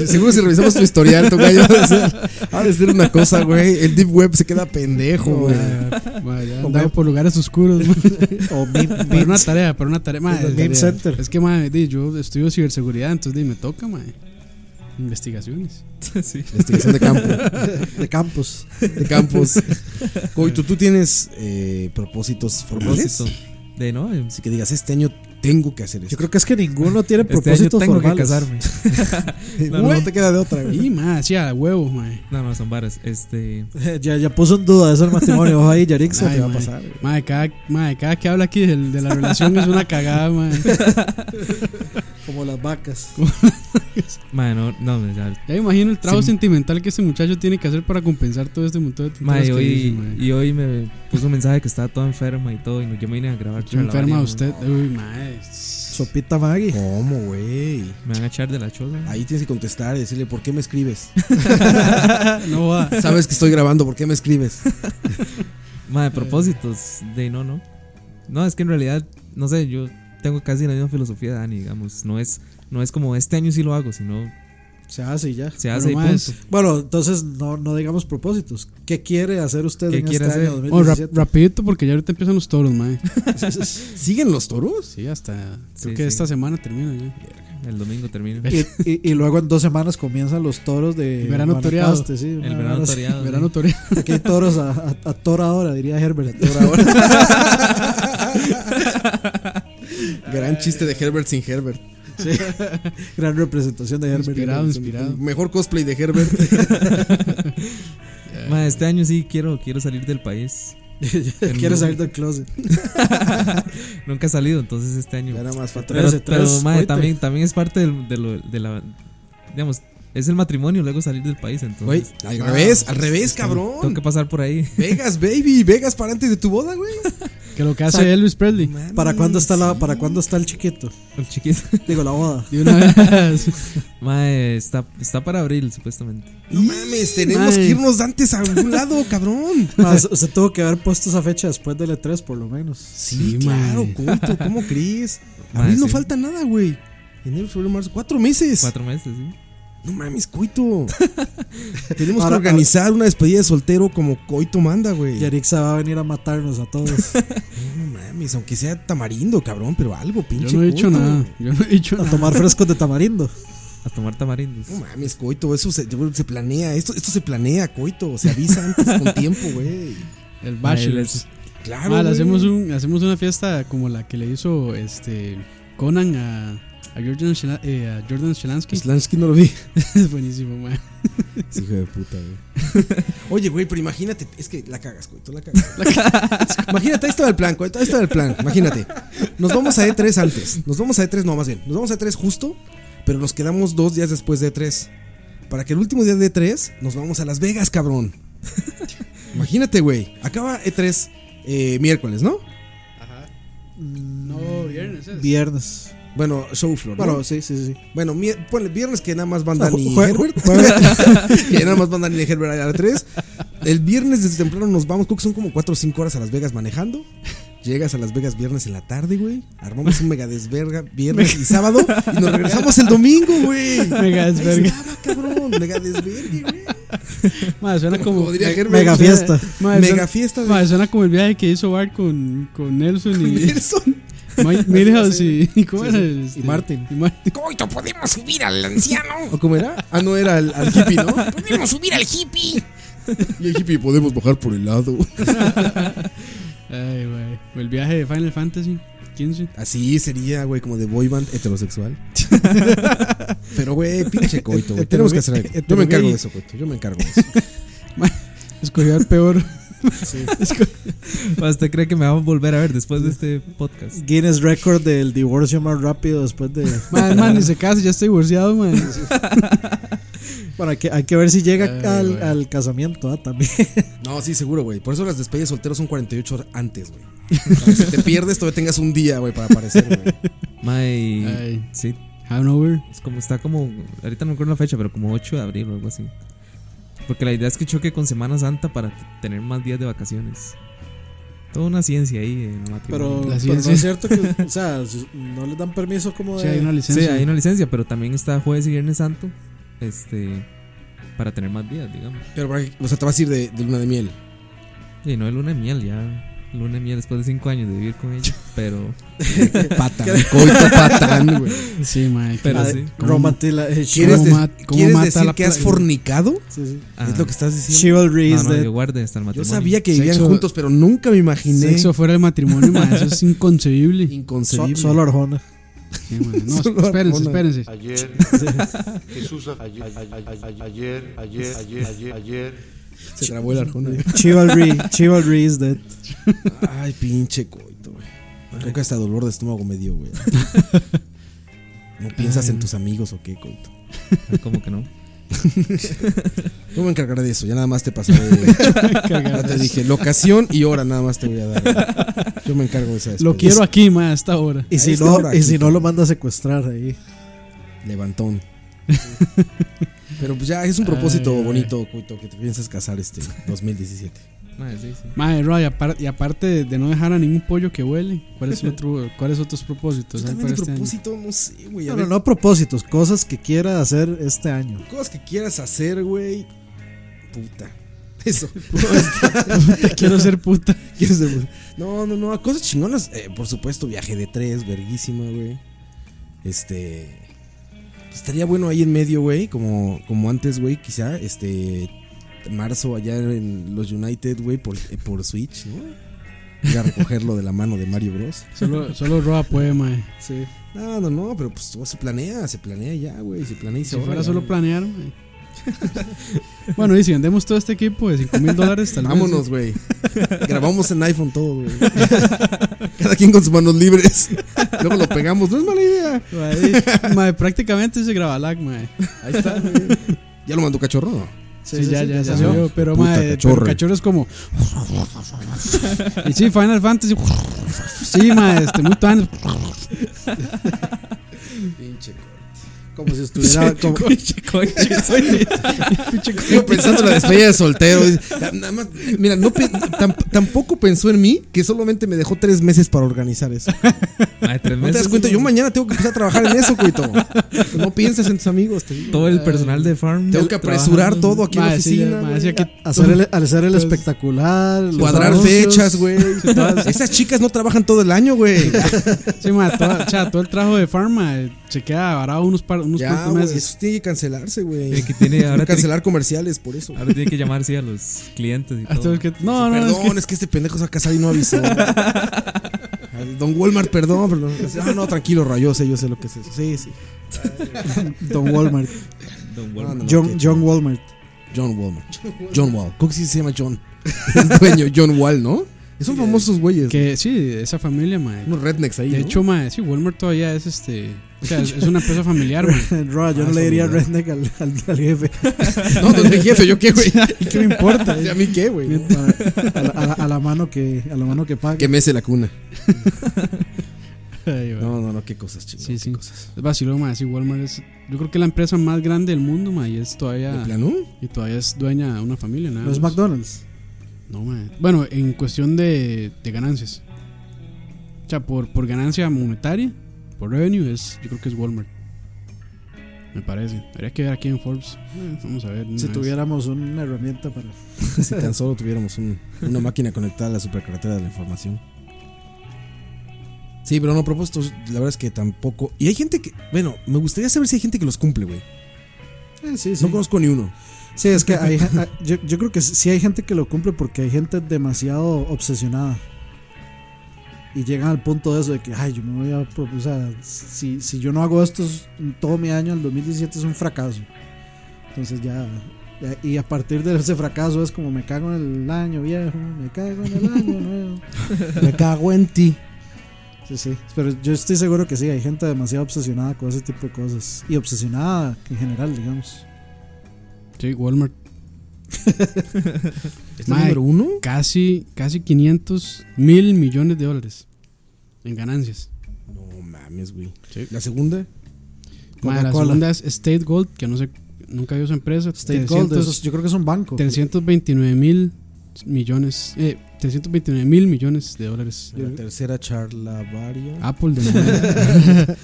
S3: Seguro si revisamos tu historial, tocayo. [LAUGHS] o sea, Ha de ser una cosa, güey. El Deep Web se queda pendejo, güey.
S4: Andaba [LAUGHS]
S3: [LAUGHS]
S4: por lugares oscuros. ma.
S2: O mi-
S4: Para una
S2: Memes.
S4: tarea, para una tarea. ma,
S2: Los
S4: es-
S2: Game Center.
S4: Es que, ma, di, yo estudio ciberseguridad, entonces di, me toca, ma, eh,
S3: [LAUGHS]
S4: Investigaciones.
S5: sí.
S3: Investigación
S4: [LAUGHS]
S3: de [LAUGHS] campo,
S2: de campus.
S3: de campos. Coito, ¿tú tienes eh, propósitos formales?
S5: Propósito. De no, eh,
S3: Así que digas, este año tengo que hacer
S2: Yo
S3: esto.
S2: creo que es
S3: [LAUGHS]
S2: que ninguno tiene
S5: este año
S2: propósitos
S5: tengo que
S2: formales.
S5: casarme.
S4: [LAUGHS]
S5: no,
S3: no,
S5: no,
S3: te queda de otra, güey.
S4: Y, ma, sí, a huevo, ma.
S5: No, no, son varas. Este.
S2: [LAUGHS] ya, ya puso en duda eso el matrimonio. Ojo ahí, Yarix,
S4: Ay,
S2: te va a
S4: mae.
S2: pasar. güey.
S4: Madre, cada, mae, cada que habla aquí del- de, la relación es una cagada, madre.
S2: [LAUGHS] Como las vacas.
S5: Madre, no, no, ya.
S4: Ya me imagino el trabajo
S5: Sí.
S4: sentimental que este muchacho tiene que hacer para compensar todo este montón de tonterías
S5: Madre,
S4: que dice,
S5: hoy,
S4: mae.
S5: y hoy me puso un mensaje que estaba toda enferma y todo. Y no- yo me vine a grabar.
S4: Yo
S5: charla,
S4: enferma
S5: vale,
S4: usted. Uy, madre.
S2: Sopita Maggie.
S3: ¿Cómo, güey?
S5: Me van a echar de la chola.
S3: Ahí tienes que contestar y decirle, ¿por qué me escribes?
S4: No va.
S3: Sabes que estoy grabando, ¿por qué me escribes?
S5: Madre, propósitos de no, no. No, es que en realidad, no sé, yo tengo casi la misma filosofía de Dani, digamos. No es, no es como este año sí lo hago, sino
S2: Se hace y ya.
S5: se hace y
S4: mae,
S5: punto.
S4: es-
S2: Bueno, entonces no, no digamos propósitos. ¿Qué quiere hacer usted
S5: ¿Qué
S2: en este
S5: quiere hacer?
S2: año
S4: Oh, rap-
S2: 2017?
S4: rapidito porque ya ahorita empiezan los toros,
S2: [LAUGHS]
S4: madre.
S3: ¿Siguen los toros?
S4: Sí, hasta.
S5: Sí,
S4: Creo que
S5: sí.
S4: esta semana termina ya.
S5: El domingo termina.
S2: y, y- y luego en dos semanas comienzan los toros de
S4: El verano toreado.
S2: Guanacaste, sí, una
S5: El verano
S2: vara así.
S5: toreado.
S4: Verano toreo.
S2: [LAUGHS] Aquí hay toros a, a, a tora hora, diría Herbert. a tora hora.
S3: Gran chiste de Herbert sin Herbert.
S2: Gran representación de Herbert.
S4: Inspirado, inspirado.
S3: Mejor cosplay
S2: [LAUGHS]
S3: de Herbert.
S5: sí. Mae, este año sí quiero, quiero salir del
S2: [LAUGHS]
S5: país.
S2: Quiere salir
S5: [LAUGHS]
S2: del closet.
S5: Nunca he salido, entonces este año.
S3: Era más fatal.
S5: Pero,
S2: Tres de
S5: pero,
S2: tres,
S5: mae,
S2: oíte.
S5: también, también es parte del- de, lo, de la. Digamos, es el matrimonio, luego salir del país,
S3: Güey,
S5: entonces.
S3: al
S4: Ah,
S3: revés, al revés, cabrón.
S5: Tengo que pasar por
S2: [LAUGHS]
S5: ahí. [LAUGHS]
S3: Vegas, baby, Vegas para antes de tu boda, güey.
S4: [LAUGHS] Que lo que hace Elvis Presley.
S2: ¿Para cuándo está la, para cuándo está el chiquito?
S5: El chiquito.
S2: Digo la boda.
S4: De una
S2: [LAUGHS]
S4: vez.
S5: Mae, está, está para abril, supuestamente.
S3: No mames, tenemos
S4: Ay.
S3: que irnos antes a
S5: [LAUGHS]
S3: algún
S2: [LAUGHS]
S3: lado, cabrón.
S2: Más, Ah, se tuvo que haber puesto esa fecha después del E3 por lo menos.
S3: Sí,
S4: Sí,
S3: claro,
S4: madre.
S3: Coito,
S4: [LAUGHS]
S3: ¿cómo crees? A
S5: Madre,
S3: mí no
S5: sí.
S3: falta nada, güey. Enero, febrero, marzo, cuatro meses.
S5: Cuatro meses, sí.
S3: No mames,
S4: [LAUGHS]
S3: Coito. Tenemos
S2: Ahora-
S3: que organizar una despedida de soltero como Coito manda, güey.
S2: Yarixa va a venir a matarnos a todos.
S3: [LAUGHS] No mames, aunque sea tamarindo, cabrón, pero algo, pinche.
S4: Yo no he
S3: Coito.
S4: dicho nada. Yo no he dicho
S2: A
S4: nada.
S2: tomar
S5: [LAUGHS]
S2: frescos de tamarindo.
S5: A tomar [LAUGHS] tamarindos.
S3: No mames, Coito, eso se, se planea, esto, esto se planea, Coito, se avisa antes con tiempo, güey.
S4: El
S5: Mae,
S4: Bachelors.
S3: Claro.
S4: Mal,
S3: güey.
S4: hacemos, un, hacemos una fiesta como la que le hizo este Conan a, a Jordan, Shela- eh, a Jordan Shelansky.
S3: Slansky no lo vi.
S4: [LAUGHS] Es buenísimo, man.
S3: Sí, [LAUGHS] hijo de puta, güey. Oye, güey, pero imagínate, es que la cagas, Coito, la cagas. imagínate, ahí estaba el plan, Coito, ahí estaba el plan, imagínate. Nos vamos a E3 antes, nos vamos a E3, no, más bien, nos vamos a E3 justo, pero nos quedamos dos días después de E3. Para que el último día de E3 nos vamos a Las Vegas, cabrón. Imagínate, güey, acaba E3 eh, miércoles, ¿no?
S4: No, viernes es.
S2: Viernes.
S3: Bueno, show floor. ¿no?
S2: Bueno, sí, sí, sí. Ah,
S3: Bueno, mi- ponle, viernes que nada más van Dani y
S2: Jue-
S3: Herbert. [LAUGHS] que nada más van Dani y Herbert a las 3. El viernes desde temprano nos vamos, creo que son como 4 o 5 horas a Las Vegas manejando. Llegas a Las Vegas viernes en la tarde, güey. Armamos un mega desverga viernes y sábado. Y nos regresamos el domingo, güey.
S4: Mega desvergue.
S3: Ay, nada, cabrón. Mega desvergue, güey.
S4: [LAUGHS] Madre, suena como.
S3: Como diría Herbert.
S2: Mega
S3: suena-
S2: fiesta.
S4: Madre,
S3: Mega
S4: suena-
S3: fiesta de
S4: madre, suena como el viaje que hizo Bart con, con Nelson y
S3: Nelson.
S4: [LAUGHS] Mike Milhouse y, y [LAUGHS] ¿cómo era? Este,
S2: Y Martin.
S4: y Martin.
S7: Coito, podemos subir al anciano.
S3: ¿O cómo era? Ah, no, era al, al hippie, [LAUGHS] ¿no?
S7: Podemos subir al hippie.
S3: Y el hippie podemos bajar por el lado.
S4: Ay, güey. O El viaje de Final Fantasy 15.
S3: Así sería, güey, como de boyband
S5: [LAUGHS]
S3: heterosexual. Pero, güey,
S4: [LAUGHS]
S3: pinche coito, güey. Tenemos que hacer algo. Yo me encargo de eso, coito. Yo me encargo de eso.
S4: Escogió al
S3: [LAUGHS]
S4: peor. [LAUGHS]
S5: Ma, Pues, ¿Usted cree que me va a volver a ver después de este podcast?
S2: Guinness Record del divorcio más rápido después [LAUGHS] de.
S4: Madre, man, ni se casa, ya está divorciado, man. [LAUGHS]
S2: Bueno, hay que, hay que ver si llega
S4: Ay,
S2: al,
S4: güey.
S2: al casamiento ah, también.
S3: No, sí, seguro, güey. Por eso las despedidas solteros son 48 horas antes, güey. Para que si te pierdes, todavía tengas un día, güey, para aparecer, güey.
S5: Mae,
S4: Ay.
S5: sí,
S4: Hanover.
S5: es como está como. Ahorita no recuerdo la fecha, pero como 8 de abril o algo así. Porque la idea es que choque con Semana Santa para t- tener más días de vacaciones. Toda una ciencia ahí en matrimonio.
S2: [LAUGHS] Pero,
S4: La
S2: pero no
S4: ciencia.
S2: es cierto que, o sea, no les dan permiso como
S4: Sí,
S2: de.
S4: hay una
S2: [LAUGHS]
S5: sí,
S4: licencia.
S5: hay una licencia, pero también está jueves y viernes santo. Este. Para tener más días, digamos.
S3: Pero, para que- o sea, te vas a ir de, de luna de miel.
S5: Y no es luna de miel, ya. Luna de miel después de cinco años de vivir con ella. Pero. [LAUGHS]
S3: Patán, [LAUGHS] coito patán, güey.
S4: Sí, mae.
S5: Pero
S4: ¿cómo-
S5: sí.
S4: cómo-
S2: Romantila. eh,
S3: ¿Quieres,
S4: ¿Cómo
S3: de-
S4: ma- cómo
S3: ¿quieres
S4: mata
S3: decir
S4: la
S3: que has
S4: plaga?
S3: fornicado?
S2: sí, sí.
S5: ah,
S3: Es lo que estás diciendo.
S2: Chivalry
S5: no,
S2: is
S5: no,
S2: dead.
S5: yo guarde hasta el
S3: Yo
S5: matrimonio.
S3: sabía que vivían
S4: Sexo-
S3: juntos, pero nunca me imaginé.
S4: Sexo fuera del matrimonio, mae. Eso es
S3: [LAUGHS]
S4: inconcebible.
S2: So-
S3: Inconcebible.
S2: solo Arjona.
S4: Sí, mae, No,
S3: Solo
S4: espérense,
S3: hormonas.
S4: espérense.
S6: Ayer,
S4: [LAUGHS]
S6: Jesús, a- ayer, ayer, ayer, ayer, ayer, ayer, ayer.
S3: Se trabó el arjona.
S2: [LAUGHS] Chivalry, chivalry is dead.
S3: Ay, pinche coito, güey. Creo que hasta dolor de estómago me dio, güey. ¿No piensas en tus amigos o qué, coito?
S5: Ah, ¿Cómo que no?
S3: [LAUGHS] Yo me encargaré de eso, ya nada más te pasaré.
S2: [LAUGHS]
S3: ya te dije, locación y hora nada más te voy a dar. güey. Yo me encargo de esa
S4: Lo
S3: despedida.
S4: quiero aquí, mae, a esta hora.
S2: Y si,
S3: está
S2: no,
S3: por aquí,
S2: y si no
S3: papá.
S2: lo manda a secuestrar ahí.
S3: Levantón. Pero pues ya es un propósito bonito, coito, que te piensas casar este 2017.
S5: Madre, sí, sí.
S4: Mae, Roy, apar- y aparte de, de no dejar a ningún pollo que huele, ¿cuáles son otro, ¿cuáles otros propósitos?
S3: Pues
S4: hay
S3: también el
S4: para este año?
S3: propósito, no sé, güey. a
S2: No,
S3: ver,
S2: no, no propósitos, cosas que quiera hacer este año.
S3: Cosas que quieras hacer, güey. Puta. [LAUGHS] Eso.
S4: Quiero ser [LAUGHS]
S3: [LAUGHS]
S4: puta.
S3: Quieres de- No, no, no. Cosas chingonas. Eh, por supuesto, viaje de tres, verguísima, güey. Este. pues, estaría bueno ahí en medio, güey. Como, como antes, güey, quizá. Este. Marzo allá en los United, güey, por, eh, por Switch, ¿no? Ir a recogerlo de la mano de Mario Bros.
S4: Solo, solo Roa puede, mae.
S3: No, no, no, pero pues todo se planea, se planea ya, güey. Se planea y se
S4: Si fuera
S3: ahorra,
S4: solo
S3: güey.
S4: planear, mae. Bueno, y si vendemos todo este equipo de 5 mil dólares, tal vez. [LAUGHS]
S3: Vámonos, güey. Grabamos en iPhone todo, güey. Cada quien con sus manos libres. Luego lo pegamos, no es mala idea.
S4: Ahí, mae, prácticamente ese Grabalag, mae.
S3: Ahí está, güey. Ya lo mandó cachorro, ¿no?
S4: Sí, ya, ya, ya
S3: salió.
S4: salió. Pero,
S3: Puta,
S4: mae,
S3: cachorro.
S4: pero cachorro es como. [LAUGHS] y sí, Final Fantasy. sí, mae, este, muy tan.
S3: Pinche
S2: Como si estuviera. como-
S3: [LAUGHS] Yo pensando en la despedida de soltero. dice, Nada más, mira, no pe- tam- tampoco pensó en mí que solamente me dejó tres meses para organizar
S4: [LAUGHS]
S3: eso.
S5: Madre, tres
S3: ¿No te das
S5: meses,
S3: cuenta?
S5: ¿no?
S3: Yo mañana tengo que empezar a trabajar en eso, coito. No piensas en tus amigos, te digo.
S5: Todo el personal de Farm.
S3: Tengo que apresurar
S5: trabajando.
S3: todo aquí en la
S4: Mae, sí, ya,
S3: oficina.
S4: mae,
S3: güey.
S4: sí, aquí-
S2: hacer el, hacer el espectacular. los
S3: Cuadrar
S2: Pues, anuncios.
S3: fechas, güey. Esas chicas no trabajan todo el año, güey.
S4: Sí, ma, todo, o sea, todo el trabajo de Pharma eh, se queda varado unos, par, unos
S3: Ya,
S4: cuantos
S3: güey,
S4: meses.
S3: eso tiene que cancelarse, güey.
S5: Tiene que tiene, ahora, tiene,
S3: Cancelar comerciales por eso.
S5: ahora tiene que llamar sí, a los clientes y
S4: Ah,
S5: todo.
S4: todo el que- no, no, es
S3: perdón,
S4: que-
S3: es que... este pendejo se ha casado y no avisó. Ay, Don Walmart, perdón, perdón. No, no, tranquilo, rayoso, yo sé lo que es eso. Sí, sí.
S2: Don Walmart.
S5: Don
S3: No,
S5: Walmart.
S3: no, no, qué
S2: John, John Walmart.
S3: chido. John Walmart. John Wall. ¿Cómo que sí se llama John? Es dueño, John Wall, ¿no? Son famosos güeyes.
S4: que sí, esa familia, ma.
S3: Unos rednecks ahí.
S4: De
S3: ¿no?
S4: hecho, ma, sí, Walmart todavía es este. O sea, es, es una empresa
S2: [LAUGHS]
S4: familiar, ma.
S2: Roa, yo
S3: Ah,
S2: no le
S3: eso
S2: diría
S3: me da.
S2: redneck al, al, al jefe.
S3: [LAUGHS] no, no es mi jefe, ¿yo qué,
S2: [LAUGHS]
S3: güey?
S4: ¿Qué me
S3: [LAUGHS]
S4: importa?
S3: ¿A mí qué, güey? ¿no?
S2: A la, a la- a la mano que, a la mano que paga.
S3: Que mece la cuna.
S4: Ay, ma.
S3: No, no, no, qué cosas, chicos.
S4: Sí, sí. Es vacilón, ma. Sí, Walmart es. Yo creo que es la empresa más grande del mundo, ma. Y es
S3: ¿De
S4: todavía.
S3: plano?
S4: Y todavía es dueña de una familia, nada
S2: No es
S4: más.
S2: McDonald's.
S4: No, ma. Bueno, en cuestión de, de ganancias. O sea, por, por ganancia monetaria, por revenue, es, yo creo que es Walmart. Me parece. Habría que ver aquí en Forbes. Eh, Vamos a ver. una
S2: Si
S4: vez.
S2: tuviéramos una herramienta para.
S3: [LAUGHS] Si
S2: [LAUGHS]
S3: tan solo tuviéramos un- una máquina conectada a la supercarretera de la información. Sí, pero no propósitos, la verdad es que tampoco. Y hay gente que, bueno, me gustaría saber si hay gente que los cumple, güey.
S2: Eh, sí, sí.
S3: No conozco ni uno.
S2: Sí, es que
S3: [LAUGHS]
S2: hay, gen- [LAUGHS] hay- yo, yo creo que sí hay gente que lo cumple porque hay gente demasiado obsesionada. Y llegan al punto de eso de que, ay, yo me voy a... pro- O sea, si, si yo no hago esto es- todo mi año, el 2017 es un fracaso. Entonces ya... ya- Y a partir de ese fracaso es como me cago en el año viejo, me cago en el año nuevo.
S3: Me cago en ti.
S2: Sí, sí. Pero yo estoy seguro que sí, hay gente demasiado obsesionada con ese tipo de cosas. Y obsesionada en general, digamos.
S4: Sí, Walmart.
S8: [LAUGHS]
S3: ¿Es
S4: Mike.
S3: número uno?
S4: Casi, casi 500 mil millones de dólares en ganancias.
S3: No mames, güey.
S4: Sí.
S3: ¿La segunda?
S4: Ma, la
S2: Coca-Cola.
S4: segunda es State Gold, que no sé, nunca vio su empresa.
S2: State Gold,
S4: 300
S2: eso es- yo creo que es un banco.
S4: 329 mil millones, eh, 329 mil millones de dólares.
S3: La tercera charla vario.
S4: Apple de noveno.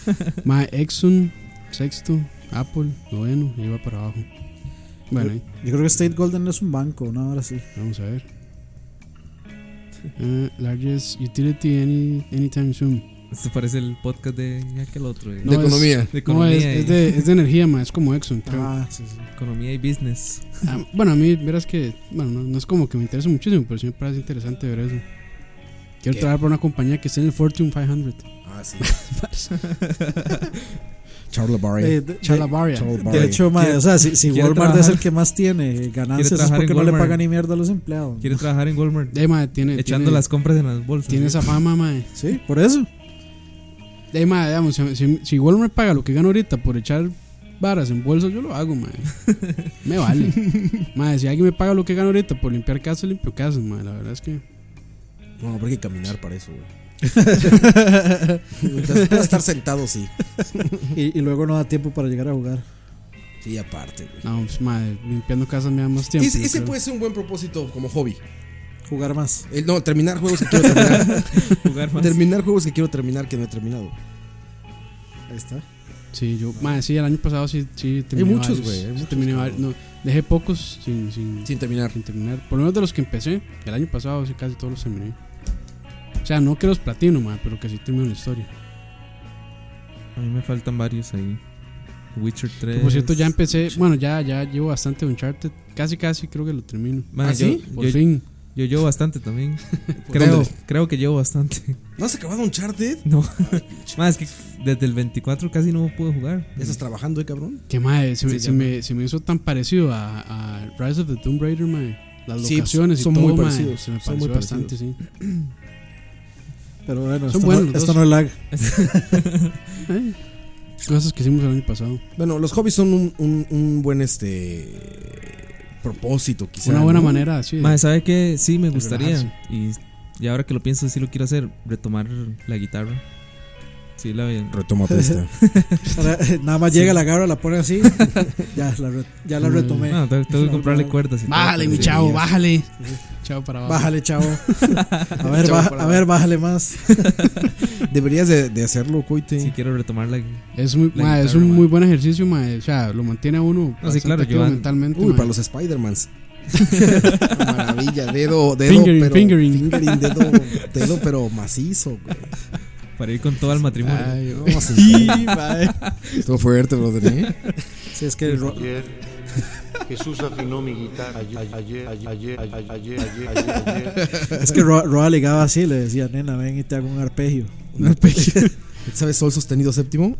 S4: Ma, Exxon, sexto. Apple, noveno. Y va para abajo. Bueno, ahí,
S8: Yo creo que State Golden es un banco, una hora sí.
S4: vamos a ver. Eh, largest utility any, anytime soon.
S5: Esto parece el podcast de aquel otro. eh.
S4: No,
S3: de economía.
S5: de
S4: No,
S5: economía, eh.
S4: es,
S5: y,
S4: es de, es de energía, ma, es como Exxon, creo.
S8: Ah, sí, sí.
S5: economía y business.
S4: Ah, bueno, a mí, verás que, bueno, no, no es como que me interesa muchísimo, pero sí me parece interesante ver eso. Quiero
S3: ¿Qué?
S4: trabajar para una compañía que esté en el Fortune 500. [LAUGHS]
S3: Ah, sí. charla vario.
S8: Eh, de,
S4: Charla
S8: de-
S4: Barria.
S3: Charla
S8: de
S3: vario.
S8: hecho, mae, o sea, si, si
S5: quiere
S8: Walmart es
S5: trabajar-
S8: el que más tiene ganancias, es
S5: trabajar en
S8: porque no le
S5: Walmart.
S8: paga ni mierda a los empleados.
S5: Quiere trabajar en Walmart
S4: De ahí, ma, tiene,
S5: echando
S4: tiene,
S5: las compras en las bolsas.
S4: tiene
S5: ¿sí?
S4: esa fama, mae.
S8: Sí, por eso.
S4: De ahí, ma, digamos, si, si- si Walmart paga lo que gano ahorita por echar varas en bolsos, yo lo hago,
S5: [LAUGHS]
S4: mae. me vale. mae, si alguien me paga lo que gano ahorita por limpiar casas, limpio casas, mae. La verdad es que.
S3: No, pero hay que caminar para
S4: [LAUGHS]
S3: eso, güey. Entonces, puedo estar sentado, sí.
S8: Y, y luego no da tiempo para llegar a jugar.
S3: Sí, aparte, güey.
S4: No, pues, mae, limpiando casas me da más tiempo.
S3: Ese,
S4: yo
S3: ese
S4: creo.
S3: puede ser un buen propósito como hobby.
S8: Jugar más.
S3: El- no, terminar juegos que quiero
S2: [LAUGHS]
S3: terminar.
S5: jugar más.
S3: terminar juegos que quiero terminar que no he terminado.
S8: Ahí está.
S4: Sí, yo, mae, sí, el año pasado sí, sí terminé.
S3: muchos,
S4: varios.
S3: güey, hay
S4: Sí,
S3: muchos,
S4: terminé
S3: cabrón.
S4: varios. No, dejé pocos sin- sin,
S3: Sin terminar.
S4: sin terminar. Por lo menos de los que empecé, el año pasado sí casi todos los terminé. O sea, no que los platino, ma, pero que sí termino la historia.
S5: A mí me faltan varios ahí. Witcher 3.
S4: Por cierto, ya empecé, bueno, ya ya llevo bastante Uncharted, casi casi creo que lo termino.
S5: Man,
S3: ¿Ah,
S5: yo,
S3: sí?
S4: Por
S5: yo,
S4: fin.
S5: yo llevo bastante
S4: [LAUGHS]
S5: también. creo,
S3: ¿Dónde?
S5: creo que llevo bastante. [LAUGHS]
S3: ¿No has acabado un charted?
S5: No. Más que desde el 24 casi no pude jugar.
S2: Mm.
S3: ¿Estás trabajando, eh, cabrón?
S4: Que madre, se, me-
S5: Sí,
S4: se
S5: ya,
S4: me, se me hizo tan parecido a, a Rise of the Tomb Raider, ma. [LAUGHS] Las
S3: Sí, pues,
S4: locaciones
S3: son
S4: y todo,
S3: muy
S4: ma,
S3: parecidos,
S4: se me
S3: son
S4: pareció
S3: muy
S4: bastante, sí.
S8: [CLEARS THROAT] Pero bueno,
S4: Son
S8: esto,
S4: buenos
S8: no,
S4: los
S8: esto
S4: dos.
S8: no es lag.
S4: Eh, Cosas que hicimos el año pasado.
S3: Bueno, los hobbies son un, un- un buen este propósito, quizá.
S4: Una buena
S3: ¿no?
S4: manera, así de-
S5: Más, ¿sabe qué? Sí, me
S4: De
S5: gustaría.
S4: relajarse.
S5: Y, y ahora que lo pienso, sí lo quiero hacer. Retomar la guitarra. Sí, la [LAUGHS]
S3: Retoma presta.
S8: [LAUGHS] Ahora,
S2: eh,
S8: eh, nada más llega, la agarra, la pone
S4: [LAUGHS]
S8: así. ya la, re- ya la retomé.
S5: No, tengo, tengo que
S8: No,
S5: comprarle
S8: no.
S5: cuerdas. y todo,
S4: Bájale, mi
S5: pero-
S4: chavo, bájale. Chavo para abajo.
S8: Bájale,
S4: [LAUGHS]
S8: chavo. A ver,
S4: Chavo
S8: baja-
S4: para
S8: a ver, bájale
S4: [LAUGHS]
S8: más.
S3: Deberías de, de hacerlo, coite.
S5: Sí, quiero retomar la.
S4: Es, muy,
S5: La
S4: ma,
S5: guitarra,
S4: es un
S5: ma.
S4: muy buen ejercicio, ma. O sea, lo mantiene a uno.
S3: Ah,
S5: No, sí,
S4: bastante
S5: claro,
S4: activo
S5: Joan.
S4: mentalmente.
S3: Uy,
S4: ma.
S3: para los
S4: [LAUGHS]
S3: Spider-Mans. [LAUGHS] Maravilla, dedo, dedo,
S4: Fingering,
S3: pero.
S4: fingering.
S3: fingering, dedo, dedo, pero macizo, güey.
S5: Para ir con todo al matrimonio.
S4: Ay, oh.
S3: Vamos a intentar. Estuvo fuerte, brother, ¿eh?
S8: Sí, es que ro-
S6: Ayer Jesús afinó mi guitarra. Ayer, ayer, ayer, ayer, ayer, ayer, ayer, ayer.
S8: Es que Roa, Roa ligaba así, le decía, nena, ven y te hago un arpegio. [LAUGHS]
S3: ¿Sabes sol sostenido séptimo?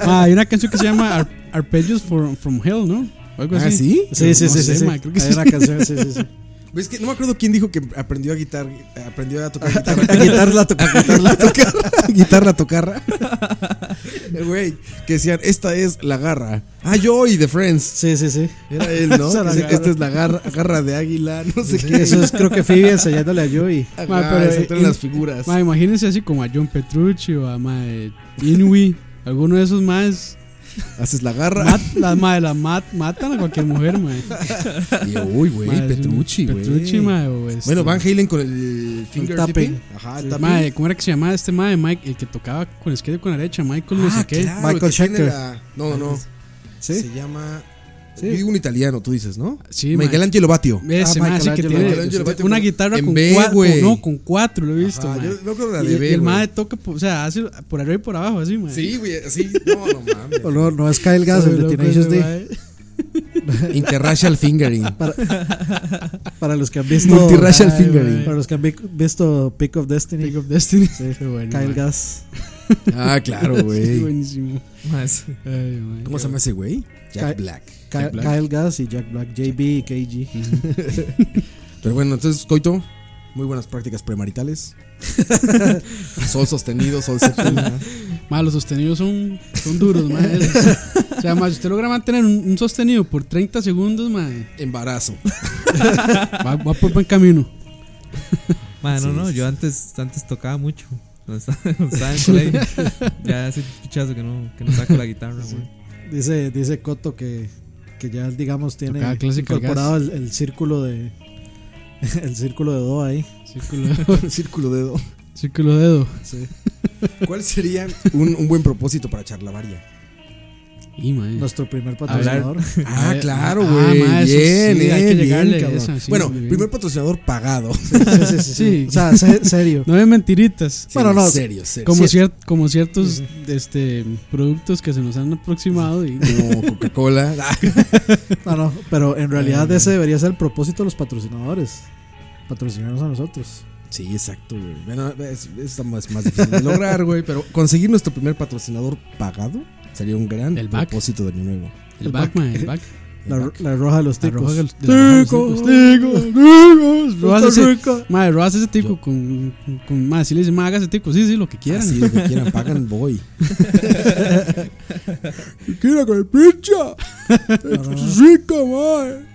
S4: Ah, hay una canción que se llama Ar- Arpeggios for- from Hell, ¿no? O algo
S3: Ah,
S4: así.
S3: sí.
S8: Sí, sí,
S4: No
S8: sí,
S4: sé,
S8: sí. sí.
S4: ma, creo que
S8: Hay
S4: sí.
S8: una canción, sí, sí, sí.
S3: [LAUGHS] Es que no me acuerdo quién dijo que aprendió a guitar, aprendió a tocar
S8: [LAUGHS]
S3: guitarra.
S8: A guitarra, toca,
S3: guitarra [LAUGHS] tocarra. guitarra tocarra. El [LAUGHS] Güey, que decían, esta es la garra. Ah, yo y The Friends.
S8: Sí, sí, sí.
S3: Era él,
S8: [LAUGHS]
S3: ¿no?
S8: Esa
S3: Que
S8: la
S3: decía,
S8: garra.
S3: esta es la garra, garra de águila, [LAUGHS] no sé
S8: Sí,
S3: qué.
S8: Eso es, creo que Phoebe enseñándole a
S3: [LAUGHS]
S8: Joey.
S3: Ajá,
S4: Ma, pero,
S3: se entran
S4: eh,
S3: las figuras.
S4: Ma, imagínense así como a John Petrucci o a ma, eh, Inui. Alguno de esos más.
S3: Haces la garra.
S4: Mat, la, ma, la mat, matan a cualquier mujer, ma.
S3: [LAUGHS] Y, uy, güey,
S4: Ma, es un-
S3: Petrucci, güey.
S4: Petrucci, ma. o este-
S3: Bueno, Van Halen con el finger
S8: tapping.
S3: tipping. Ajá, el tapping.
S4: Ma, eh, ¿Cómo era que se llamaba este ma de Mike? El que tocaba con la izquierda y con la derecha, Michael, no sé
S3: Ah,
S4: qué.
S3: claro,
S8: Michael
S3: que tiene
S8: Schenker.
S3: la- No, no, no.
S8: Sí.
S3: Se llama.
S8: Sí.
S3: Yo digo un italiano, tú dices, ¿no?
S4: Sí, ma.
S3: Michelangelo Batio.
S8: Ah,
S4: Ese, ma, sí, que
S8: Michelangelo,
S4: tiene
S3: Michelangelo, vete,
S4: una
S3: güey.
S4: guitarra
S3: En
S4: con
S3: B,
S4: cuatro.
S3: güey.
S4: No, con cuatro, lo he visto,
S3: Ajá,
S4: ma.
S3: yo no creo que la
S4: Y-
S3: de
S4: y,
S3: B,
S4: el
S3: güey.
S4: mae toca, po- o sea, hace por arriba y por abajo, así, mae.
S3: Sí, güey, así. No, no mames.
S4: [LAUGHS]
S8: O no, no es Kyle Gass, el de Tenacious D.
S3: [LAUGHS] Interracial fingering.
S8: Para los que han visto.
S3: Multiracial
S8: Ay,
S3: fingering.
S8: güey. Para los que han vi- visto Pick of Destiny.
S4: Pick of Destiny.
S8: Sí.
S4: Qué bueno,
S8: Kyle
S4: mae.
S8: Gass.
S3: Ah, claro,
S4: Sí,
S3: güey.
S4: buenísimo.
S5: Más.
S4: Ay, mae.
S3: ¿Cómo se llama ese güey? Jack
S8: Ca-
S3: Black.
S8: Kyle,
S4: Black.
S8: Kyle Gass y Jack Black. JB y KG.
S3: [LAUGHS] Pero bueno, entonces, Coito, muy buenas prácticas
S8: [LAUGHS]
S3: premaritales. sol sostenido, sol séptimo.
S4: Mae, los sostenidos son, son duros, mae.
S3: [LAUGHS]
S4: Esos. O sea, mae, si usted logra mantener un, un sostenido por 30 segundos, mae,
S3: Embarazo.
S4: [LAUGHS] va, va por buen camino.
S5: Ma, no,
S3: Sí,
S5: no,
S3: sí,
S5: yo antes, antes tocaba mucho. Cuando estaba, [LAUGHS] cuando estaba en el colegio. ya hace pichazo que no, que no saco la guitarra, güey.
S8: Dice, dice Coto que, que ya, digamos, tiene
S4: Tocaba Classical
S8: incorporado el, el círculo de, [LAUGHS] El círculo de Do ahí.
S4: Círculo dedo.
S3: [LAUGHS] Círculo de Do.
S4: Círculo dedo.
S3: ¿Cuál sería un, un buen propósito para charlavaria?
S4: Y, mae.
S8: Nuestro primer
S4: [LAUGHS]
S8: patrocinador.
S3: Ah,
S4: Ah,
S3: claro,
S4: ah,
S3: güey.
S4: ma, eso
S3: bien,
S4: sí, hay
S3: eh,
S4: que
S3: bien,
S4: llegarle a
S3: cabrón.
S4: esa, sí,
S3: bueno,
S4: muy bien.
S3: primer patrocinador pagado.
S8: Sí, sí, sí, sí.
S3: [LAUGHS]
S4: Sí.
S8: O sea,
S3: Ah,
S8: se- serio.
S4: [LAUGHS] No hay mentiritas.
S8: Bueno, no.
S3: Serio, serio.
S4: Como, cier- como ciertos este, productos que se nos han aproximado y [LAUGHS]
S3: Como Coca-Cola. Ah,
S8: No, no, pero en realidad
S3: Eh.
S8: ese debería ser el propósito de los patrocinadores. Patrocinarnos a nosotros.
S3: Sí, exacto, güey. Bueno, es, es más, más difícil de lograr, güey. Pero conseguir nuestro primer patrocinador pagado sería un gran
S4: El back.
S3: propósito de año nuevo.
S4: el back, mae, el back.
S3: El
S8: La,
S3: back.
S8: la roja de los
S4: La
S8: ticos.
S4: roja de los- de la roja de los
S8: ticos.
S4: ticos.
S8: Ticos.
S4: Roja
S8: Costa
S4: se-
S8: Rica.
S4: Mae, Roa hace ese tico con, con mae, si le dice, mae, haga ese tico, sí, sí, lo que quieran.
S3: Así, lo que
S4: [LAUGHS]
S3: quieran, pagan, voy. Quiero con
S8: [LAUGHS]
S3: el pincha. Es rica, güey.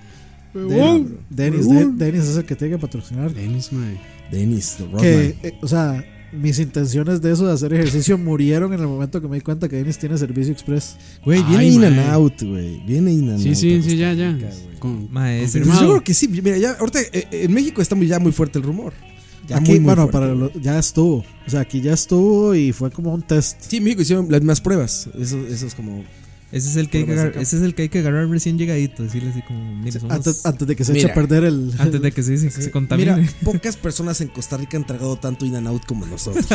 S8: Den- Dennis, Den- Dennis es el que tiene que patrocinar.
S4: Dennis, mae.
S3: Dennis, the Rockman.
S8: Que, eh, o sea, mis intenciones de eso de hacer ejercicio murieron en el momento que me di cuenta que Dennis tiene servicio express.
S3: Güey, viene
S4: Ay,
S3: In and
S4: mae.
S3: Out, güey. Viene In and
S4: Sí,
S3: Out.
S4: sí, sí, ya, ya.
S3: güey.
S4: Con-
S5: Mae, ese-
S3: Pues yo
S4: Firmado.
S3: creo que sí. Mira, ya ahorita eh, eh, en México está muy- ya muy fuerte el rumor. Ya
S8: aquí,
S3: muy, muy
S8: bueno,
S3: fuerte.
S8: para lo- ya estuvo. O sea, aquí ya estuvo y fue como un test.
S3: Sí, en México hicieron las mismas pruebas. Eso, eso es como.
S5: ese es el que hay que
S3: Pruebas
S5: agarrar,
S3: acá.
S5: ese es el que hay que agarrar recién llegadito, decirle así como, mire, somos-
S8: Antes, antes de que se
S3: Mira.
S8: eche a perder el.
S5: antes de que se, se, se contamine.
S3: Mira, pocas personas en Costa Rica han tragado tanto In and Out
S5: [LAUGHS]
S3: como nosotros.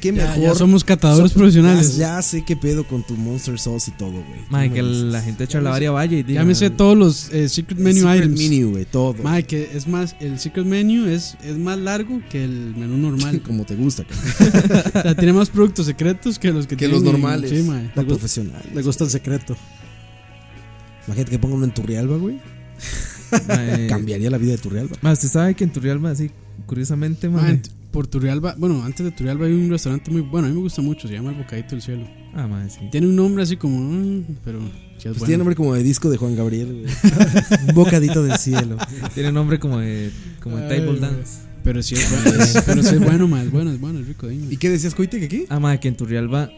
S3: qué
S4: Ya,
S3: mejor.
S4: ya somos catadores
S3: Son-
S4: profesionales. Ya,
S3: Ya, ya sé qué pedo con tu Monster Sauce y todo, güey.
S5: Mae,
S3: ¿Cómo
S5: que
S3: ves?
S5: la gente de Charlavaria vaya y diga.
S4: me sé todos los eh, Secret Menu
S3: Secret
S4: Items.
S3: Menu, güey, todo.
S4: Mae, que es más, el Secret Menu es, es más largo que el menú normal.
S3: [LAUGHS] Como te gusta, cabrón.
S4: [LAUGHS] o sea, tiene más productos secretos que los que,
S3: Que
S4: tienen
S3: los
S4: en-
S3: normales.
S4: Sí, mae.
S3: La profesional.
S8: Le gusta el secreto.
S3: Imagínate que pongan uno en
S5: [LAUGHS]
S3: Turrialba, güey.
S5: Mae,
S3: [LAUGHS] Cambiaría la vida de Turrialba.
S5: mae, usted sabe que en Turrialba, así, curiosamente,
S4: Mae,
S5: mae.
S4: en- por Turrialba, bueno, antes de Turrialba hay un restaurante muy bueno, a mí me gusta mucho, se llama El Bocadito del Cielo.
S5: Ah, mae, sí.
S4: Tiene un nombre así como, mm, pero sí es
S3: Pues
S4: bueno.
S3: tiene nombre como de disco de Juan Gabriel, güey.
S5: Un bocadito del cielo. Tiene nombre como de, como de
S4: Ay,
S5: table
S4: mae.
S5: dance.
S4: Pero sí
S3: [LAUGHS]
S4: es bueno, es- pero sí es bueno, mae, es bueno, es bueno, es rico, dime.
S3: ¿Y qué decías, Coite, que aquí?
S5: Ah, mae, que en Turrialba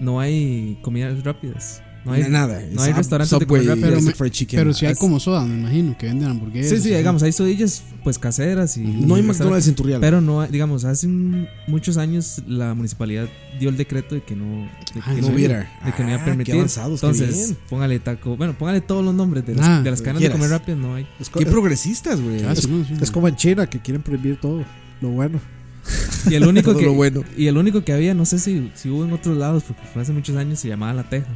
S5: no hay comidas rápidas. No hay,
S3: nada.
S5: no hay
S3: Sub-
S5: restaurantes de
S3: Subway,
S5: comida,
S4: pero
S3: Kentucky
S4: me-
S3: Fried Chicken.
S4: Pero sí hay
S3: Es-
S4: como soda, me imagino, que venden hamburguesas.
S5: Sí, sí,
S4: así.
S5: digamos, hay sodillas pues caseras y
S3: No hay
S5: y
S3: McDonald's en Turrialba.
S5: Pero no, digamos, hace un- muchos años la municipalidad dio el decreto de que no, de que
S4: Ah, ¿en
S3: no
S4: serio?
S3: hubiera.
S5: de que no
S3: Ah,
S5: iba a
S3: qué
S5: permitir.
S3: avanzados, qué
S5: Entonces,
S3: bien. pues,
S5: póngale taco. Bueno, póngale todos los nombres de las,
S4: Ah,
S5: de las cadenas
S3: quieras.
S5: de comer rápido, no hay.
S8: Es, co-
S3: Qué progresistas, güey.
S4: Ah, sí, no, sí,
S8: es
S4: no.
S8: como en China que quieren prohibir todo. Lo bueno.
S5: Y el
S2: [LAUGHS]
S5: único
S3: Todo
S5: que
S3: lo bueno.
S5: y el único que había, no sé si, si hubo en otros lados, porque fue hace muchos años se llamaba La Teja.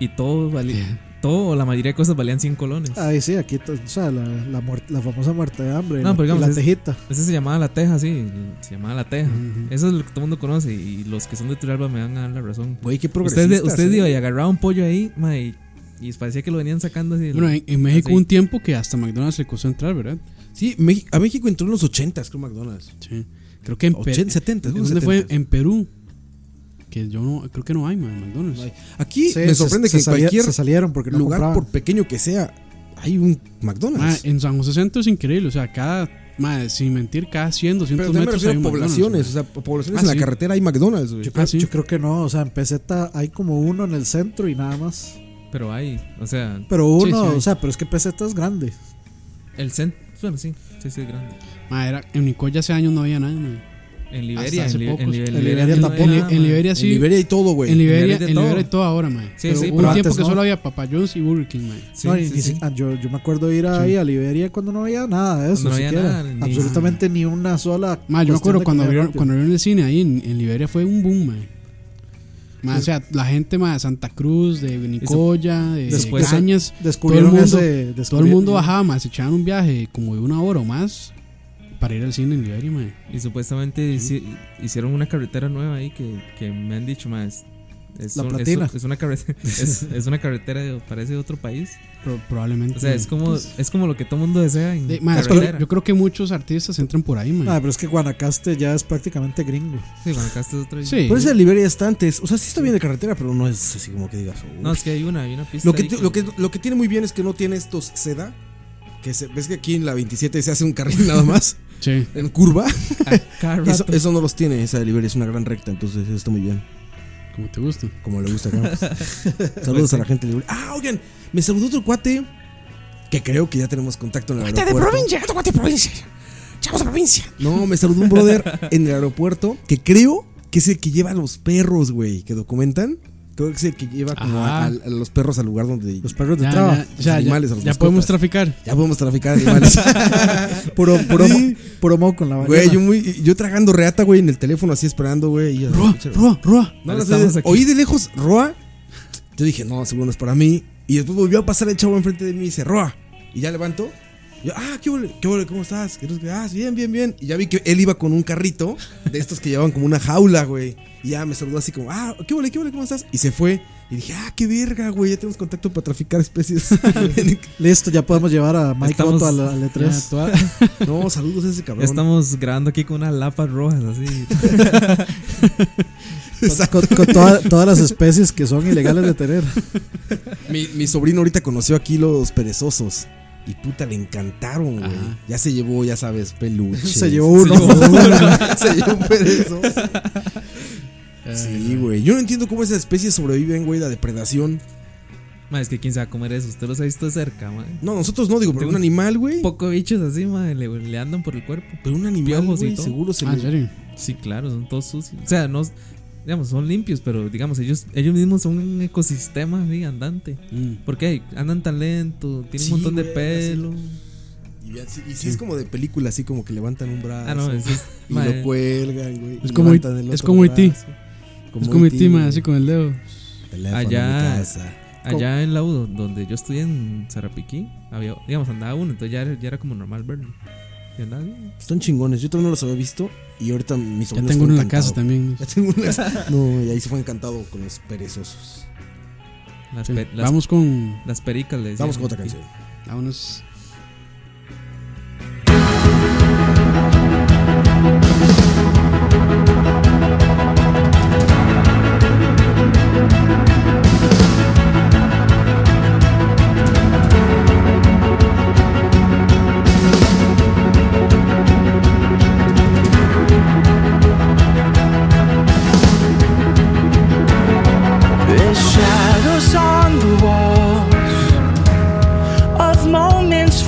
S5: Y todo valía todo o la mayoría de cosas valían 100 colones.
S8: Ahí sí, aquí, to- o sea, la, la, muer- la famosa muerte de hambre.
S5: No,
S8: la-
S5: pero
S8: y
S5: digamos,
S8: la
S5: es-
S8: tejita.
S5: Ese se llamaba La Teja, sí, se llamaba La Teja. Eso es lo que todo el mundo conoce y los que son de Turalba me van a dar la razón.
S3: Güey, qué
S5: Ustedes
S3: progresistas.
S5: de- ustedes
S3: eh.
S5: iba y agarraba un pollo ahí, ma, y, y parecía que lo venían sacando así.
S4: Bueno, en, en México
S5: así.
S4: un tiempo que hasta McDonald's le costó entrar, ¿verdad?
S3: Sí, Meji- a México entró en los 80s, creo McDonald's.
S4: Sí. Creo que en Pe-
S3: 80, 70,
S4: ¿Dónde
S3: ¿dónde
S4: fue?
S3: 70?
S4: En Perú. Que yo no, creo que no hay, mae, McDonald's.
S3: Aquí
S8: Sí,
S3: me
S8: se-
S3: sorprende
S8: se
S3: que en
S8: salía-
S3: cualquier
S8: se salieron porque no
S3: lugar,
S8: compraban.
S3: por pequeño que sea, hay un
S5: Ah,
S4: Ma,
S3: McDonald's.
S4: en San José Centro es increíble, o sea, cada, ma, sin mentir, cada 100, 200
S3: pero también me
S4: metros hay
S3: refiero a
S4: un McDonald's,
S3: poblaciones. O sea, poblaciones
S4: Ah,
S3: en la
S4: sí. Ah,
S3: carretera hay McDonald's, güey.
S8: Yo creo,
S4: sí.
S8: yo creo que no, o sea, en Peseta hay como uno en el centro y nada más.
S5: Pero hay, o sea,
S8: Pero
S4: Sí,
S8: uno,
S4: sí hay.
S8: o sea, pero es que Peseta es grande.
S5: el centro, bueno, sí, sí, sí, es grande.
S4: ma. Ma, era, en Nicoya hace años no había nada, ma.
S5: En Liberia,
S4: hace
S5: en, Li-
S4: pocos.
S5: en, Li-
S8: En Liberia
S5: no
S8: tampoco.
S5: hay
S4: En,
S5: nada,
S4: en
S5: ma.
S4: Liberia
S3: En
S4: sí.
S3: Liberia hay todo, güey.
S4: En Liberia,
S5: Liberia de
S4: en
S5: todo.
S4: Liberia hay todo ahora, ma.
S5: Sí,
S4: Pero
S5: sí,
S4: hubo
S5: pero
S4: un tiempo
S8: antes
S4: que
S8: no.
S4: solo había Papa John's y Burger King, ma.
S5: Sí,
S8: No, y
S5: sí,
S8: ni
S5: sí.
S8: si- ah, yo, yo me acuerdo ir ahí a Liberia y cuando no había nada de eso,
S5: Cuando no había
S8: siquiera.
S5: nada, ni-
S8: Absolutamente ni una sola.
S3: Pues
S4: Ma, yo me acuerdo cuando abrieron,
S8: vieron
S4: cuando abrieron el cine ahí en, en Liberia fue un boom, ma. Ma, o sea, la gente ma, de Santa Cruz, de Nicoya, de,
S5: Después-
S4: de Cañas,
S8: Descubrieron
S4: todo el mundo-
S8: ese.
S4: todo el
S8: descubrieron-
S4: mundo bajaba, ma, se echaban un viaje como de una hora o más para ir al cine en Liberia, ma.
S5: Y supuestamente hici- hicieron una carretera nueva ahí que, que me han dicho más. Es,
S8: La
S5: un-
S8: platina.
S5: es, es una carretera, [LAUGHS] es, es una carretera de, parece de otro país.
S4: Pro- probablemente.
S5: O sea,
S4: ma.
S5: es como,
S8: Pues
S5: es como lo que todo mundo desea en
S4: De- ma, es que
S5: carretera.
S4: yo creo que muchos artistas entran por ahí,
S8: Ah,
S4: man.
S8: pero es que Guanacaste ya es prácticamente gringo.
S5: Sí, bueno, acá está otra.
S4: Sí.
S3: Por eso en Liberia está antes. O sea, sí está bien de carretera, pero no es así como que digas. "Uy".
S5: No, es que hay una, hay una pista.
S3: Lo que,
S5: ahí
S3: ti-
S5: que-
S3: lo, que, lo que tiene muy bien es que no tiene estos seda. Que se, ves que aquí en la 27 se hace un carril
S5: [LAUGHS]
S3: nada más,
S4: Sí.
S3: en
S5: a
S3: curva.
S5: [LAUGHS]
S3: [LAUGHS]
S5: cada
S3: Eso,
S5: rato.
S3: eso no los tiene, esa de Liberia es una gran recta, entonces eso está muy bien.
S4: Como te gusta. [LAUGHS] Pues
S3: Como le gusta a Campos. Saludos a la gente de Liberia. Ah, oigan, me saludó otro cuate que creo que ya tenemos contacto en el aeropuerto.
S5: este de provincia! ¡Chavos de provincia!
S3: No, me saludó
S4: [LAUGHS]
S3: un brother en el aeropuerto que creo que es el que lleva a los perros, güey, que documentan. Creo que es el que lleva como
S4: Ajá.
S3: a, a los perros al lugar donde
S8: Los perros de
S4: Ya,
S8: traba.
S4: ya,
S3: los
S4: ya,
S3: animales,
S4: ya,
S3: las
S4: ya
S3: mascotas.
S4: podemos traficar.
S3: ya podemos
S4: [LAUGHS]
S3: traficar animales. [LAUGHS]
S8: Puro, puro, puro moco con la
S3: Güey,
S8: ballena.
S3: yo, muy, yo tragando reata, güey, en el teléfono así esperando, güey. y yo-
S4: Roa, roa, roa.
S3: No,
S5: Ahora
S3: no sé,
S5: estamos aquí.
S3: oí de lejos Roa. Yo dije, no, seguro no es para mí. Y después volvió a pasar el chavo enfrente de mí y dice, Roa. Y ya levantó. Yo, ah, qué ole, qué ole, ¿cómo estás? ¿Qué no sé qué? Ah, bien, bien, bien. Y ya vi que él iba con un carrito de estos que llevaban como una jaula, güey. Y ya me saludó así como, ah, qué ole, qué ole, ¿cómo estás? Y se fue. Y dije, ah, qué verga, güey, ya tenemos contacto para traficar
S2: [LAUGHS]
S3: especies. [LAUGHS]
S8: Listo, ya podemos llevar a Mike
S5: Estamos-
S8: Otto al,
S2: E
S8: al E3.
S5: Ya,
S2: [LAUGHS]
S5: toda-
S3: no, saludos a ese
S5: ya
S3: cabrón.
S5: estamos grabando aquí con unas lapas rojas así.
S8: [LAUGHS] con, con toda- todas las especies que son ilegales de
S5: [LAUGHS]
S8: tener.
S3: Mi, mi sobrino ahorita conoció aquí los perezosos. Y puta, le encantaron, güey.
S4: Ajá.
S3: Ya se llevó, ya sabes, peluches.
S8: Se llevó uno.
S3: [LAUGHS] se llevó un perezoso. Sí, güey. Yo no entiendo cómo esas especies sobreviven, güey, la depredación.
S5: Ma, es que quién se va a comer eso. Usted los ha visto de cerca, ma.
S3: No, nosotros no, digo, pero un animal, güey.
S5: Poco de bichos así, ma, le, le andan por el cuerpo.
S3: Pero un animal,
S5: Piojos y
S3: güey,
S5: todo.
S3: seguro se
S4: Ah, en
S3: le...
S4: serio.
S5: Sí, claro, son todos sucios. O sea, no, digamos, son limpios, pero digamos, ellos, ellos mismos son un ecosistema así, andante.
S4: Mm.
S5: Porque andan tan lento, tienen
S3: Sí,
S5: un montón de
S3: güey,
S5: pelo.
S3: Y, ya- y sí es como de película, así como que levantan un brazo.
S5: Ah, no, eso es.
S3: [LAUGHS] Y
S5: ma,
S3: lo cuelgan, güey.
S4: eh, Es
S3: y
S4: como
S3: levantan
S4: it-
S3: el
S4: es
S3: otro
S4: como IT.
S3: brazo.
S4: Es como mi
S3: IT,
S4: tima,
S3: güey.
S4: así con el dedo.
S3: Teléfono
S5: Allá.
S3: en mi casa.
S5: allá en la U, donde yo estudié en Zarapiquí, había, digamos, andaba uno, entonces ya, era- ya era como normal verlo. Y andaba bien.
S3: Están chingones, yo todavía no los había visto y ahorita mis
S4: Ya tengo uno en la casa también.
S3: [LAUGHS] Ya tengo
S4: [LAUGHS]
S3: una. No, y ahí se fue encantado con los perezosos.
S5: Las,
S4: Sí.
S5: pe- las-
S4: Vamos con
S5: las pericas le decían
S3: Vamos con otra
S5: aquí.
S3: canción.
S4: Vámonos.
S10: There's shadows on the walls of moments.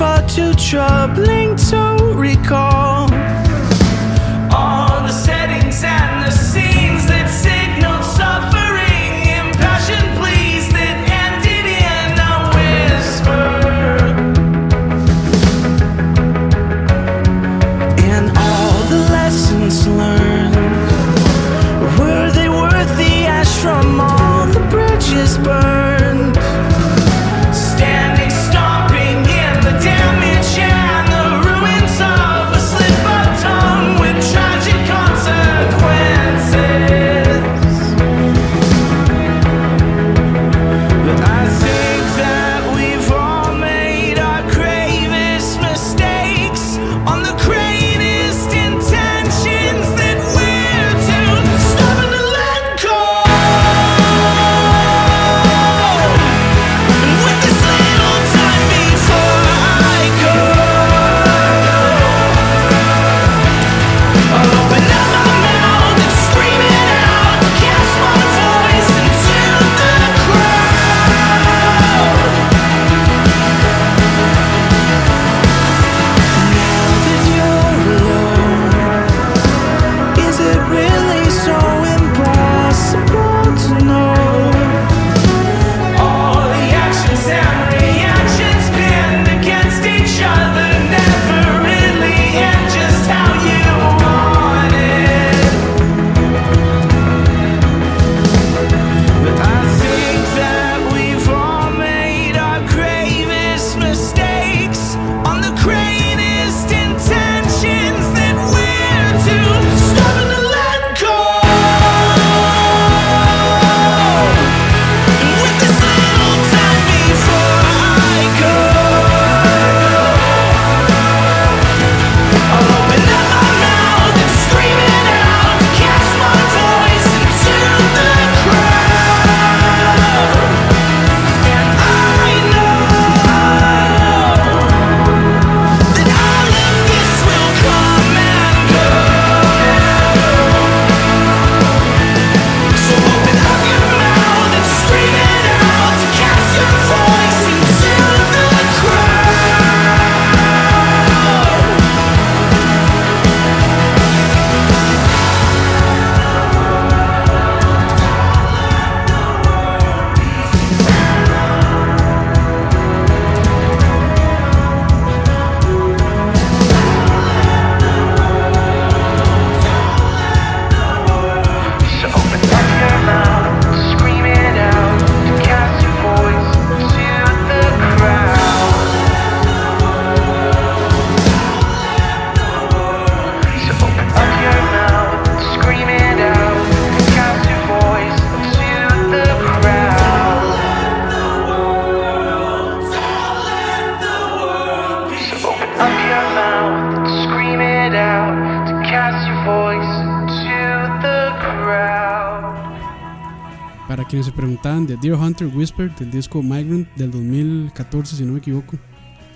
S4: Para quienes se preguntaban de Deer Hunter Whisper del disco Migrant del 2014, si no me equivoco.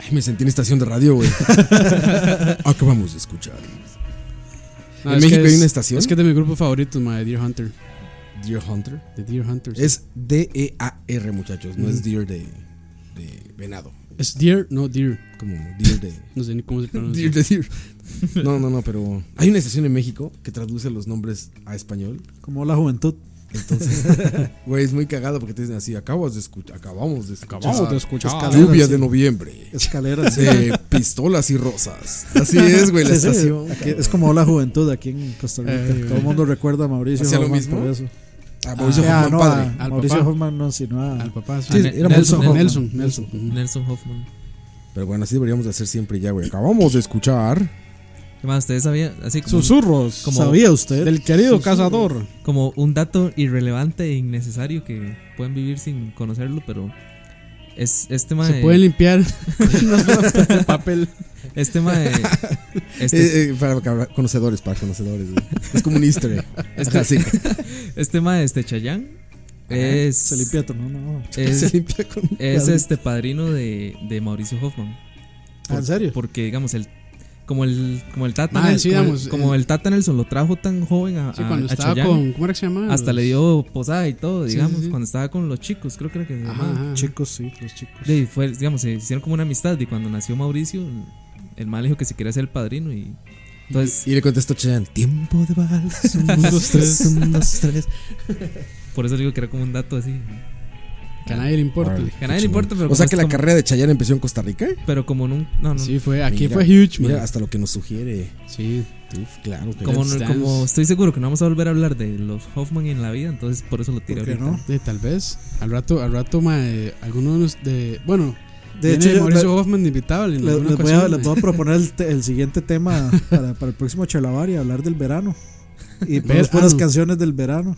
S3: Ay, me sentí en estación de
S4: [LAUGHS]
S3: radio, güey. Acabamos de escuchar.
S4: No,
S3: ¿En
S4: es
S3: México
S4: que
S3: hay
S4: es-
S3: una estación?
S4: Es que es de mi grupo favorito, ma, de Deer Hunter.
S3: Deer Hunter.
S4: De Deer Hunter. sí. Es,
S3: Es D-E-A-R, muchachos. No es Deer de, de venado.
S4: Deer, no Deer.
S3: Como Deer de.
S4: No sé ni cómo se pronuncia.
S3: [LAUGHS] Deer de Deer. No, no, no, pero. Hay una estación en México que traduce los nombres a español.
S2: Como la juventud.
S4: [LAUGHS]
S3: Güey, es muy cagado porque te dicen así: acabas de escu- acabamos de escuchar.
S4: Acabamos de escuchar.
S3: Lluvia de noviembre.
S2: Escalera. sí.
S3: De pistolas y
S4: [LAUGHS]
S3: rosas. Así es, güey, la
S2: Sí, sí,
S3: estación.
S2: aquí- es como la juventud aquí en Costa Rica.
S4: Ay,
S2: Todo el mundo recuerda a Mauricio
S3: ¿Hacía lo
S2: Hoffman
S3: mismo?
S2: por eso.
S3: A Mauricio
S2: Ah,
S3: Hoffman,
S2: no,
S3: padre.
S2: a
S4: Al
S2: Mauricio
S4: papá.
S2: Hoffman no, sino a...
S4: Al papá, sí.
S3: Sí,
S4: Ne-
S3: era
S4: Nelson,
S3: Nelson
S4: Nelson, Nelson. ujú.
S5: Nelson Hoffman.
S3: Pero bueno, así deberíamos de hacer siempre ya, güey. Acabamos de escuchar.
S4: [LAUGHS]
S5: ¿Qué más? ¿Ustedes sabían? Así como,
S4: Susurros
S5: como-
S2: ¿Sabía usted?
S4: del querido cazador.
S5: como un dato irrelevante e innecesario que pueden vivir sin conocerlo, pero es este tema
S4: Se
S5: [LAUGHS]
S4: puede limpiar unas hojas de papel.
S5: Este
S3: [LAUGHS]
S5: mae. Este,
S3: Eh, eh, para cabra- conocedores, para conocedores. güey. Es como un easter egg.
S5: [LAUGHS] este,
S3: Así.
S5: este mae, este Chayán. Es.
S2: Se limpia todo, no, no.
S3: Se
S5: Es,
S3: limpia con.
S5: es este padrino de, de Mauricio Hoffman.
S2: Ah, ¿En serio?
S5: Porque, digamos, el. Como el, como el Tata,
S4: Mae,
S5: Nel-
S4: sí,
S5: como, el-
S4: digamos,
S5: Ah, como el Tata Nelson lo trajo tan joven a,
S4: Sí,
S5: a-
S4: cuando
S5: a
S4: estaba
S5: Ah, Chayanne,
S4: con. ¿Cómo era que se llamaba?
S5: hasta le dio posada y todo,
S4: Sí,
S5: digamos,
S4: sí, sí.
S5: cuando estaba con los chicos, creo que era que se
S4: Ajá,
S5: llamaba.
S4: ajá.
S2: Chicos, sí, los chicos.
S5: De ahí fue, digamos, se hicieron como una amistad y cuando nació Mauricio, el mal dijo que se quería ser el padrino y entonces
S3: Y le contestó Chayanne, tiempo de vals.
S4: Un, dos, tres.
S3: Un, dos, tres.
S5: por eso digo que era como un dato así.
S4: Que a nadie le importa.
S3: Órale,
S5: a
S3: qué
S5: nadie le
S3: chingón.
S5: importa, pero
S3: O sea
S5: como
S3: que la
S5: es como-
S3: carrera de Chayanne empezó en Costa Rica. ¿eh?
S5: Pero como nun- no, no,
S4: Sí, fue, aquí
S3: Mira,
S4: fue huge, man.
S3: Mira, hasta lo que nos sugiere.
S4: Sí.
S3: Tú, claro. que-
S5: como,
S4: Let's
S5: no-
S4: Dance.
S5: como estoy seguro que no vamos a volver a hablar de los Hoffman en la vida, entonces por eso lo tiré
S2: ¿Por qué
S5: ahorita.
S2: no?
S4: De, tal vez. Al rato, al rato, ma, eh, algunos de. Bueno,
S2: De
S4: viene
S2: hecho, yo-
S4: Mauricio Hoffman de invitado. en alguna
S2: le- les, voy a,
S4: ocasión, eh.
S2: les
S4: ma.
S2: voy a proponer el, te- el
S4: [LAUGHS]
S2: siguiente tema para, para el próximo Chalabar y hablar del verano.
S4: [LAUGHS]
S2: Y
S4: Verano.
S2: puras, puras canciones del verano.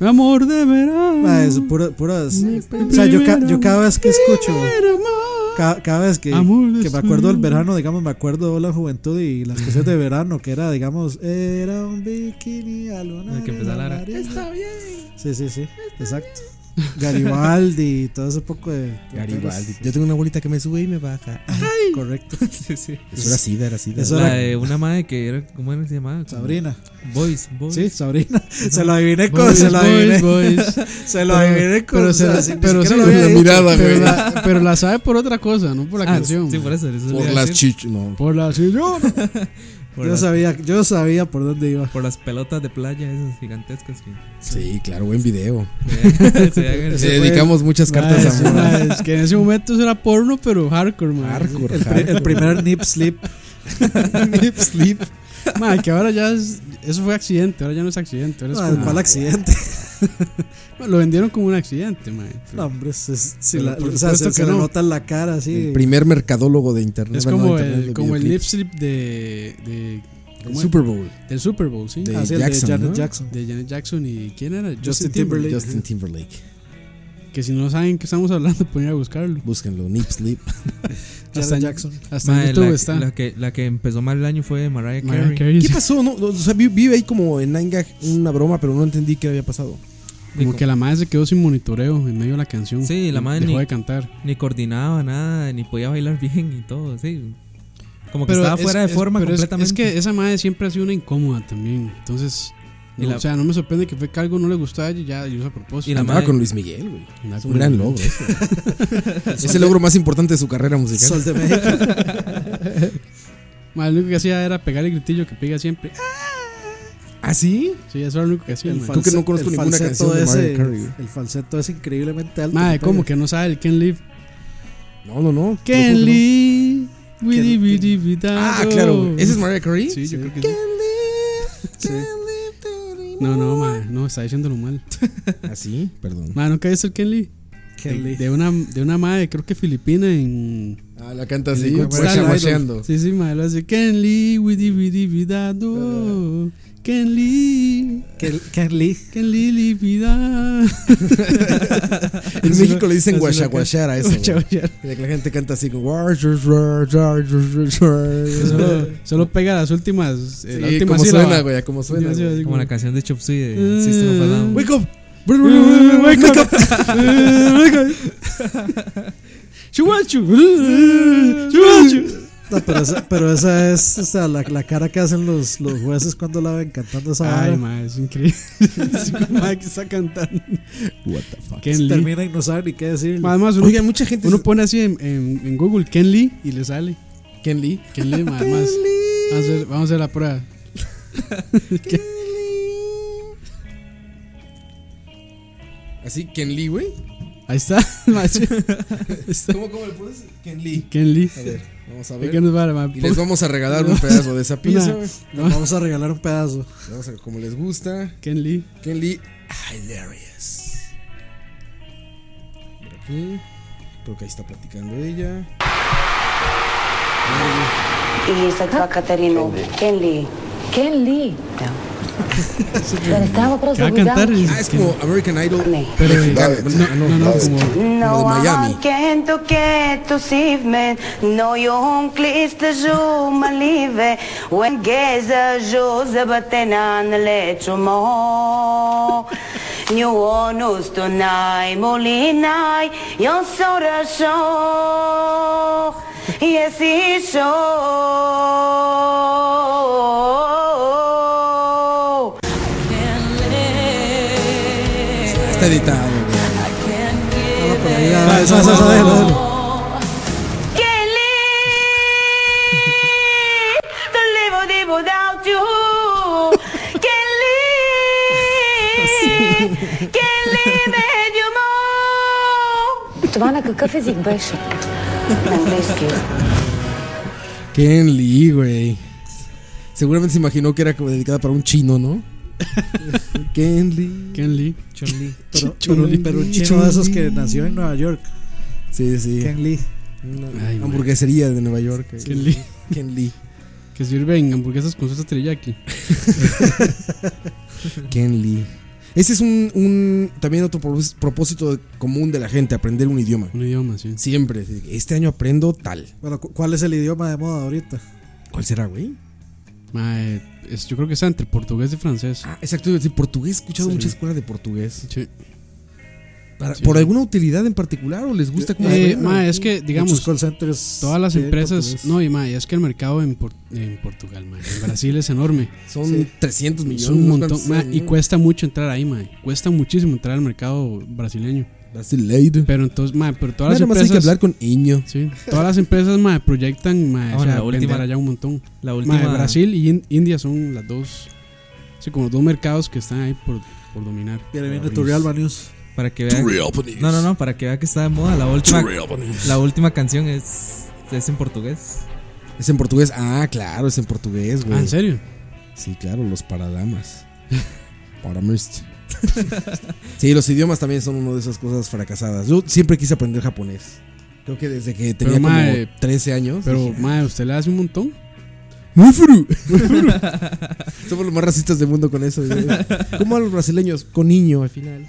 S4: Mi amor de verano.
S2: Ma, es pura- puras. O sea, yo, ca- yo cada vez que escucho.
S4: Pero, ma,
S2: ca- cada vez que,
S4: amor de
S2: que me acuerdo del verano, digamos, me acuerdo de la juventud y las canciones de verano, que era, digamos, era un bikini a
S5: Hay
S2: luna.
S5: que empezar a hablar.
S2: Está bien. Sí, sí, sí,
S4: Este
S2: exacto. Garibaldi, todo ese poco de.
S3: Garibaldi. Yo tengo una bolita que me sube y me baja.
S2: Correcto.
S5: Sí, sí.
S3: Eso era sida, era sida.
S2: Eso
S5: La
S2: era
S5: de una madre que era, ¿cómo era que se llamaba? Como-
S2: Sabrina.
S5: Boys, Boys.
S2: Sí, Sabrina. Se lo adiviné con.
S4: Boys,
S2: se lo adiviné.
S4: boys, boys.
S2: [LAUGHS] Se lo
S4: Pero-
S2: adiviné con.
S4: pero
S2: o sea,
S4: se-
S2: sin- ni
S4: pero
S2: siquiera
S4: sí,
S2: lo había
S4: la
S2: dicho.
S3: mirada,
S4: Pero
S3: güey.
S4: la, pero la sabe por otra cosa, no por la
S5: Ah,
S4: canción.
S5: Sí, por eso. eso le iba
S3: Por
S5: a
S3: las
S5: decir.
S3: chichas. No.
S4: Por la señora.
S5: por,
S2: Yo
S5: las,
S2: sabía, yo sabía por dónde iba.
S5: por las pelotas de playa esas gigantescas que
S3: Sí, claro, buen video.
S5: se dan en el-
S3: Le dedicamos muchas
S4: Madre,
S3: cartas de amor.
S4: sí, madre, es que en ese momento eso era porno, pero hardcore, man.
S3: Hardcore,
S2: El, pri- el primer nip slip.
S4: [LAUGHS] Nip slip. Madre, que ahora ya es- eso fue accidente, ahora ya no es accidente. ahora es
S2: No,
S4: como-
S2: ¿Cuál accidente?
S4: [LAUGHS] lo vendieron como un accidente, madre.
S2: No, hombre, se, se
S4: Pero
S2: la,
S4: por
S2: o sea, se,
S4: supuesto
S2: se
S4: que
S2: le
S4: no.
S2: nota en la cara así.
S3: El primer mercadólogo de internet.
S4: es
S3: bueno, no
S4: como
S3: de internet,
S4: el,
S3: de
S4: como el nip
S3: videoclips.
S4: slip de, de-
S3: El
S4: ¿cómo era?
S3: Super Bowl.
S4: del Super Bowl, sí.
S3: de
S2: así Ah, el
S3: Jackson,
S2: de Janet
S3: ¿no?
S2: Jackson.
S4: De Janet Jackson y ¿quién era? Justin,
S2: Justin
S4: Timberlake.
S2: Timberlake.
S3: Justin Timberlake.
S4: Que si no saben qué estamos hablando, pueden ir a buscarlo.
S3: Búsquenlo, Nip
S4: [LAUGHS]
S3: Sleep.
S4: Hasta
S2: Janet
S4: en-
S2: Jackson.
S4: Hasta
S5: Mae,
S4: en YouTube
S5: la,
S4: está.
S5: la que, la que empezó mal el año fue Mariah Carey.
S4: Mariah Carey,
S3: ¿Qué
S4: sí.
S3: pasó? No, no, o sea, vi, vi ahí como en Nine Gag una broma, pero no entendí qué había pasado.
S4: Como que la madre se quedó sin monitoreo en medio de la canción.
S5: Sí, la madre
S4: Dejó
S5: ni-
S4: de cantar.
S5: Ni coordinaba nada, ni podía bailar bien y todo, sí. Como que estaba
S4: es-
S5: fuera de
S4: es-
S5: forma
S4: pero es-
S5: completamente.
S4: Es, que esa madre siempre ha sido una incómoda también. Entonces,
S5: Y
S4: no,
S5: la-
S4: o sea, no me sorprende que fue que algo no le gustaba y ya lo hizo a propósito.
S5: Y la
S4: Andaba
S3: Andaba
S5: madre-
S3: con Luis Miguel, güey.
S4: con-
S3: Es un gran logro.
S4: [LAUGHS]
S3: eso. es el logro más importante de su carrera musical.
S2: Sol de México.
S4: [LAUGHS] Madre, lo único que hacía era pegar el gritillo que pega siempre.
S3: ¿Ah, sí?
S4: Sí, eso era lo único que hacía.
S2: El
S4: madre.
S3: Tú que no
S2: false-
S3: conozco
S2: el
S3: ninguna
S2: falseto
S3: canción de Mariah
S2: ese-
S3: Carey.
S2: El falseto es increíblemente alto.
S4: Madre, ¿cómo que no sabe el Ken Live?
S3: No, no, no. Te lo
S4: Ken
S3: juro que no.
S4: Live. widi,
S2: Ken-
S4: widi, vida,
S3: Ah,
S4: oh.
S3: claro. güey. ¿Ese es Mariah Carey?
S4: Sí, yo creo que
S3: Can't
S4: sí.
S3: live,
S2: Sí.
S3: can't live
S4: No, no, madre, no, está diciéndolo
S3: [LAUGHS]
S4: mal.
S3: ¿Ah, sí? Perdón.
S4: Madre, ¿nunca viste el Ken Lee?
S2: Ken
S4: de,
S2: Lee.
S4: de una, de una madre, creo que filipina en.
S3: Ah, la canta
S4: en
S3: así,
S4: Good Style Idol.
S3: guachaguacheando.
S4: Sí, sí, madre, lo hace Ken Lee, widi, widi, vida, do. Ken Lee,
S2: Ken, Ken Lee.
S4: Ken Lee, li,
S3: [LAUGHS]
S4: vida.
S3: En México le
S4: Así
S3: dicen
S4: lo-
S3: guachaguachear a eso. güey.
S4: Guachaguachear.
S3: Y La gente canta así como. Solo
S4: Solo, solo pega las últimas. eh, la
S3: Sí,
S4: última
S3: como
S4: sílaba.
S3: suena, güey, como suena.
S4: Sí, sí,
S3: güey.
S4: así
S5: como la
S4: como-
S5: canción de Chop Suey de System of a Down.
S3: Wake up,
S4: Wake up. Wake up. Chuachu. Chuachu.
S2: No, pero, esa, pero esa es o sea, la, la cara que hacen los, los jueces cuando la ven cantando esa
S4: Ay,
S2: vara.
S4: ma,
S3: [LAUGHS]
S4: es [LAUGHS] increíble. [LAUGHS] Es como, ma, que está cantando.
S3: What the fuck.
S4: Ken
S2: Se
S4: Lee.
S2: termina y no sabe ni qué decir.
S4: Además, uno,
S3: Oiga, mucha gente.
S4: uno pone así en, en- en Google Ken Lee y le sale. Ken Lee. [LAUGHS] Ken Lee, ma, además. Vamos a hacer, vamos a hacer la [LAUGHS] prueba.
S3: Así, Ken Lee, güey.
S4: Ahí está. [LAUGHS] ma, sí. Está-
S3: ¿Cómo, cómo le pones? Ken Lee.
S4: Ken Lee.
S3: A ver, vamos a
S4: ¿De qué
S3: ver.
S4: nos va, ma?
S3: Y les vamos a regalar [LAUGHS] un pedazo de
S4: [LAUGHS]
S3: esa pizza, güey.
S2: Vamos a regalar un pedazo.
S3: Vamos a ver cómo les gusta.
S4: Ken Lee.
S3: Ken Lee, hilarious. Por aquí. Creo que ahí está platicando ella.
S11: Isaac Caterino, Ken Lee. Ken Lee.
S4: ¿Qué va a cantar?
S3: Ah, es como American Idol. Ah,
S4: Pero, eh,
S3: Mexicano.
S4: no, no, no, como.
S3: Como de Miami.
S11: can to get to save me. No, you home please the show, my live. When Gaza, Joseph, Atenan, let you more. New onus tonight, Molina, yon soda show. Yes, he show.
S3: Está editado, güey.
S2: Ah, esa, esa, esa, déjalo, déjalo.
S11: Can't live to live or live without you. Can't live, can't live anymore.
S12: Това на какъв език беше?
S11: Английски.
S3: Ken Lee, güey. Seguramente se imaginó que era como dedicada para un chino, ¿no? Ken Lee.
S4: Ken Lee.
S5: Chun-Li.
S2: Pero, pero, pero un chino de esos que nació en Nueva York,
S3: Sí, sí.
S2: Ken Lee.
S3: Una
S4: Ay, güey.
S3: hamburguesería de Nueva York. eh. güey.
S4: Ken Lee.
S3: Ken Lee.
S4: Que sirven hamburguesas con salsa
S3: [LAUGHS]
S4: teriyaki.
S3: Ken Lee. Ese es un, un- también otro propós- propósito común de la gente, aprender un idioma.
S4: Un idioma, sí.
S3: Siempre. así, Este año aprendo tal.
S2: Bueno, cu- ¿cuál es el idioma de moda ahorita?
S3: ¿Cuál será, güey?
S4: Ma, eh, es- yo creo que está entre portugués y francés.
S3: Ah, exacto. sí, portugués. He escuchado
S4: Sí.
S3: mucha escuela de portugués.
S4: Sí.
S3: Para-
S4: Sí.
S3: ¿Por alguna utilidad en particular o les gusta cómo
S4: Eh,
S3: suena?
S4: ma, es que,
S2: Muchos
S4: digamos,
S2: call centers.
S4: todas las
S2: tienen
S4: empresas.
S2: portugués.
S4: No, y ma, y es que el mercado en, Por- en Portugal, ma, en Brasil es enorme.
S3: Son 300 millones.
S4: Son un
S3: unos
S4: montón.
S3: cuantos
S4: ma,
S3: son,
S4: y
S3: ¿no?
S4: cuesta mucho entrar ahí, ma. Cuesta muchísimo entrar al mercado brasileño.
S3: Brasileiro.
S4: Pero entonces, ma, pero todas las
S3: Nada más hay que
S4: empresas.
S3: hablar con Iño.
S4: Sí, todas las empresas, ma, proyectan, ma, o
S5: Ahora,
S4: sea,
S5: Ah, la última-
S4: vender allá un montón.
S5: La
S4: Ma,
S5: última.
S4: Brasil y In- India son las dos. Sí, como los dos mercados que están ahí por, por dominar.
S2: Viene, viene tu Realba News.
S5: Para que vea. No, no, no, para que vea que está de moda. La última, la última canción es, es en portugués.
S3: Es en portugués. Ah, claro, es en portugués,
S4: Ah,
S3: güey.
S4: ¿en serio?
S3: Sí, claro, los paradamas. Paramist. sí, los idiomas también son una de esas cosas fracasadas. Yo siempre quise aprender
S4: [LAUGHS]
S3: japonés. Creo que desde que tenía como
S4: mae,
S3: 13 años.
S4: Pero,
S3: dije,
S4: madre, usted le hace un montón. [LAUGHS]
S3: somos los más racistas del mundo con eso. güey. ¿Cómo a los brasileños? Con niño al final.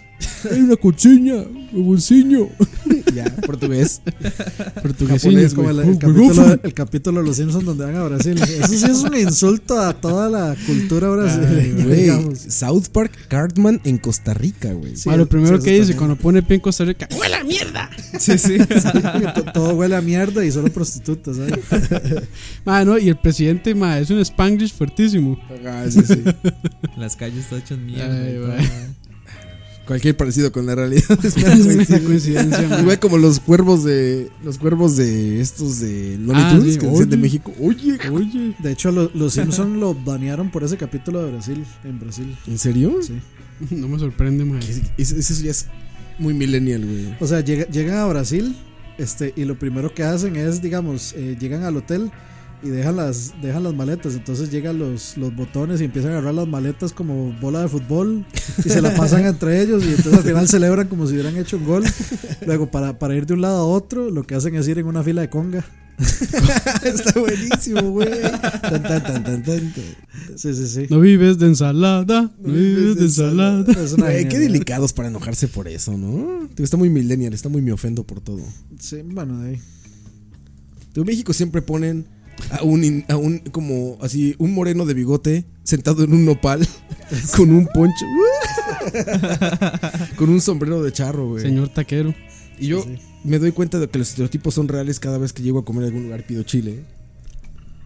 S3: Hay una cochiña, huevocinho. [LAUGHS] ya,
S2: [LAUGHS]
S3: portugués.
S4: Portugués.
S2: Japonés, como el, el capítulo,
S3: Google.
S2: el capítulo de los Simpsons donde van a Brasil. Eso sí es un insulto a toda la cultura brasileña.
S3: Güey,
S2: digamos.
S3: South Park Cartman en Costa Rica, güey.
S2: Sí,
S4: Ma, lo primero
S2: sí,
S4: que
S2: eso
S4: dice
S2: también.
S4: cuando pone pie en Costa Rica, ¡huela
S3: [LAUGHS]
S4: mierda! Sí, sí.
S2: To- Todo huele a mierda y solo prostitutas. ¿sabes?
S4: [LAUGHS] no, y el presidente, ma, es un spanglish fuertísimo.
S3: Ah, sí,
S4: [LAUGHS]
S3: sí.
S5: Las calles están hechas mierda.
S4: Ay,
S5: y todo,
S4: va.
S5: ma.
S3: Cualquier parecido con la realidad
S2: [LAUGHS]
S3: es una
S4: Es
S3: coincidencia.
S4: una coincidencia, ma.
S3: Igual como los cuervos de. Los cuervos de estos de Looney
S4: Ah,
S3: Tunes
S4: sí.
S3: que decían de
S4: Oye.
S3: México. Oye,
S4: Oye.
S2: De hecho, lo- los Simpsons lo banearon por ese capítulo de Brasil. En Brasil.
S3: ¿en serio?
S2: Sí.
S3: [LAUGHS]
S4: No me sorprende, ma.
S3: Es- es- eso ya es muy millennial, güey.
S2: O sea, llega- llegan a Brasil este, y lo primero que hacen es, digamos, eh, llegan al hotel y dejan las, dejan las maletas. Entonces llegan los, los botones y empiezan a agarrar las maletas como bola de fútbol y
S3: [LAUGHS]
S2: se la pasan entre ellos. Y entonces al final celebran como si hubieran hecho un gol. Luego, para, para ir de un lado a otro, lo que hacen es ir en una fila de conga.
S3: [LAUGHS] Está buenísimo, güey. Tan, tan, tan, tan, tan.
S2: Sí, sí, sí.
S4: No vives de ensalada, no vives de ensalada.
S2: Es una
S3: Güey, qué
S2: genialidad.
S3: delicados para enojarse por eso, ¿no? Digo, Está muy millennial, está muy me ofendo por todo.
S2: Sí, bueno, ahí.
S3: En México siempre ponen a un, in- a un [LAUGHS]
S4: [LAUGHS]
S3: como así, un moreno de bigote sentado en un nopal con un poncho. Con un sombrero de charro, güey.
S4: Señor taquero.
S3: Y yo me doy cuenta de que los estereotipos son reales cada vez que llego a comer a algún lugar pido chile.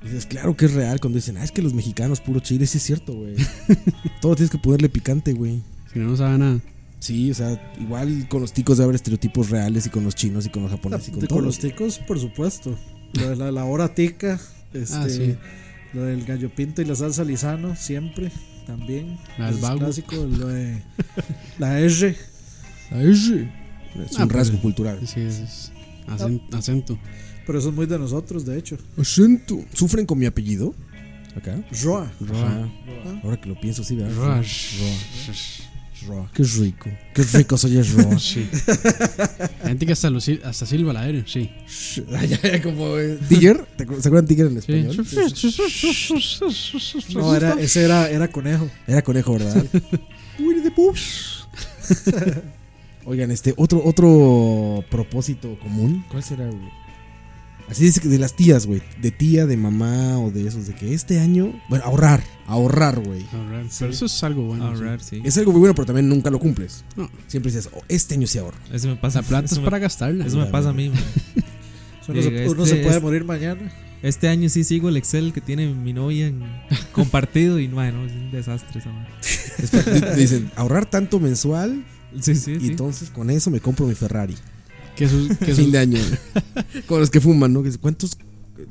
S3: Y dices, claro que es real cuando dicen, ah, es que los mexicanos puro chile, sí es
S4: [LAUGHS]
S3: cierto, güey. Todo tienes que ponerle picante, güey.
S4: Si no, no sabe nada.
S3: Sí, o sea, igual con los ticos debe haber estereotipos reales y con los chinos y con los japoneses y con
S2: Ah, Con,
S3: todos.
S2: los ticos, por supuesto. Lo de la, la hora tica, este,
S4: Ah, sí.
S2: lo del gallo pinto y la salsa lisano, siempre, también.
S4: La del
S2: Eso es
S4: vago.
S2: clásico, lo de la R.
S3: Es
S4: Ah,
S3: un
S4: pues,
S3: rasgo cultural.
S4: Sí, es, es acen- acento.
S2: Ah. Pero eso es muy de nosotros, de hecho.
S3: Acento. ¿Sufren con mi apellido? Acá.
S2: Roa.
S3: Ajá. Ahora que lo pienso, sí, ¿verdad?
S4: Roa.
S3: Roa. Qué rico. Qué rico soy el Roa.
S4: Sí. Hay gente que hasta, lo sil- hasta silba la aire, sí.
S3: [LAUGHS] Ya, ya, como eh, Tiger. ¿Te acu- ¿Se acuerdan Tiger en
S4: Sí.
S3: español?
S2: No, era, ese era, era conejo.
S3: Era conejo, ¿verdad? Winnie the Pooh. [LAUGHS] Oigan, este, otro, otro propósito común. ¿Cuál será, güey? Así dice que de las tías, güey. De tía, de mamá o de esos. De que este año. Bueno, ahorrar. Ahorrar, güey.
S4: Ahorrar. Pero eso es algo
S3: Ah,
S4: bueno. sí.
S5: Ahorrar, sí.
S3: Es algo muy bueno, pero también nunca lo cumples.
S4: No.
S3: Siempre dices, "Oh, este año sí
S5: [LAUGHS]
S3: ahorro.
S5: Eso me pasa.
S4: La plata
S5: eso
S4: es
S5: me-
S4: para gastarla.
S5: Eso me pasa a mí. man.
S4: [LAUGHS]
S2: Eso no se-
S5: Diga,
S2: uno
S5: este
S2: se puede
S5: es-
S2: morir mañana.
S5: Este año sí sigo el Excel que tiene mi novia
S4: [LAUGHS]
S5: en compartido y bueno, es un desastre esa madre.
S3: Después di- dicen, ahorrar tanto mensual.
S5: Sí, sí,
S3: Y
S5: sí.
S3: entonces con eso me compro mi Ferrari.
S4: Que eso,
S3: [LAUGHS]
S4: que eso-
S3: Fin
S4: [LAUGHS]
S3: de año. con los que fuman, ¿no? Que dice, ¿Cuántos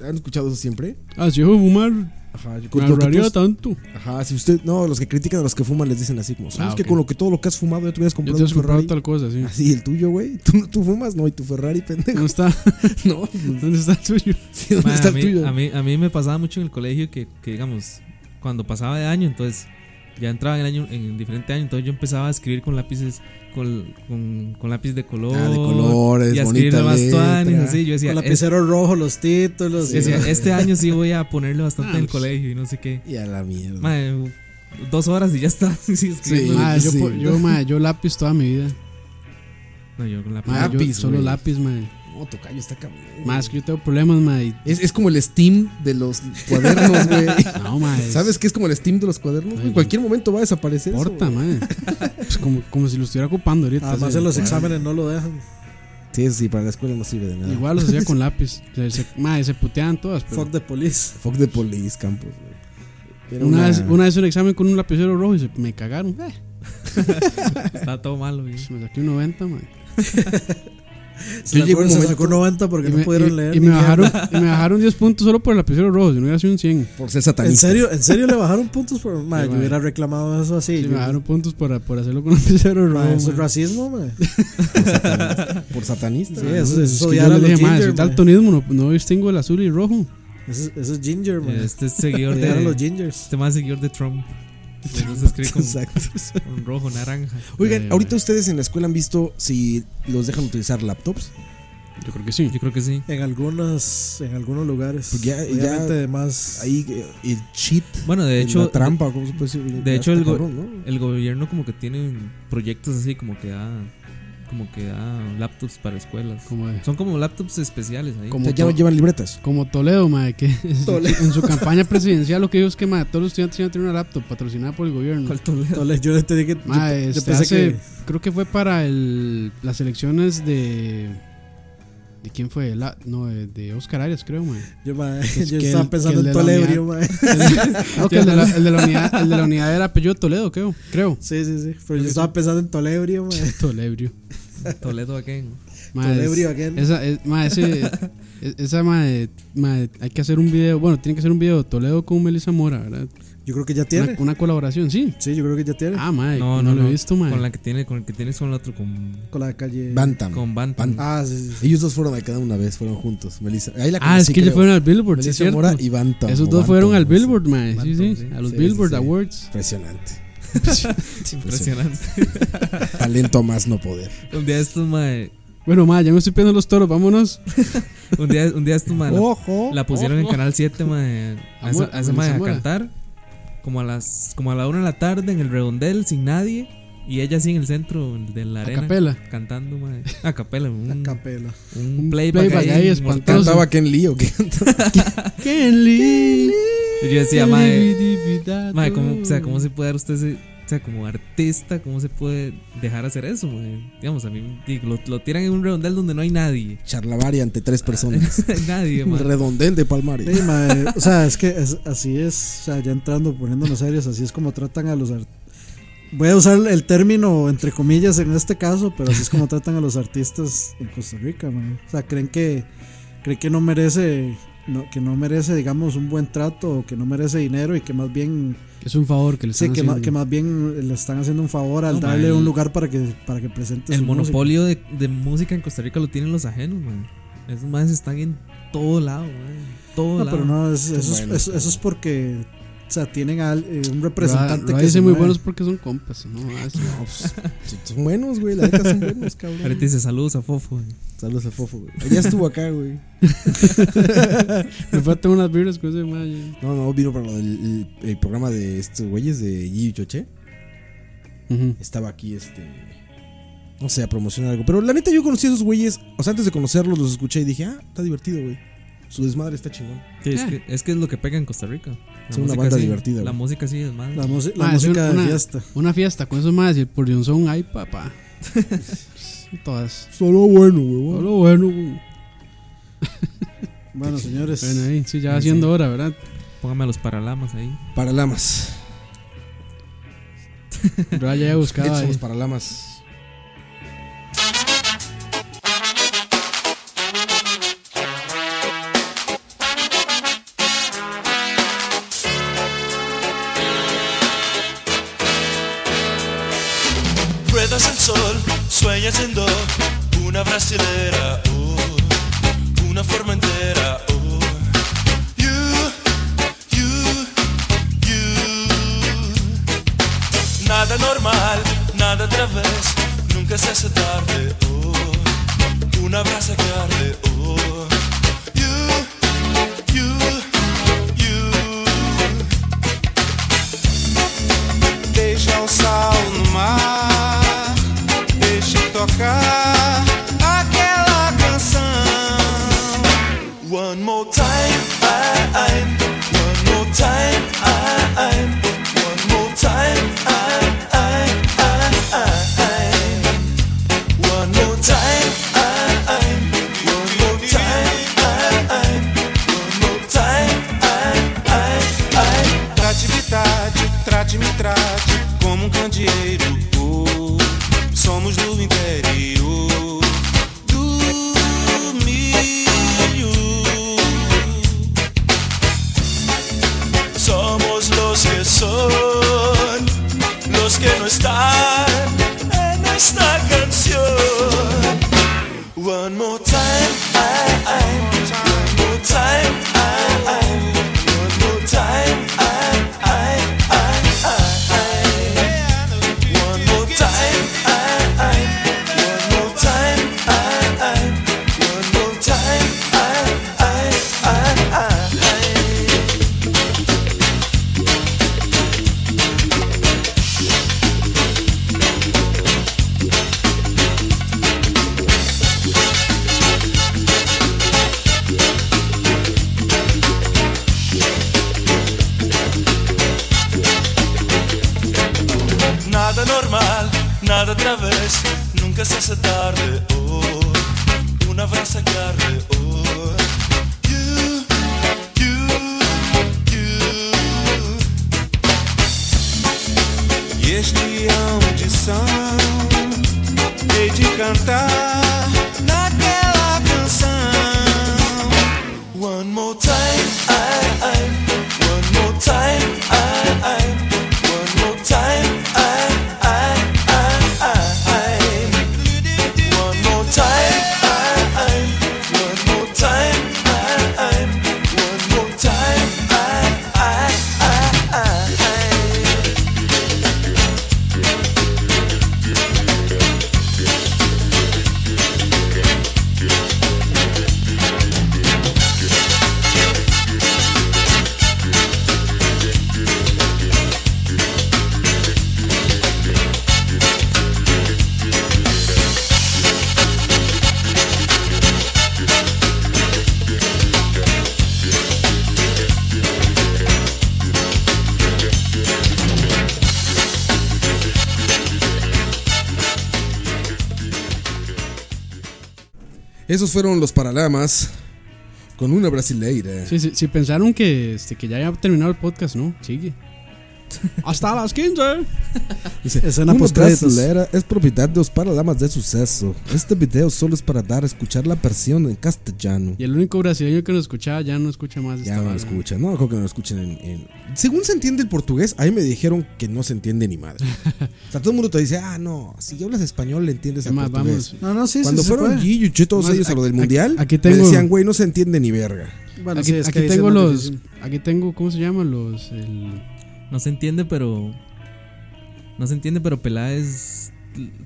S3: han escuchado eso siempre?
S4: Ah, si yo fumar, me
S3: Ajá, yo
S4: ahorraría tanto.
S3: Ajá, Ah, si usted. No, los que critican a los que fuman les dicen así como. ¿Sabes
S4: Ah,
S3: que
S4: ok.
S3: con lo que todo lo que has fumado ya te hubieras
S4: Yo
S3: comprado
S4: te
S3: un
S4: has
S3: Ferrari?
S4: comprado tal cosa, sí.
S3: Así, el tuyo, güey. [LAUGHS] ¿Tú, no- tú fumas, no, y tu Ferrari, pendejo.
S4: ¿Dónde está?
S3: [LAUGHS] No, pues,
S4: ¿Dónde está el suyo?
S3: [LAUGHS] sí, ¿dónde
S5: Man,
S3: está
S5: a,
S3: el
S5: mí,
S3: tuyo?
S5: a, mí, a mí me pasaba mucho en el colegio que, que, digamos, cuando pasaba de año, entonces ya entraba en el año, en diferente año, entonces yo empezaba a escribir con lápices, con, con, con lápiz de color.
S3: Ah, de colores,
S5: y a escribirle
S3: bonita
S5: bastuanes,
S3: letra.
S5: así. Yo decía,
S2: Con
S5: "Es-
S2: lapicero rojo, los títulos.
S5: yo
S2: y-
S5: decía, este año sí voy a ponerle bastante
S4: Ah,
S5: en el
S4: pues.
S5: colegio y no sé qué.
S3: Y a la mierda.
S5: Man, dos horas y ya está. [LAUGHS] sí, escribiendo.
S3: Sí.
S4: Ma, yo, po- yo, ma, yo lápiz toda mi vida.
S5: No, yo con la
S4: Ma, yo
S3: Lápiz,
S4: solo
S3: güey.
S4: lápiz, ma.
S3: No, tocayo, está cabrón.
S4: Más que yo tengo problemas, ma. y-
S3: Es, es como el Steam de los
S4: [LAUGHS]
S3: cuadernos, güey.
S4: No, ma. es-
S3: ¿Sabes qué es como el Steam de los cuadernos?
S4: Ay,
S3: En cualquier momento va a desaparecer. eso,
S4: Porta,
S3: güey. [LAUGHS]
S4: ma. Pues como, como si lo estuviera ocupando ahorita.
S2: Además,
S4: sí.
S2: en los exámenes no lo dejan.
S3: Sí, sí, para la escuela no sirve de nada.
S4: Igual los hacía con lápiz. O sea, se, ma, se puteaban todas. pero-
S2: Fuck the police.
S3: [LAUGHS] Fuck de police, Campos, güey. Era
S4: Una, vez, una vez un examen con un lapicero rojo y se me cagaron. Eh,
S5: [LAUGHS] Está todo malo. güey.
S4: pues me saqué un 90, ma.
S2: [LAUGHS] Se
S3: Yo llego un
S2: sacó- se
S3: momento-
S2: sacó 90 porque
S4: Y
S2: no
S4: me,
S2: pudieron
S4: y-
S2: leer.
S4: y
S2: ni
S4: me
S2: mierda.
S4: bajaron, y me bajaron 10 puntos solo por el lapicero rojo. Si no hubiera sido un 100.
S3: Por ser satanista.
S2: ¿En serio? ¿En serio
S4: [LAUGHS]
S2: le bajaron puntos? Por... Ma,
S4: Sí,
S2: yo
S4: ma.
S2: hubiera reclamado eso así.
S4: Sí,
S2: yo-
S4: me bajaron puntos por, por hacerlo con lapicero rojo.
S2: ma, eso es
S4: ma.
S2: racismo, ma.
S4: [LAUGHS]
S3: Por satanista.
S2: Sí, eso es
S4: Ah, Es que yo
S2: odiar a
S4: le
S2: los
S4: dije, ma,
S2: ginger,
S4: soy
S2: ma.
S4: daltonismo, no, no distingo el azul y el rojo.
S2: Eso es- eso es ginger, ma.
S5: Este es
S3: [LAUGHS]
S5: seguidor
S2: Odiar a los
S5: de.
S2: gingers.
S5: Este más seguidor de Trump. Le gusta escribir con-
S3: Exacto.
S5: con rojo, naranja.
S3: Oigan,
S4: Eh,
S3: ahorita ustedes en la escuela han visto si los dejan utilizar laptops.
S4: Yo creo que sí.
S5: Yo creo que sí.
S2: En algunas, en algunos lugares.
S4: Pues
S3: Porque Pues ya- ya-
S2: Obviamente, además.
S3: Ahí eh, el cheat.
S5: Bueno, de
S3: la
S5: hecho,
S3: trampa, ¿cómo se puede decir?
S5: de
S3: Ya
S5: hecho,
S3: está
S5: el go-
S3: cabrón, ¿no?
S5: el gobierno como que tiene proyectos así como que da como que da laptops para escuelas.
S4: Como, de-
S5: Son como laptops especiales ahí.
S4: como
S3: O sea, ya
S4: to-
S3: no llevan libretas.
S4: como Toledo, ma, que en su campaña presidencial lo que dijo es que ma, todos los estudiantes iban a tener una laptop patrocinada por el gobierno.
S5: ¿Cuál Toledo?
S2: Entonces, yo te dije. yo-
S4: Ma,
S2: yo,
S4: este,
S2: pensé
S4: hace-
S2: que.
S4: creo que fue para el, las elecciones de de quién fue la, no de, de Oscar Arias creo ma.
S2: Yo, ma,
S4: Es
S2: [LAUGHS] yo
S4: pues que
S2: estaba
S4: el-
S2: pensando
S4: que
S2: en
S4: el de la [LAUGHS]
S2: Tolebrio, ma.
S4: Ah, ok, el, de la, el de la unidad el de la unidad era apellido Toledo creo creo
S2: Sí, sí, sí. Pero yo estaba pensando en Tolebrio, ma.
S4: Tolebrio
S5: Toledo aquel.
S4: Ma, es-
S2: Tolebrio again.
S4: esa es- ma, ese- es- esa ma, de- ma, de- hay que hacer un video bueno tiene que hacer un video de Toledo con Melissa Mora verdad
S2: Yo creo que ya
S4: una,
S2: tiene.
S4: una colaboración sí
S2: Sí, yo creo que ya tiene.
S4: ah ma no, lo he visto ma
S5: Con la que tiene, con el que tienes con el otro, con,
S2: [LAUGHS] Con la calle.
S3: Bantam.
S5: con Bantam.
S2: Ah, sí, sí, sí.
S3: Ellos dos fueron a cada una vez, fueron juntos. Melissa. Ahí la
S4: ah es
S3: conocí,
S4: que ellos
S3: creo.
S4: fueron al Billboard sí,
S3: Melissa
S4: es cierto.
S3: Mora y Bantam.
S4: Esos
S3: o
S4: dos fueron al
S3: Bantam, no sé.
S4: Billboard, mae. Sí,
S5: Bantam,
S4: sí,
S5: sí.
S4: A los
S3: Sí,
S4: Billboard
S3: sí, sí.
S4: Awards. [LAUGHS]
S3: Impresionante.
S5: Impresionante.
S3: Talento a más no poder.
S5: un día estos, mae,
S4: Bueno, mae, ya me estoy pidiendo los toros, vámonos.
S5: un día, un día estos, mae, la-
S3: Ojo.
S5: La pusieron en Canal 7, mae, a esa-
S4: Amor,
S5: a esa mae a
S4: Amor.
S5: cantar. Como a las como a la una de la tarde en el redondel sin nadie y ella así en el centro de la
S4: A
S5: arena
S4: capela.
S5: cantando, mae. A capela, un,
S2: Capela.
S5: [LAUGHS] un
S4: Un
S5: playback,
S4: playback ahí
S5: ahí
S4: espantoso.
S5: mortal.
S3: Cantaba Ken Lee
S4: [LAUGHS]
S3: o qué
S4: Kenley.
S5: Y yo decía, mae, mae, ¿cómo, o sea, ¿cómo se puede dar usted ese- O sea, como artista, ¿cómo se puede dejar hacer eso? mae? Digamos, a mí di- lo, lo tiran en un redondel donde no hay nadie. [LAUGHS]
S3: Charlavari ante tres personas.
S5: nadie,
S3: Un
S5: mae.
S3: redondel de palmares.
S2: Sí, mae, o sea, es que es- así es, o sea, ya entrando, poniéndonos serios, así es como tratan a los ar- Voy a usar el término entre comillas en este caso, pero así es como tratan a los artistas en Costa Rica, mae. O sea, creen que creen que no merece no- que no merece, digamos, un buen trato o que no merece dinero y que más bien
S4: Es un favor que le
S2: sí,
S4: están
S2: que, ma-
S4: haciendo.
S2: que más bien le están haciendo un favor al
S5: No,
S2: darle
S5: mae,
S2: un
S5: el-
S2: lugar para que para que presente
S5: El
S2: su música.
S5: monopolio de, de música en Costa Rica lo tienen los ajenos, man. Esos más están en todo lado, man. Todo
S2: No,
S5: lado.
S2: pero no, es- eso, es,
S3: Bueno,
S2: eso- eso es porque o sea, tienen a al- eh, un representante
S4: Ra- Ra
S2: que se
S4: dice muy
S2: mueve.
S4: buenos
S2: pues,
S4: porque son compas.
S2: [LAUGHS]
S4: ¿no? Ah, sí.
S3: Son buenos, güey. La neta son buenos,
S5: Ahorita
S3: cabrón.
S5: dice saludos a Fofo. güey.
S3: Saludos al fofo, güey. Ya estuvo acá, güey.
S4: Me fue a tomar unas birras con ese man.
S3: No, no, vino para lo del- el, el programa de estos güeyes de Gigi Choche. Estaba aquí, este. No sé, a promocionar algo. Pero la neta, yo conocí a esos güeyes. O sea, antes de conocerlos, los escuché y dije, ah, está divertido, güey. Su desmadre está chingón.
S5: Sí, es, que, es que es lo que pega en Costa Rica. La
S3: Es una
S5: música
S3: banda
S5: sí-
S3: divertida,
S5: La
S3: güey.
S5: música sí es más.
S2: La, musi- la
S4: Ah, es
S2: música
S4: una-
S2: de fiesta.
S4: Una fiesta con esos más y el por son. Ay,
S3: [LAUGHS]
S4: papá. Todas.
S3: Solo bueno, güey.
S4: Solo bueno. güey.
S2: Bueno, señores,
S4: Bueno, ahí sí, ya va siendo hora, ¿verdad?
S5: Póngame a los paralamas ahí.
S3: Para lamas.
S4: Ra ya he buscado
S3: Estos son
S4: ahí.
S3: los paralamas.
S7: Ruedas el sol, sueñas en do, una brasilera, oh, una forma entera, oh. You, you, you. Nada normal, nada otra vez, nunca se hace tarde, oh, una brasa que arde, oh. You, you, you.
S13: Deixa o sal no mar, deixa tocar aquela canção.
S7: One more time, I, I'm. One more time, I, I'm. One more time, I, I, I, I, I'm. One more time, I, I'm. One more time, I, I'm. One more time, I, I, I.
S13: Trate-me, trate, trate-me, trate como um candeeiro. Oh, somos do interior do milho.
S7: Somos los que son, los que no están en esta canción. One more time, I, I, one more time, I, I, one more time, I, I, I, I, I. One more time, I, I, one more time, I, I, one more time, I, I, I, I, I. Nada normal, nada otra vez, nunca se hace tarde. Oh, una brasa que arde. Oh, you, you, you. E
S13: Este ano de são, hei de cantar naquela canção.
S7: One more time, I, I. One more time, I, I. One more time, I, I, I, I. One more time, I, I. One more time, I, I. One more time, I, I, I, I.
S3: Esos fueron los Paralamas con una brasileira.
S4: Sí, sí, sí, pensaron que, este, que ya había terminado el podcast, ¿no? Sigue.
S3: [LAUGHS]
S4: Hasta las 15.
S3: Dice,
S4: Escena
S3: una
S4: postcréditos.
S3: brasileira es propiedad de los Paralamas de suceso. Este video solo es para dar a escuchar la versión en castellano.
S4: Y el único brasileño que nos escuchaba ya no escucha más.
S3: Ya no lo escuchan, no creo que no lo escuchen en, en- Según se entiende el portugués, ahí me dijeron que no se entiende ni madre. O sea, todo el mundo te dice, ah, no, si hablas español le entiendes
S4: Es
S3: al
S4: más,
S3: portugués.
S4: vamos. No, no, sí, sí
S3: Cuando
S4: se
S3: fueron
S4: puede.
S3: Gillo y Che, todos
S4: Más,
S3: ellos a lo del
S4: aquí-
S3: mundial,
S4: aquí
S3: me
S4: tengo-
S3: decían, güey, no se entiende ni verga.
S14: Bueno,
S4: aquí
S14: sí, es que
S4: aquí
S14: ahí se
S4: tengo
S14: nos
S4: los.
S14: difícil.
S4: Aquí tengo, ¿cómo se llaman los? El,
S5: No se entiende, pero. No se entiende, pero Peláez.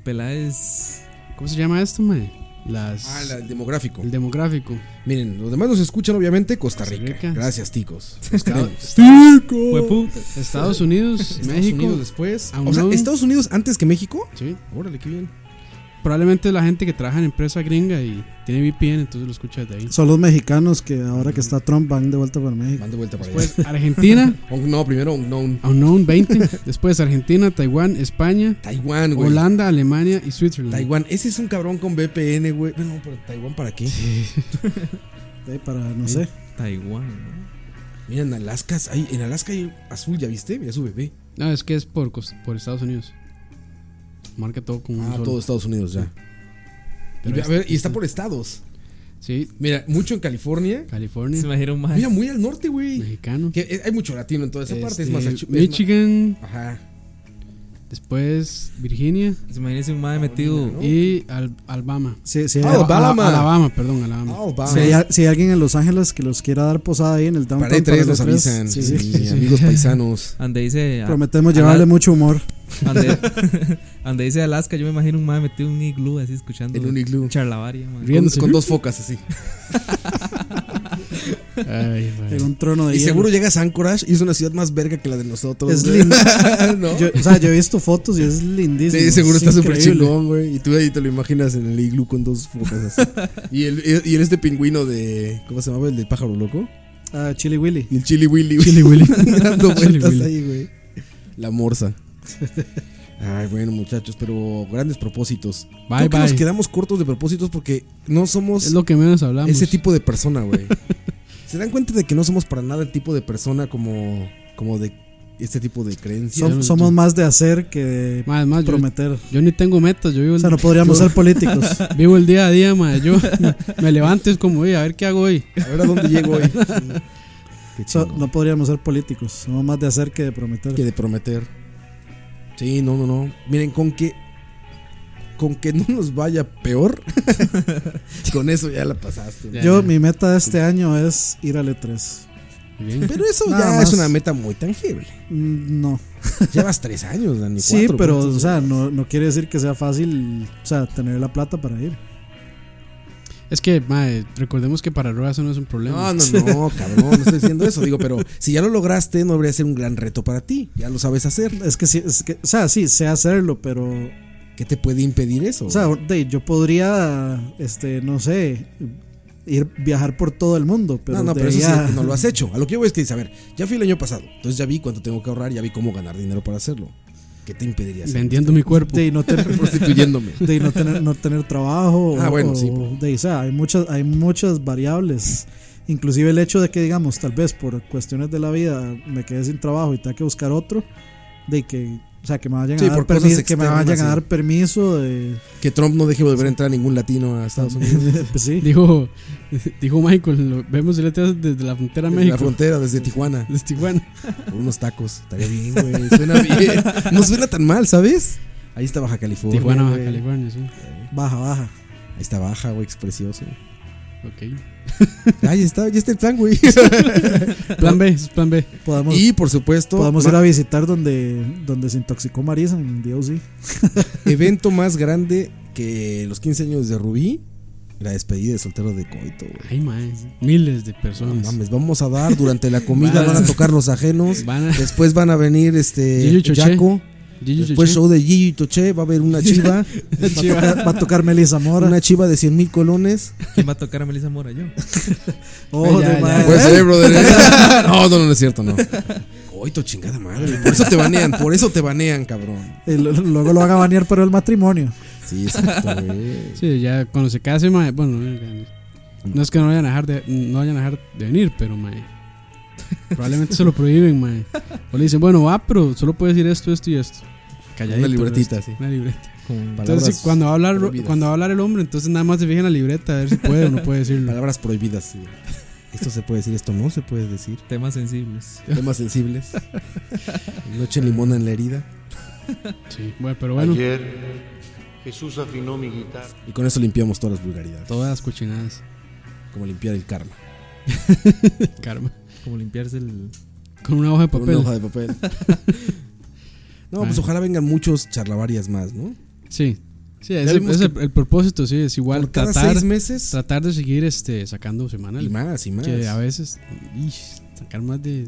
S5: Peláez.
S4: ¿Cómo se llama esto, mae? Las.
S3: Ah, la- el demográfico.
S4: El demográfico.
S3: Miren, los demás nos escuchan, obviamente, Costa Rica.
S4: Rica.
S3: Gracias,
S4: [LAUGHS]
S3: ticos. Los
S4: Estados-
S3: queremos.
S4: Estados- Hueputa. Estados Unidos, México,
S3: Unidos después.
S4: aún
S3: O sea,
S4: no.
S3: Estados Unidos antes que México.
S4: Sí.
S3: Órale, qué bien.
S4: Probablemente la gente que trabaja en empresa gringa y tiene VPN, entonces lo escucha desde ahí.
S2: Son los mexicanos que ahora que está Trump van de vuelta para México.
S3: Van de vuelta para
S4: Pues [LAUGHS]
S3: [LAUGHS]
S4: Argentina.
S3: no, primero Unknown.
S4: Unknown 20. Después Argentina, Taiwán, España.
S3: Taiwán, güey.
S4: Holanda, Alemania y Switzerland.
S3: Taiwán, ese es un cabrón
S4: [LAUGHS]
S3: con VPN, güey. No, pero Taiwán para qué?
S2: para, no sé.
S5: Taiwán, ¿no?
S3: Mira, en Alaska, hay, en Alaska hay azul, ¿ya viste? Mira su bebé.
S4: No, es que es por, cos- por Estados Unidos. Marca todo como un
S3: Ah,
S4: solo.
S3: todo Estados Unidos ya.
S4: Pero este
S3: Y, a
S4: es-
S3: ver, y está por estados.
S4: Sí,
S3: Mira, mucho en California.
S4: California,
S5: Se me imagina un maje
S3: Mira, muy al norte, güey.
S4: mexicano.
S3: Que, eh, hay mucho latino en toda esa parte. Es
S4: Este,
S3: Masachu- es Ma-
S4: Michigan,
S3: Ajá.
S4: después Virginia
S5: Se me imagina un maje metido.
S4: y Al- Alabama.
S2: Si, si hay,
S3: Ah, Alabama. Ah,
S4: Ala- Alabama, perdón, Alabama.
S3: Alabama.
S2: si hay- si hay alguien en Los Ángeles que los quiera dar posada ahí en el downtown.
S3: Para E3
S2: para
S3: nos
S2: E3,
S3: avisan.
S2: sí,
S3: Sí,
S2: sí.
S3: [LAUGHS] Amigos paisanos.
S5: Donde
S4: ah,
S5: dice.
S2: Prometemos
S4: [LAUGHS]
S5: a-
S2: llevarle
S5: a-
S2: mucho humor. [LAUGHS]
S5: Donde, donde dice Alaska, yo me imagino un maje metido en un iglú así escuchando.
S3: En un iglú.
S5: Charlavaria, man.
S3: Con,
S4: Riéndose.
S3: con dos
S5: [LAUGHS]
S3: focas así.
S4: Ay, madre.
S2: En un trono de
S3: Y
S2: hielo.
S3: seguro llegas a Anchorage y es una ciudad más verga que la de nosotros.
S2: Es
S3: güey.
S2: lindo.
S3: [LAUGHS] ¿No?
S2: Yo- o sea, yo he visto fotos y es lindísimo.
S3: Sí, seguro
S2: es
S3: está súper
S2: increíble.
S3: chingón, güey. Y tú ahí te lo imaginas en el iglú con dos focas así. [LAUGHS] y, el, y el este pingüino de. ¿Cómo se llamaba? El del pájaro loco.
S2: Ah, Chili Willy.
S3: Y el Chili Willy. Chili Willy. [LAUGHS] dando vueltas ahí, güey.
S4: [LAUGHS]
S3: La morsa. Ay, bueno, muchachos, pero grandes propósitos.
S4: Bye,
S3: Creo que nos
S4: bye.
S3: quedamos cortos de propósitos porque no
S4: Es
S3: somos
S4: lo que menos hablamos.
S3: ese tipo de
S4: [LAUGHS]
S3: persona, güey. ¿Se dan cuenta de que no somos para nada el tipo de persona como, como de este tipo de creencias?
S2: Som- somos más de hacer que de
S4: Más, más, yo,
S2: prometer.
S4: yo ni tengo metas, yo vivo
S2: O
S4: el,
S2: sea, no podríamos ser políticos.
S4: [LAUGHS] vivo el día a día, madre. Yo [LAUGHS] me, me levanto y es como, oye, a ver qué hago hoy.
S3: A ver a dónde llego
S4: [LAUGHS]
S3: hoy. Qué
S2: So-
S3: chingón.
S2: no podríamos ser políticos. Somos más de hacer que de prometer.
S3: que de prometer. Sí, no, no, no. Miren, con que con que no nos vaya peor, [LAUGHS] con eso ya la pasaste. ¿no?
S2: Yo, mi meta de este año es ir al E3.
S4: Muy bien.
S3: Pero eso
S2: Nada
S3: ya
S2: más.
S3: es una meta muy tangible.
S2: Mm, No.
S3: [LAUGHS] Llevas tres años, Dani.
S2: Sí,
S3: cuatro,
S2: pero,
S3: ¿cuántos?
S2: o sea, no, no quiere decir que sea fácil, o sea, tener la plata para ir.
S4: Es que, madre, recordemos que para Roa eso no es un problema.
S3: No, no,
S2: [LAUGHS]
S3: no, cabrón, no estoy diciendo eso. Digo, pero si ya lo lograste, no habría ser un gran reto para ti. Ya lo sabes hacer.
S2: Es que sí, es que, o sea, sí, sé hacerlo, pero,
S3: ¿Qué te puede impedir eso?
S2: o sea, de- yo podría, este, no sé, ir viajar por todo el mundo, pero,
S3: no, no,
S2: de
S3: pero eso
S2: ahí
S3: sí,
S2: a-
S3: no
S2: [LAUGHS]
S3: lo has hecho. A lo que yo voy es que dices, a ver, ya fui el año pasado, entonces ya vi cuánto tengo que ahorrar, ya vi cómo ganar dinero para hacerlo. ¿Qué te impediría hacerlo?
S4: Vendiendo mi cuerpo.
S2: de [LAUGHS] no tener,
S3: Prostituyéndome.
S2: de no tener, no tener trabajo.
S3: [LAUGHS] Ah,
S2: o-
S3: bueno,
S2: o
S3: sí, pues.
S2: de, o sea, hay muchas, hay muchas variables. Inclusive el hecho de que, digamos, tal vez por cuestiones de la vida me quedé sin trabajo y tenga que buscar otro, de que, o sea, que me vayan,
S3: Sí,
S2: a, dar
S3: por cosas
S2: permiso, que me
S3: externas,
S2: vayan a
S3: sí.
S2: Ah, dar permiso de...
S3: Que Trump no deje volver a entrar ningún latino a Estados Unidos.
S2: [LAUGHS] pues sí.
S4: Dijo, [LAUGHS] dijo Michael, lo- vemos el ETA desde la frontera a
S3: Desde la
S4: México.
S3: frontera, desde Tijuana.
S4: Desde Tijuana.
S3: Por unos tacos. Estaría bien, güey. Suena
S4: [LAUGHS]
S3: bien. No suena tan mal, ¿sabes? Ahí está Baja California.
S4: Tijuana, Baja
S3: güey.
S4: California, sí.
S2: Baja, baja.
S3: Ahí está Baja, güey. Es precioso.
S4: Ok.
S3: Ahí está, ya está el plan, güey.
S4: [LAUGHS] Plan B, es plan B.
S2: Podemos,
S3: y por supuesto,
S2: podemos
S3: ma-
S2: ir a visitar donde, donde se intoxicó Marisa en [LAUGHS] DOC.
S3: evento más grande que los 15 años de Rubí. La despedida de soltero de Coito, güey.
S4: Ay, madre. Miles de
S3: No
S4: personas.
S3: mames, vamos a dar durante la comida,
S4: Van-
S3: van a tocar los ajenos.
S4: Van a.
S3: Después van a venir
S4: Gillo
S3: este
S4: y Choché.
S3: Jaco.
S4: Gigi
S3: Después
S4: Choché.
S3: show de Gillo y Toché, va a haber una
S4: [LAUGHS]
S3: chiva,
S2: Va, a tocar- va a tocar Melissa Mora.
S3: una chiva de 100 mil
S4: [LAUGHS]
S3: colones. Oh,
S5: ¿Quién va a tocar a Melissa Mora?
S2: [LAUGHS]
S5: Yo. Pues
S4: Ya,
S2: Ojo Oh, de
S4: ya,
S2: madre.
S3: Puede ser, ¿eh, [LAUGHS] brother.
S2: [LAUGHS]
S3: No, no, no es cierto, no. Coito, chingada madre. Por eso te banean, por eso te banean, cabrón.
S2: Y lo- luego lo haga banear, pero el matrimonio.
S3: Sí, exacto, güey.
S4: Sí, ya cuando se case, mae, bueno, eh, no es que no vayan a dejar de, no vayan a dejar de venir, pero
S3: [LAUGHS]
S4: mae, probablemente se lo prohíben, mae. O le dicen, bueno, va, pero solo puedes decir esto, esto y esto. Calladito,
S3: Una libretita,
S4: esto,
S3: sí.
S4: Una libreta.
S3: Con
S4: Entonces,
S3: palabras
S4: sí, cuando va, a hablar,
S3: prohibidas.
S4: cuando va a hablar el hombre, entonces nada más se fija en la libreta, a ver si puede o no puede decirlo.
S3: Palabras prohibidas. sí. Esto se puede decir, esto no se puede decir.
S5: Temas sensibles.
S3: Temas sensibles. Noche limona en la herida.
S4: Sí, bueno, pero bueno,
S6: Ayer Jesús afinó mi guitarra.
S3: Y con eso limpiamos todas las vulgaridades.
S4: todas las cochinadas.
S3: Como limpiar el karma.
S4: Karma.
S5: Como limpiarse el.
S4: Con una hoja de
S3: Con
S4: papel.
S3: Una hoja de papel.
S5: [LAUGHS]
S3: no, pues
S4: Ay.
S3: ojalá vengan muchos charlavarias más, ¿no?
S4: Sí. Sí,
S3: Ya
S4: ese-
S3: vimos
S4: ese el, el propósito, sí, es igual
S3: Por [LAUGHS] cada
S4: tratar,
S3: seis meses
S4: tratar de seguir este sacando
S3: y
S4: semanal.
S3: más y más.
S4: Que a veces, ish, sacar más de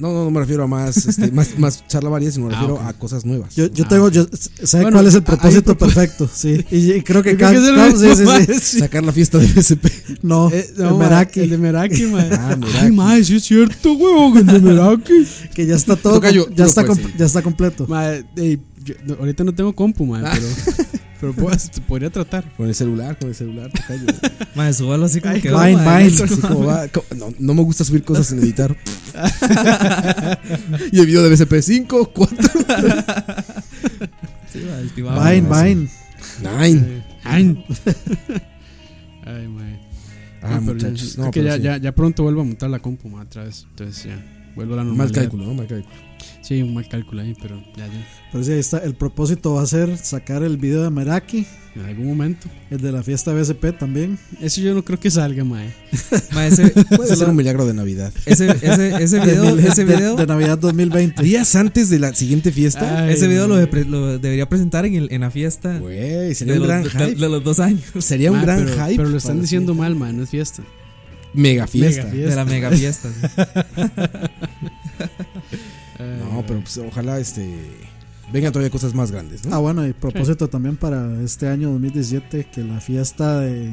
S3: No, no, no me refiero a más,
S4: [LAUGHS]
S3: este, más, más charlavarias, sino me
S4: Ah,
S3: refiero
S4: ok.
S3: a cosas nuevas.
S2: Yo, yo
S4: Ah.
S2: tengo, yo, ¿sabe
S4: Bueno,
S2: cuál es el
S4: hay un
S2: propósito
S4: propós-
S2: perfecto?
S4: [LAUGHS]
S2: Sí, y, y creo que
S4: Yo creo que es el
S2: cada-
S4: mismo,
S2: sí, sí, sí.
S4: mae, sí.
S3: Sacar la fiesta del SP.
S2: [LAUGHS] No,
S4: Eh,
S2: el
S4: no,
S2: Meraki,
S4: El de Meraki,
S2: [LAUGHS]
S4: mae.
S3: Ah,
S4: Ay,
S3: Meraki.
S4: mae, sí es cierto, huevón, el de Meraki.
S2: [LAUGHS] que ya está todo,
S3: Tocayo,
S2: com-
S3: tú
S2: ya,
S3: lo
S2: está
S3: puedes
S2: com-
S3: decir.
S2: ya está completo. Ah.
S4: Mae, pues, ey, yo- no, ahorita no tengo compu, mae, pero, pero puedo- este, podría tratar.
S3: Con el celular, con el celular. tocayo.
S4: [LAUGHS]
S5: Madre, súbalo así como que.
S2: Vine,
S5: madre, [LAUGHS]
S2: Vine.
S5: esto
S3: Así como va, como- no, no me gusta subir cosas sin editar.
S5: [LAUGHS]
S3: [LAUGHS] y el video del SP5, 4,
S5: no- Sí, madre, el
S4: este,
S5: tibao.
S2: Vine,
S3: no,
S2: Vine.
S3: 9.
S4: Eh, Ay, [LAUGHS] Ay, mae.
S3: Ah,
S4: No, pero ya-
S3: muchachos.
S4: creo
S3: No,
S4: que
S3: pero
S4: ya,
S3: sí.
S4: ya, ya pronto vuelvo a montar la compu, mae, otra vez. Entonces ya, vuelvo a la
S3: Mal
S4: normalidad.
S3: cálculo, ¿no? Mal cálculo.
S4: Sí, un mal cálculo ahí, pero ya, ya.
S2: Pero sí, ahí está. El propósito va a ser sacar el video de Meraki,
S4: En algún momento.
S2: el de la fiesta BSP también.
S4: Eso yo no creo que salga, mae.
S5: Madre, ese,
S3: [LAUGHS] Puede ser un milagro de Navidad.
S5: ese, ese,
S3: [LAUGHS]
S5: ese
S2: De,
S5: video,
S2: mil-
S5: ese
S2: de-
S5: video,
S2: de Navidad 2020.
S3: Días antes de la siguiente fiesta.
S4: Ay,
S5: ese video lo,
S4: mae.
S5: de- lo debería presentar en, el, en la fiesta.
S3: Güey,
S5: de,
S3: sería un
S5: los,
S3: gran
S5: de-
S3: hype.
S5: de los dos años.
S3: sería un
S4: Mae,
S3: gran
S4: pero,
S3: hype.
S4: Pero lo están
S3: para-
S4: diciendo mal, mae, no es fiesta.
S3: Mega fiesta.
S4: Mega
S5: De la mega fiesta. sí.
S3: [LAUGHS]
S4: Ay,
S3: No,
S4: mae.
S3: pero pues ojalá este. Vengan todavía cosas más grandes, ¿no?
S2: Ah, bueno, y propósito también para este año 2017, que la fiesta de,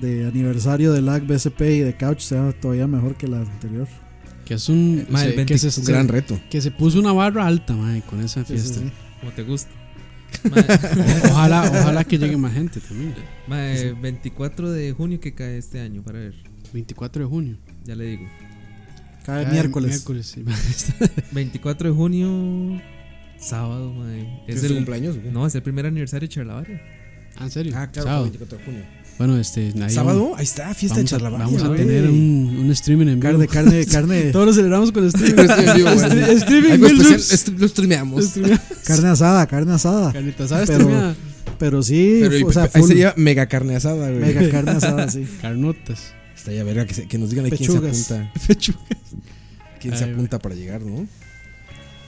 S2: de aniversario del LAC BSP y de Couch sea todavía mejor que la anterior.
S4: [LAUGHS] Que es un.
S5: Mae,
S4: se-
S5: el 20
S4: que, se,
S3: es un gran
S4: se-
S3: reto.
S4: que se puso una barra alta, mae, con esa
S2: Sí, sí,
S4: fiesta.
S2: sí.
S5: Como te gusta. Madre,
S4: [LAUGHS] Ojalá,
S3: [LAUGHS]
S4: ojalá que llegue más gente también.
S5: madre, 24 eh, de junio que cae este año, para ver.
S4: 24 de junio.
S5: Ya le digo.
S2: Cada
S4: Cada
S2: miércoles.
S4: miércoles, [LAUGHS] sí, mae, está-
S5: 24 de junio, sábado, madre. Es
S3: tu
S5: el
S3: cumpleaños? güey?
S5: No, es el primer aniversario de Charlavaria.
S4: Ah, en serio.
S3: Ah, claro,
S4: Sábado.
S3: 24 de junio.
S4: Bueno, este. ahí
S3: Sábado, ahí está,
S4: Vamos,
S3: fiesta de
S4: vamos, a,
S3: charlavaria.
S4: vamos a
S3: güey.
S4: tener un, un streaming en vivo. [LAUGHS]
S2: Carne, carne, carne,
S4: Todos lo celebramos
S2: [LAUGHS]
S4: con streaming.
S3: Stream en vivo, güey.
S4: Estre- streaming
S3: Algo
S4: mil
S3: especial,
S4: subs.
S3: estre- lo streameamos.
S4: Streamea-
S2: este, carne asada, carne asada.
S4: Carnita, ¿sabes?
S2: Pero-
S4: Streamea
S2: Pero sí,
S3: Pero,
S2: o sea,
S3: ahí
S2: full
S3: sería mega carne asada, güey.
S2: mega
S3: [LAUGHS]
S2: carne asada, sí.
S4: Carnotas.
S3: Estaría verga que, se- que nos digan ahí Ah, quién se
S2: Pechugas.
S4: [LAUGHS]
S3: apunta. ¿Quién se
S4: Ay,
S3: apunta para llegar, no?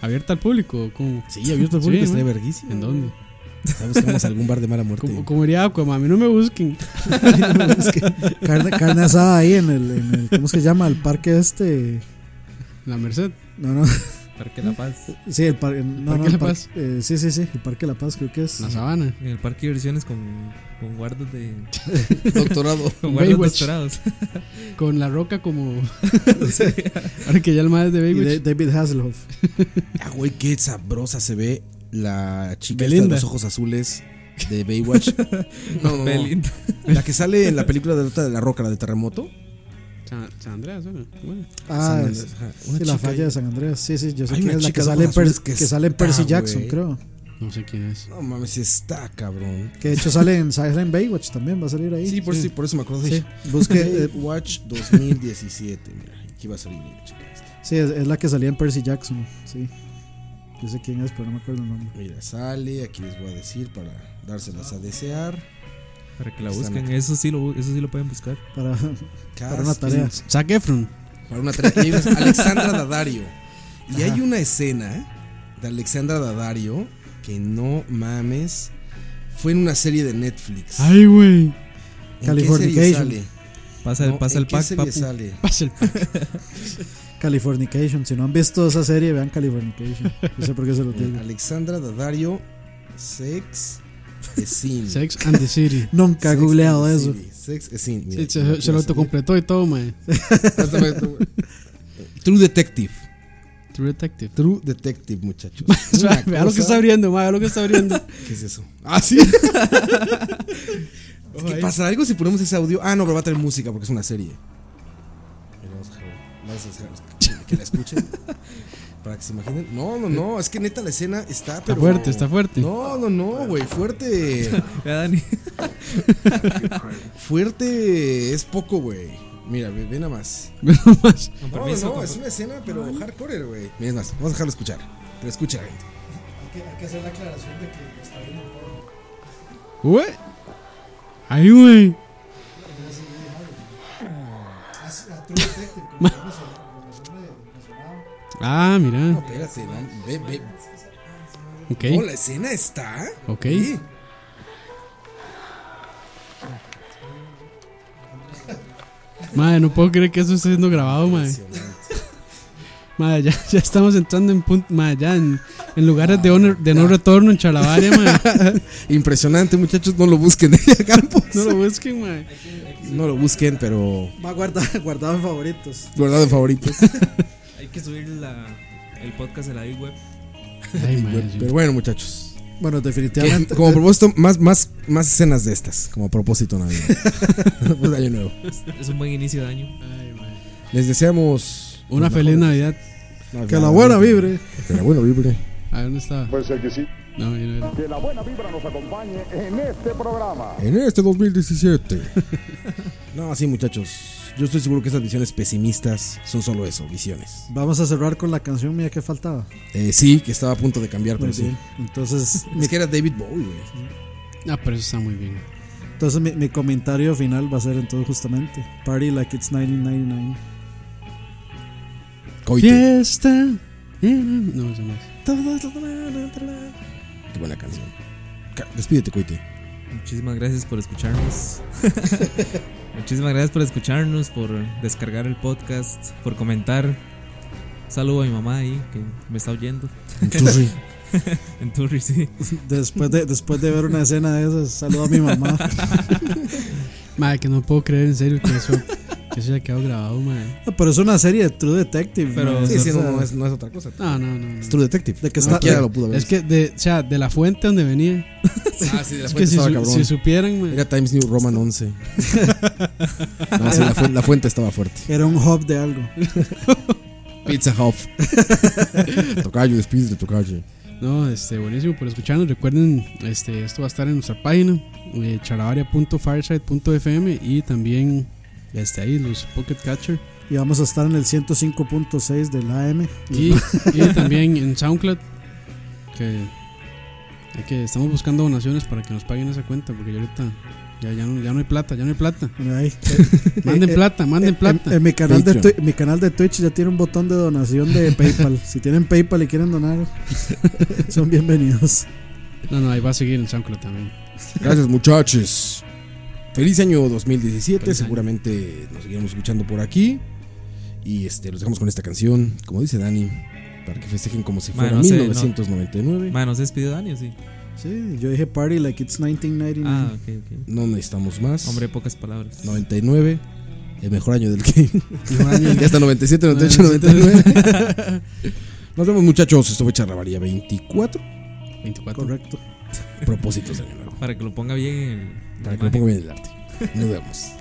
S4: ¿Abierta al público? o ¿Cómo?
S3: Sí, abierto al
S4: Sí,
S3: público, estaría
S4: güey.
S3: verguísimo.
S4: ¿En dónde?
S3: Ya buscamos algún bar de
S4: [LAUGHS]
S3: mala muerte.
S4: Como, como diría Aquaman, a mí no me
S2: [LAUGHS]
S4: busquen. [LAUGHS]
S2: Carne, carne asada ahí en el, en el, ¿cómo es que se llama? El parque este.
S4: La Merced.
S2: No, no,
S5: Parque La Paz.
S2: sí, el, parque no,
S4: Parque
S2: no, el
S4: La
S2: par- [LAUGHS]
S4: Paz.
S2: eh, sí, sí, sí, el Parque La Paz creo que es.
S4: La Sabana.
S5: En el parque de diversiones con, con guardas de.
S3: [LAUGHS] Doctorado.
S5: [LAUGHS] Con guardas
S4: Baywatch.
S5: doctorados.
S4: [LAUGHS] Con La Roca
S2: [LAUGHS]
S4: como... [LAUGHS] Ahora que ya el más es de
S2: Y
S4: Baywatch.
S2: de- David Hasselhoff.
S3: Ah, güey, qué sabrosa se ve la chica esta de
S4: Belinda.
S3: los ojos azules de Baywatch. No, no, no.
S5: Belinda.
S3: La que sale en la película de la otra de la roca, la del terremoto.
S4: San, San Andreas, ¿no? Bueno.
S2: Ah,
S3: San-
S2: es-
S3: ajá,
S2: sí, la
S3: chica
S2: falla de San Andrés. Sí, sí, yo sé
S3: Hay
S2: quién
S3: una
S2: es la
S3: chica
S2: que
S3: de
S2: sale, en
S3: ojos
S2: Per-
S3: azules que
S2: que sale en
S3: está,
S2: Percy Jackson,
S3: güey.
S2: creo.
S4: No sé quién es.
S3: No mames, está cabrón.
S2: Que de hecho sale en Silent Baywatch también, va a salir ahí.
S3: [LAUGHS] Sí, por, sí, por eso me acuerdo. [LAUGHS]
S2: Sí,
S3: Dije,
S2: busque, eh,
S3: Baywatch 2017. Mira, aquí va a salir la chica esta.
S2: sí, es, es la que salía en Percy Jackson, sí. Yo sé quién es, pero no me acuerdo el nombre.
S3: Mira, sale. Aquí les voy a decir para dárselas a desear.
S5: Para que la
S3: Están
S5: busquen.
S3: acá.
S5: Eso sí, lo, eso sí lo pueden buscar.
S2: Para, [LAUGHS] para una
S3: Cast-
S2: tarea.
S4: Zac Efron.
S3: Para una tarea. Y ahí ves Alexandra Daddario. Y hay una escena de Alexandra Daddario que no mames. Fue en una serie de Netflix.
S4: Ay, güey.
S3: ¿En qué serie
S2: Californication.
S3: sale?
S5: Pasa, el-
S3: No,
S5: pasa
S3: ¿en
S5: el
S3: qué
S5: pack,
S3: serie
S5: papu.
S3: sale?
S4: Pasa el
S2: [LAUGHS] Californication. Si no han visto esa serie, vean Californication. No sé por qué se [LAUGHS] lo
S3: [LAUGHS] Mira,
S2: digo.
S3: Alexandra Daddario, Sex, Scene.
S4: Sex and the City.
S2: [LAUGHS] Nunca he
S3: Sex
S2: googleado
S3: and the
S2: eso.
S3: City, Sex eh, Scene.
S4: Sí, se, [LAUGHS]
S3: [LAUGHS]
S4: se lo autocompletó y todo, mae.
S3: True Detective.
S4: True Detective.
S3: True Detective, muchachos.
S4: Este Vea lo que está abriendo, ma, vea Ah, lo que está abriendo.
S3: [LAUGHS] ¿Qué es eso? Ah,
S4: [LAUGHS]
S3: [LAUGHS] sí. Es que pasa algo si ponemos ese audio. Ah, no, pero va a tener música porque es una serie. Mira, Vamos a dejar- vamos a dejar que la escuchen. Para que se imaginen. No, no, no. Es que neta la escena está. Pero
S4: fuerte, está fuerte.
S3: No, no, no, güey. Fuerte.
S4: [LAUGHS]
S3: fuerte es poco, güey. Mira, ve, ve nada más.
S4: [LAUGHS] Ve nada más.
S3: No,
S5: permiso,
S3: no,
S5: con
S3: es
S5: per-
S3: una escena, pero hardcore, güey. Mira, es más, vamos a dejarlo escuchar. Que lo escuche la gente.
S4: Ah.
S2: que, hay que hacer la aclaración de que está viendo porno.
S4: Ué. Ay, güey.
S2: A True Detective, como
S4: Ma-
S2: ya me sonó- como me sonó- me sonaba.
S4: Ah,
S3: No,
S4: mira.
S3: espérate, no. Ve, ve. [LAUGHS]
S4: Ok.
S3: Oh, la escena está.
S4: Ok.
S3: Sí.
S4: Madre, no puedo creer que eso esté siendo grabado, madre. Madre, ya, ya estamos entrando en punto, madre, ya en, en lugares de, honor- de no retorno en Chalabaria, madre.
S3: [LAUGHS] Impresionante, muchachos. No lo busquen, [LAUGHS] Delia Campos.
S4: No lo busquen, madre.
S3: No lo busquen, pero
S2: Va [LAUGHS] guardado, guardado en favoritos.
S3: guardado
S4: [LAUGHS]
S3: en favoritos.
S5: [LAUGHS] Hay que subir la, el podcast de la Big Web.
S2: [LAUGHS]
S4: Ay, madre. sí.
S3: Pero bueno, muchachos.
S2: Bueno,
S3: que-
S2: definitivamente.
S3: Como propósito, más, más, más escenas de estas. Como propósito
S2: [LAUGHS]
S3: navideño. Pues, año nuevo.
S5: Es un buen inicio de año.
S4: Ay, madre.
S3: Les deseamos
S4: Una
S3: pues,
S4: feliz Navidad.
S3: mejor-
S2: Que la buena vibre.
S3: Que la buena vibre.
S4: A ver, ¿dónde estaba? Puede ser que sí. No, yo no era.
S7: Que la buena vibra nos acompañe en este programa.
S3: En este
S2: [LAUGHS]
S3: 2017. no, sí, muchachos. Yo estoy seguro que esas visiones pesimistas son solo eso, visiones.
S2: Vamos a cerrar con la canción mía que faltaba.
S3: Eh, sí, que estaba a punto de cambiar,
S2: Muy
S3: pero sí.
S2: bien. Entonces,
S3: Es que era David Bowie, güey.
S4: Ah, pero eso está muy bien.
S2: entonces mi, mi comentario final va a ser entonces justamente Party Like It's 1999.
S3: Coite.
S4: Fiesta. No, eso no es.
S3: Qué buena canción. Ca- Despídete, Coite.
S5: Muchísimas gracias por escucharnos. [LAUGHS] Muchísimas gracias por escucharnos, por descargar el podcast, por comentar. Saludo a mi mamá ahí que me está oyendo.
S3: Entonces,
S5: [LAUGHS] En Turri, sí.
S3: [LAUGHS]
S2: Después de, después de ver una escena de esas, saludo a mi mamá. [LAUGHS]
S4: Madre, que no puedo creer en serio que eso, que eso haya quedado grabado, madre.
S2: No, Pero es una serie de True Detective.
S5: Pero-
S2: man.
S3: sí, sí,
S2: O
S3: no,
S2: sea,
S3: no es, no es otra cosa.
S4: No, no, no. no.
S3: Es True Detective.
S2: De que está-
S3: Cualquiera
S2: de-
S3: lo pudo ver.
S4: Es que, de, o sea, de la fuente donde venía.
S3: [LAUGHS] ah, sí, de la
S4: Es que
S3: fuente
S4: si,
S3: estaba
S4: su-
S3: cabrón.
S4: si supieran, madre.
S3: Era Times New Roman
S2: [LAUGHS]
S3: 11. no, sí, la, fuente, la fuente estaba fuerte.
S2: Era un hub de algo.
S3: Pizza Hut. [LAUGHS] tocayo, despídete, tocayo.
S4: [LAUGHS] No, este, buenísimo por escucharnos. Recuerden, este, esto va a estar en nuestra página, eh, charavaria.fireside.fm y también este, ahí los Pocket Catcher.
S2: Y vamos a estar en el 105.6 del AM.
S4: Y, y también en SoundCloud, que, hay que estamos buscando donaciones para que nos paguen esa cuenta, porque ya ahorita ya, ya, no, ya no hay plata, ya no hay plata.
S2: Mira ahí.
S4: Manden
S2: Eh,
S4: plata, manden
S2: En- En,
S4: plata.
S2: mi, canal de
S3: Patreon.
S2: Twi- mi canal de Twitch ya tiene un botón de donación de PayPal. si tienen PayPal y quieren donar, son bienvenidos.
S4: No, no, ahí va a seguir en SoundCloud también.
S3: Gracias, muchachos. Feliz año 2017.
S4: Feliz año.
S3: Seguramente nos seguiremos escuchando por aquí. Y este, los dejamos con esta canción, como dice Dani, para que festejen como si fuera
S5: Bueno, no sé, no.
S3: 1999.
S5: Madre, nos despidió Dani, ¿o sí.
S2: Sí, yo dije party like it's
S5: Ah,
S2: 1999.
S5: ok, ok.
S3: No necesitamos más.
S5: Hombre, pocas palabras.
S3: 99. El mejor año del
S5: [LAUGHS]
S3: game.
S4: Mejor año.
S3: ya está 97, 98, 99.
S5: [LAUGHS]
S3: Nos vemos, muchachos. Esto fue Charrabaría 24.
S4: 24.
S2: Correcto.
S3: Propósitos de año nuevo.
S5: Para que lo ponga bien en el.
S3: Para que lo ponga bien el arte. Nos vemos.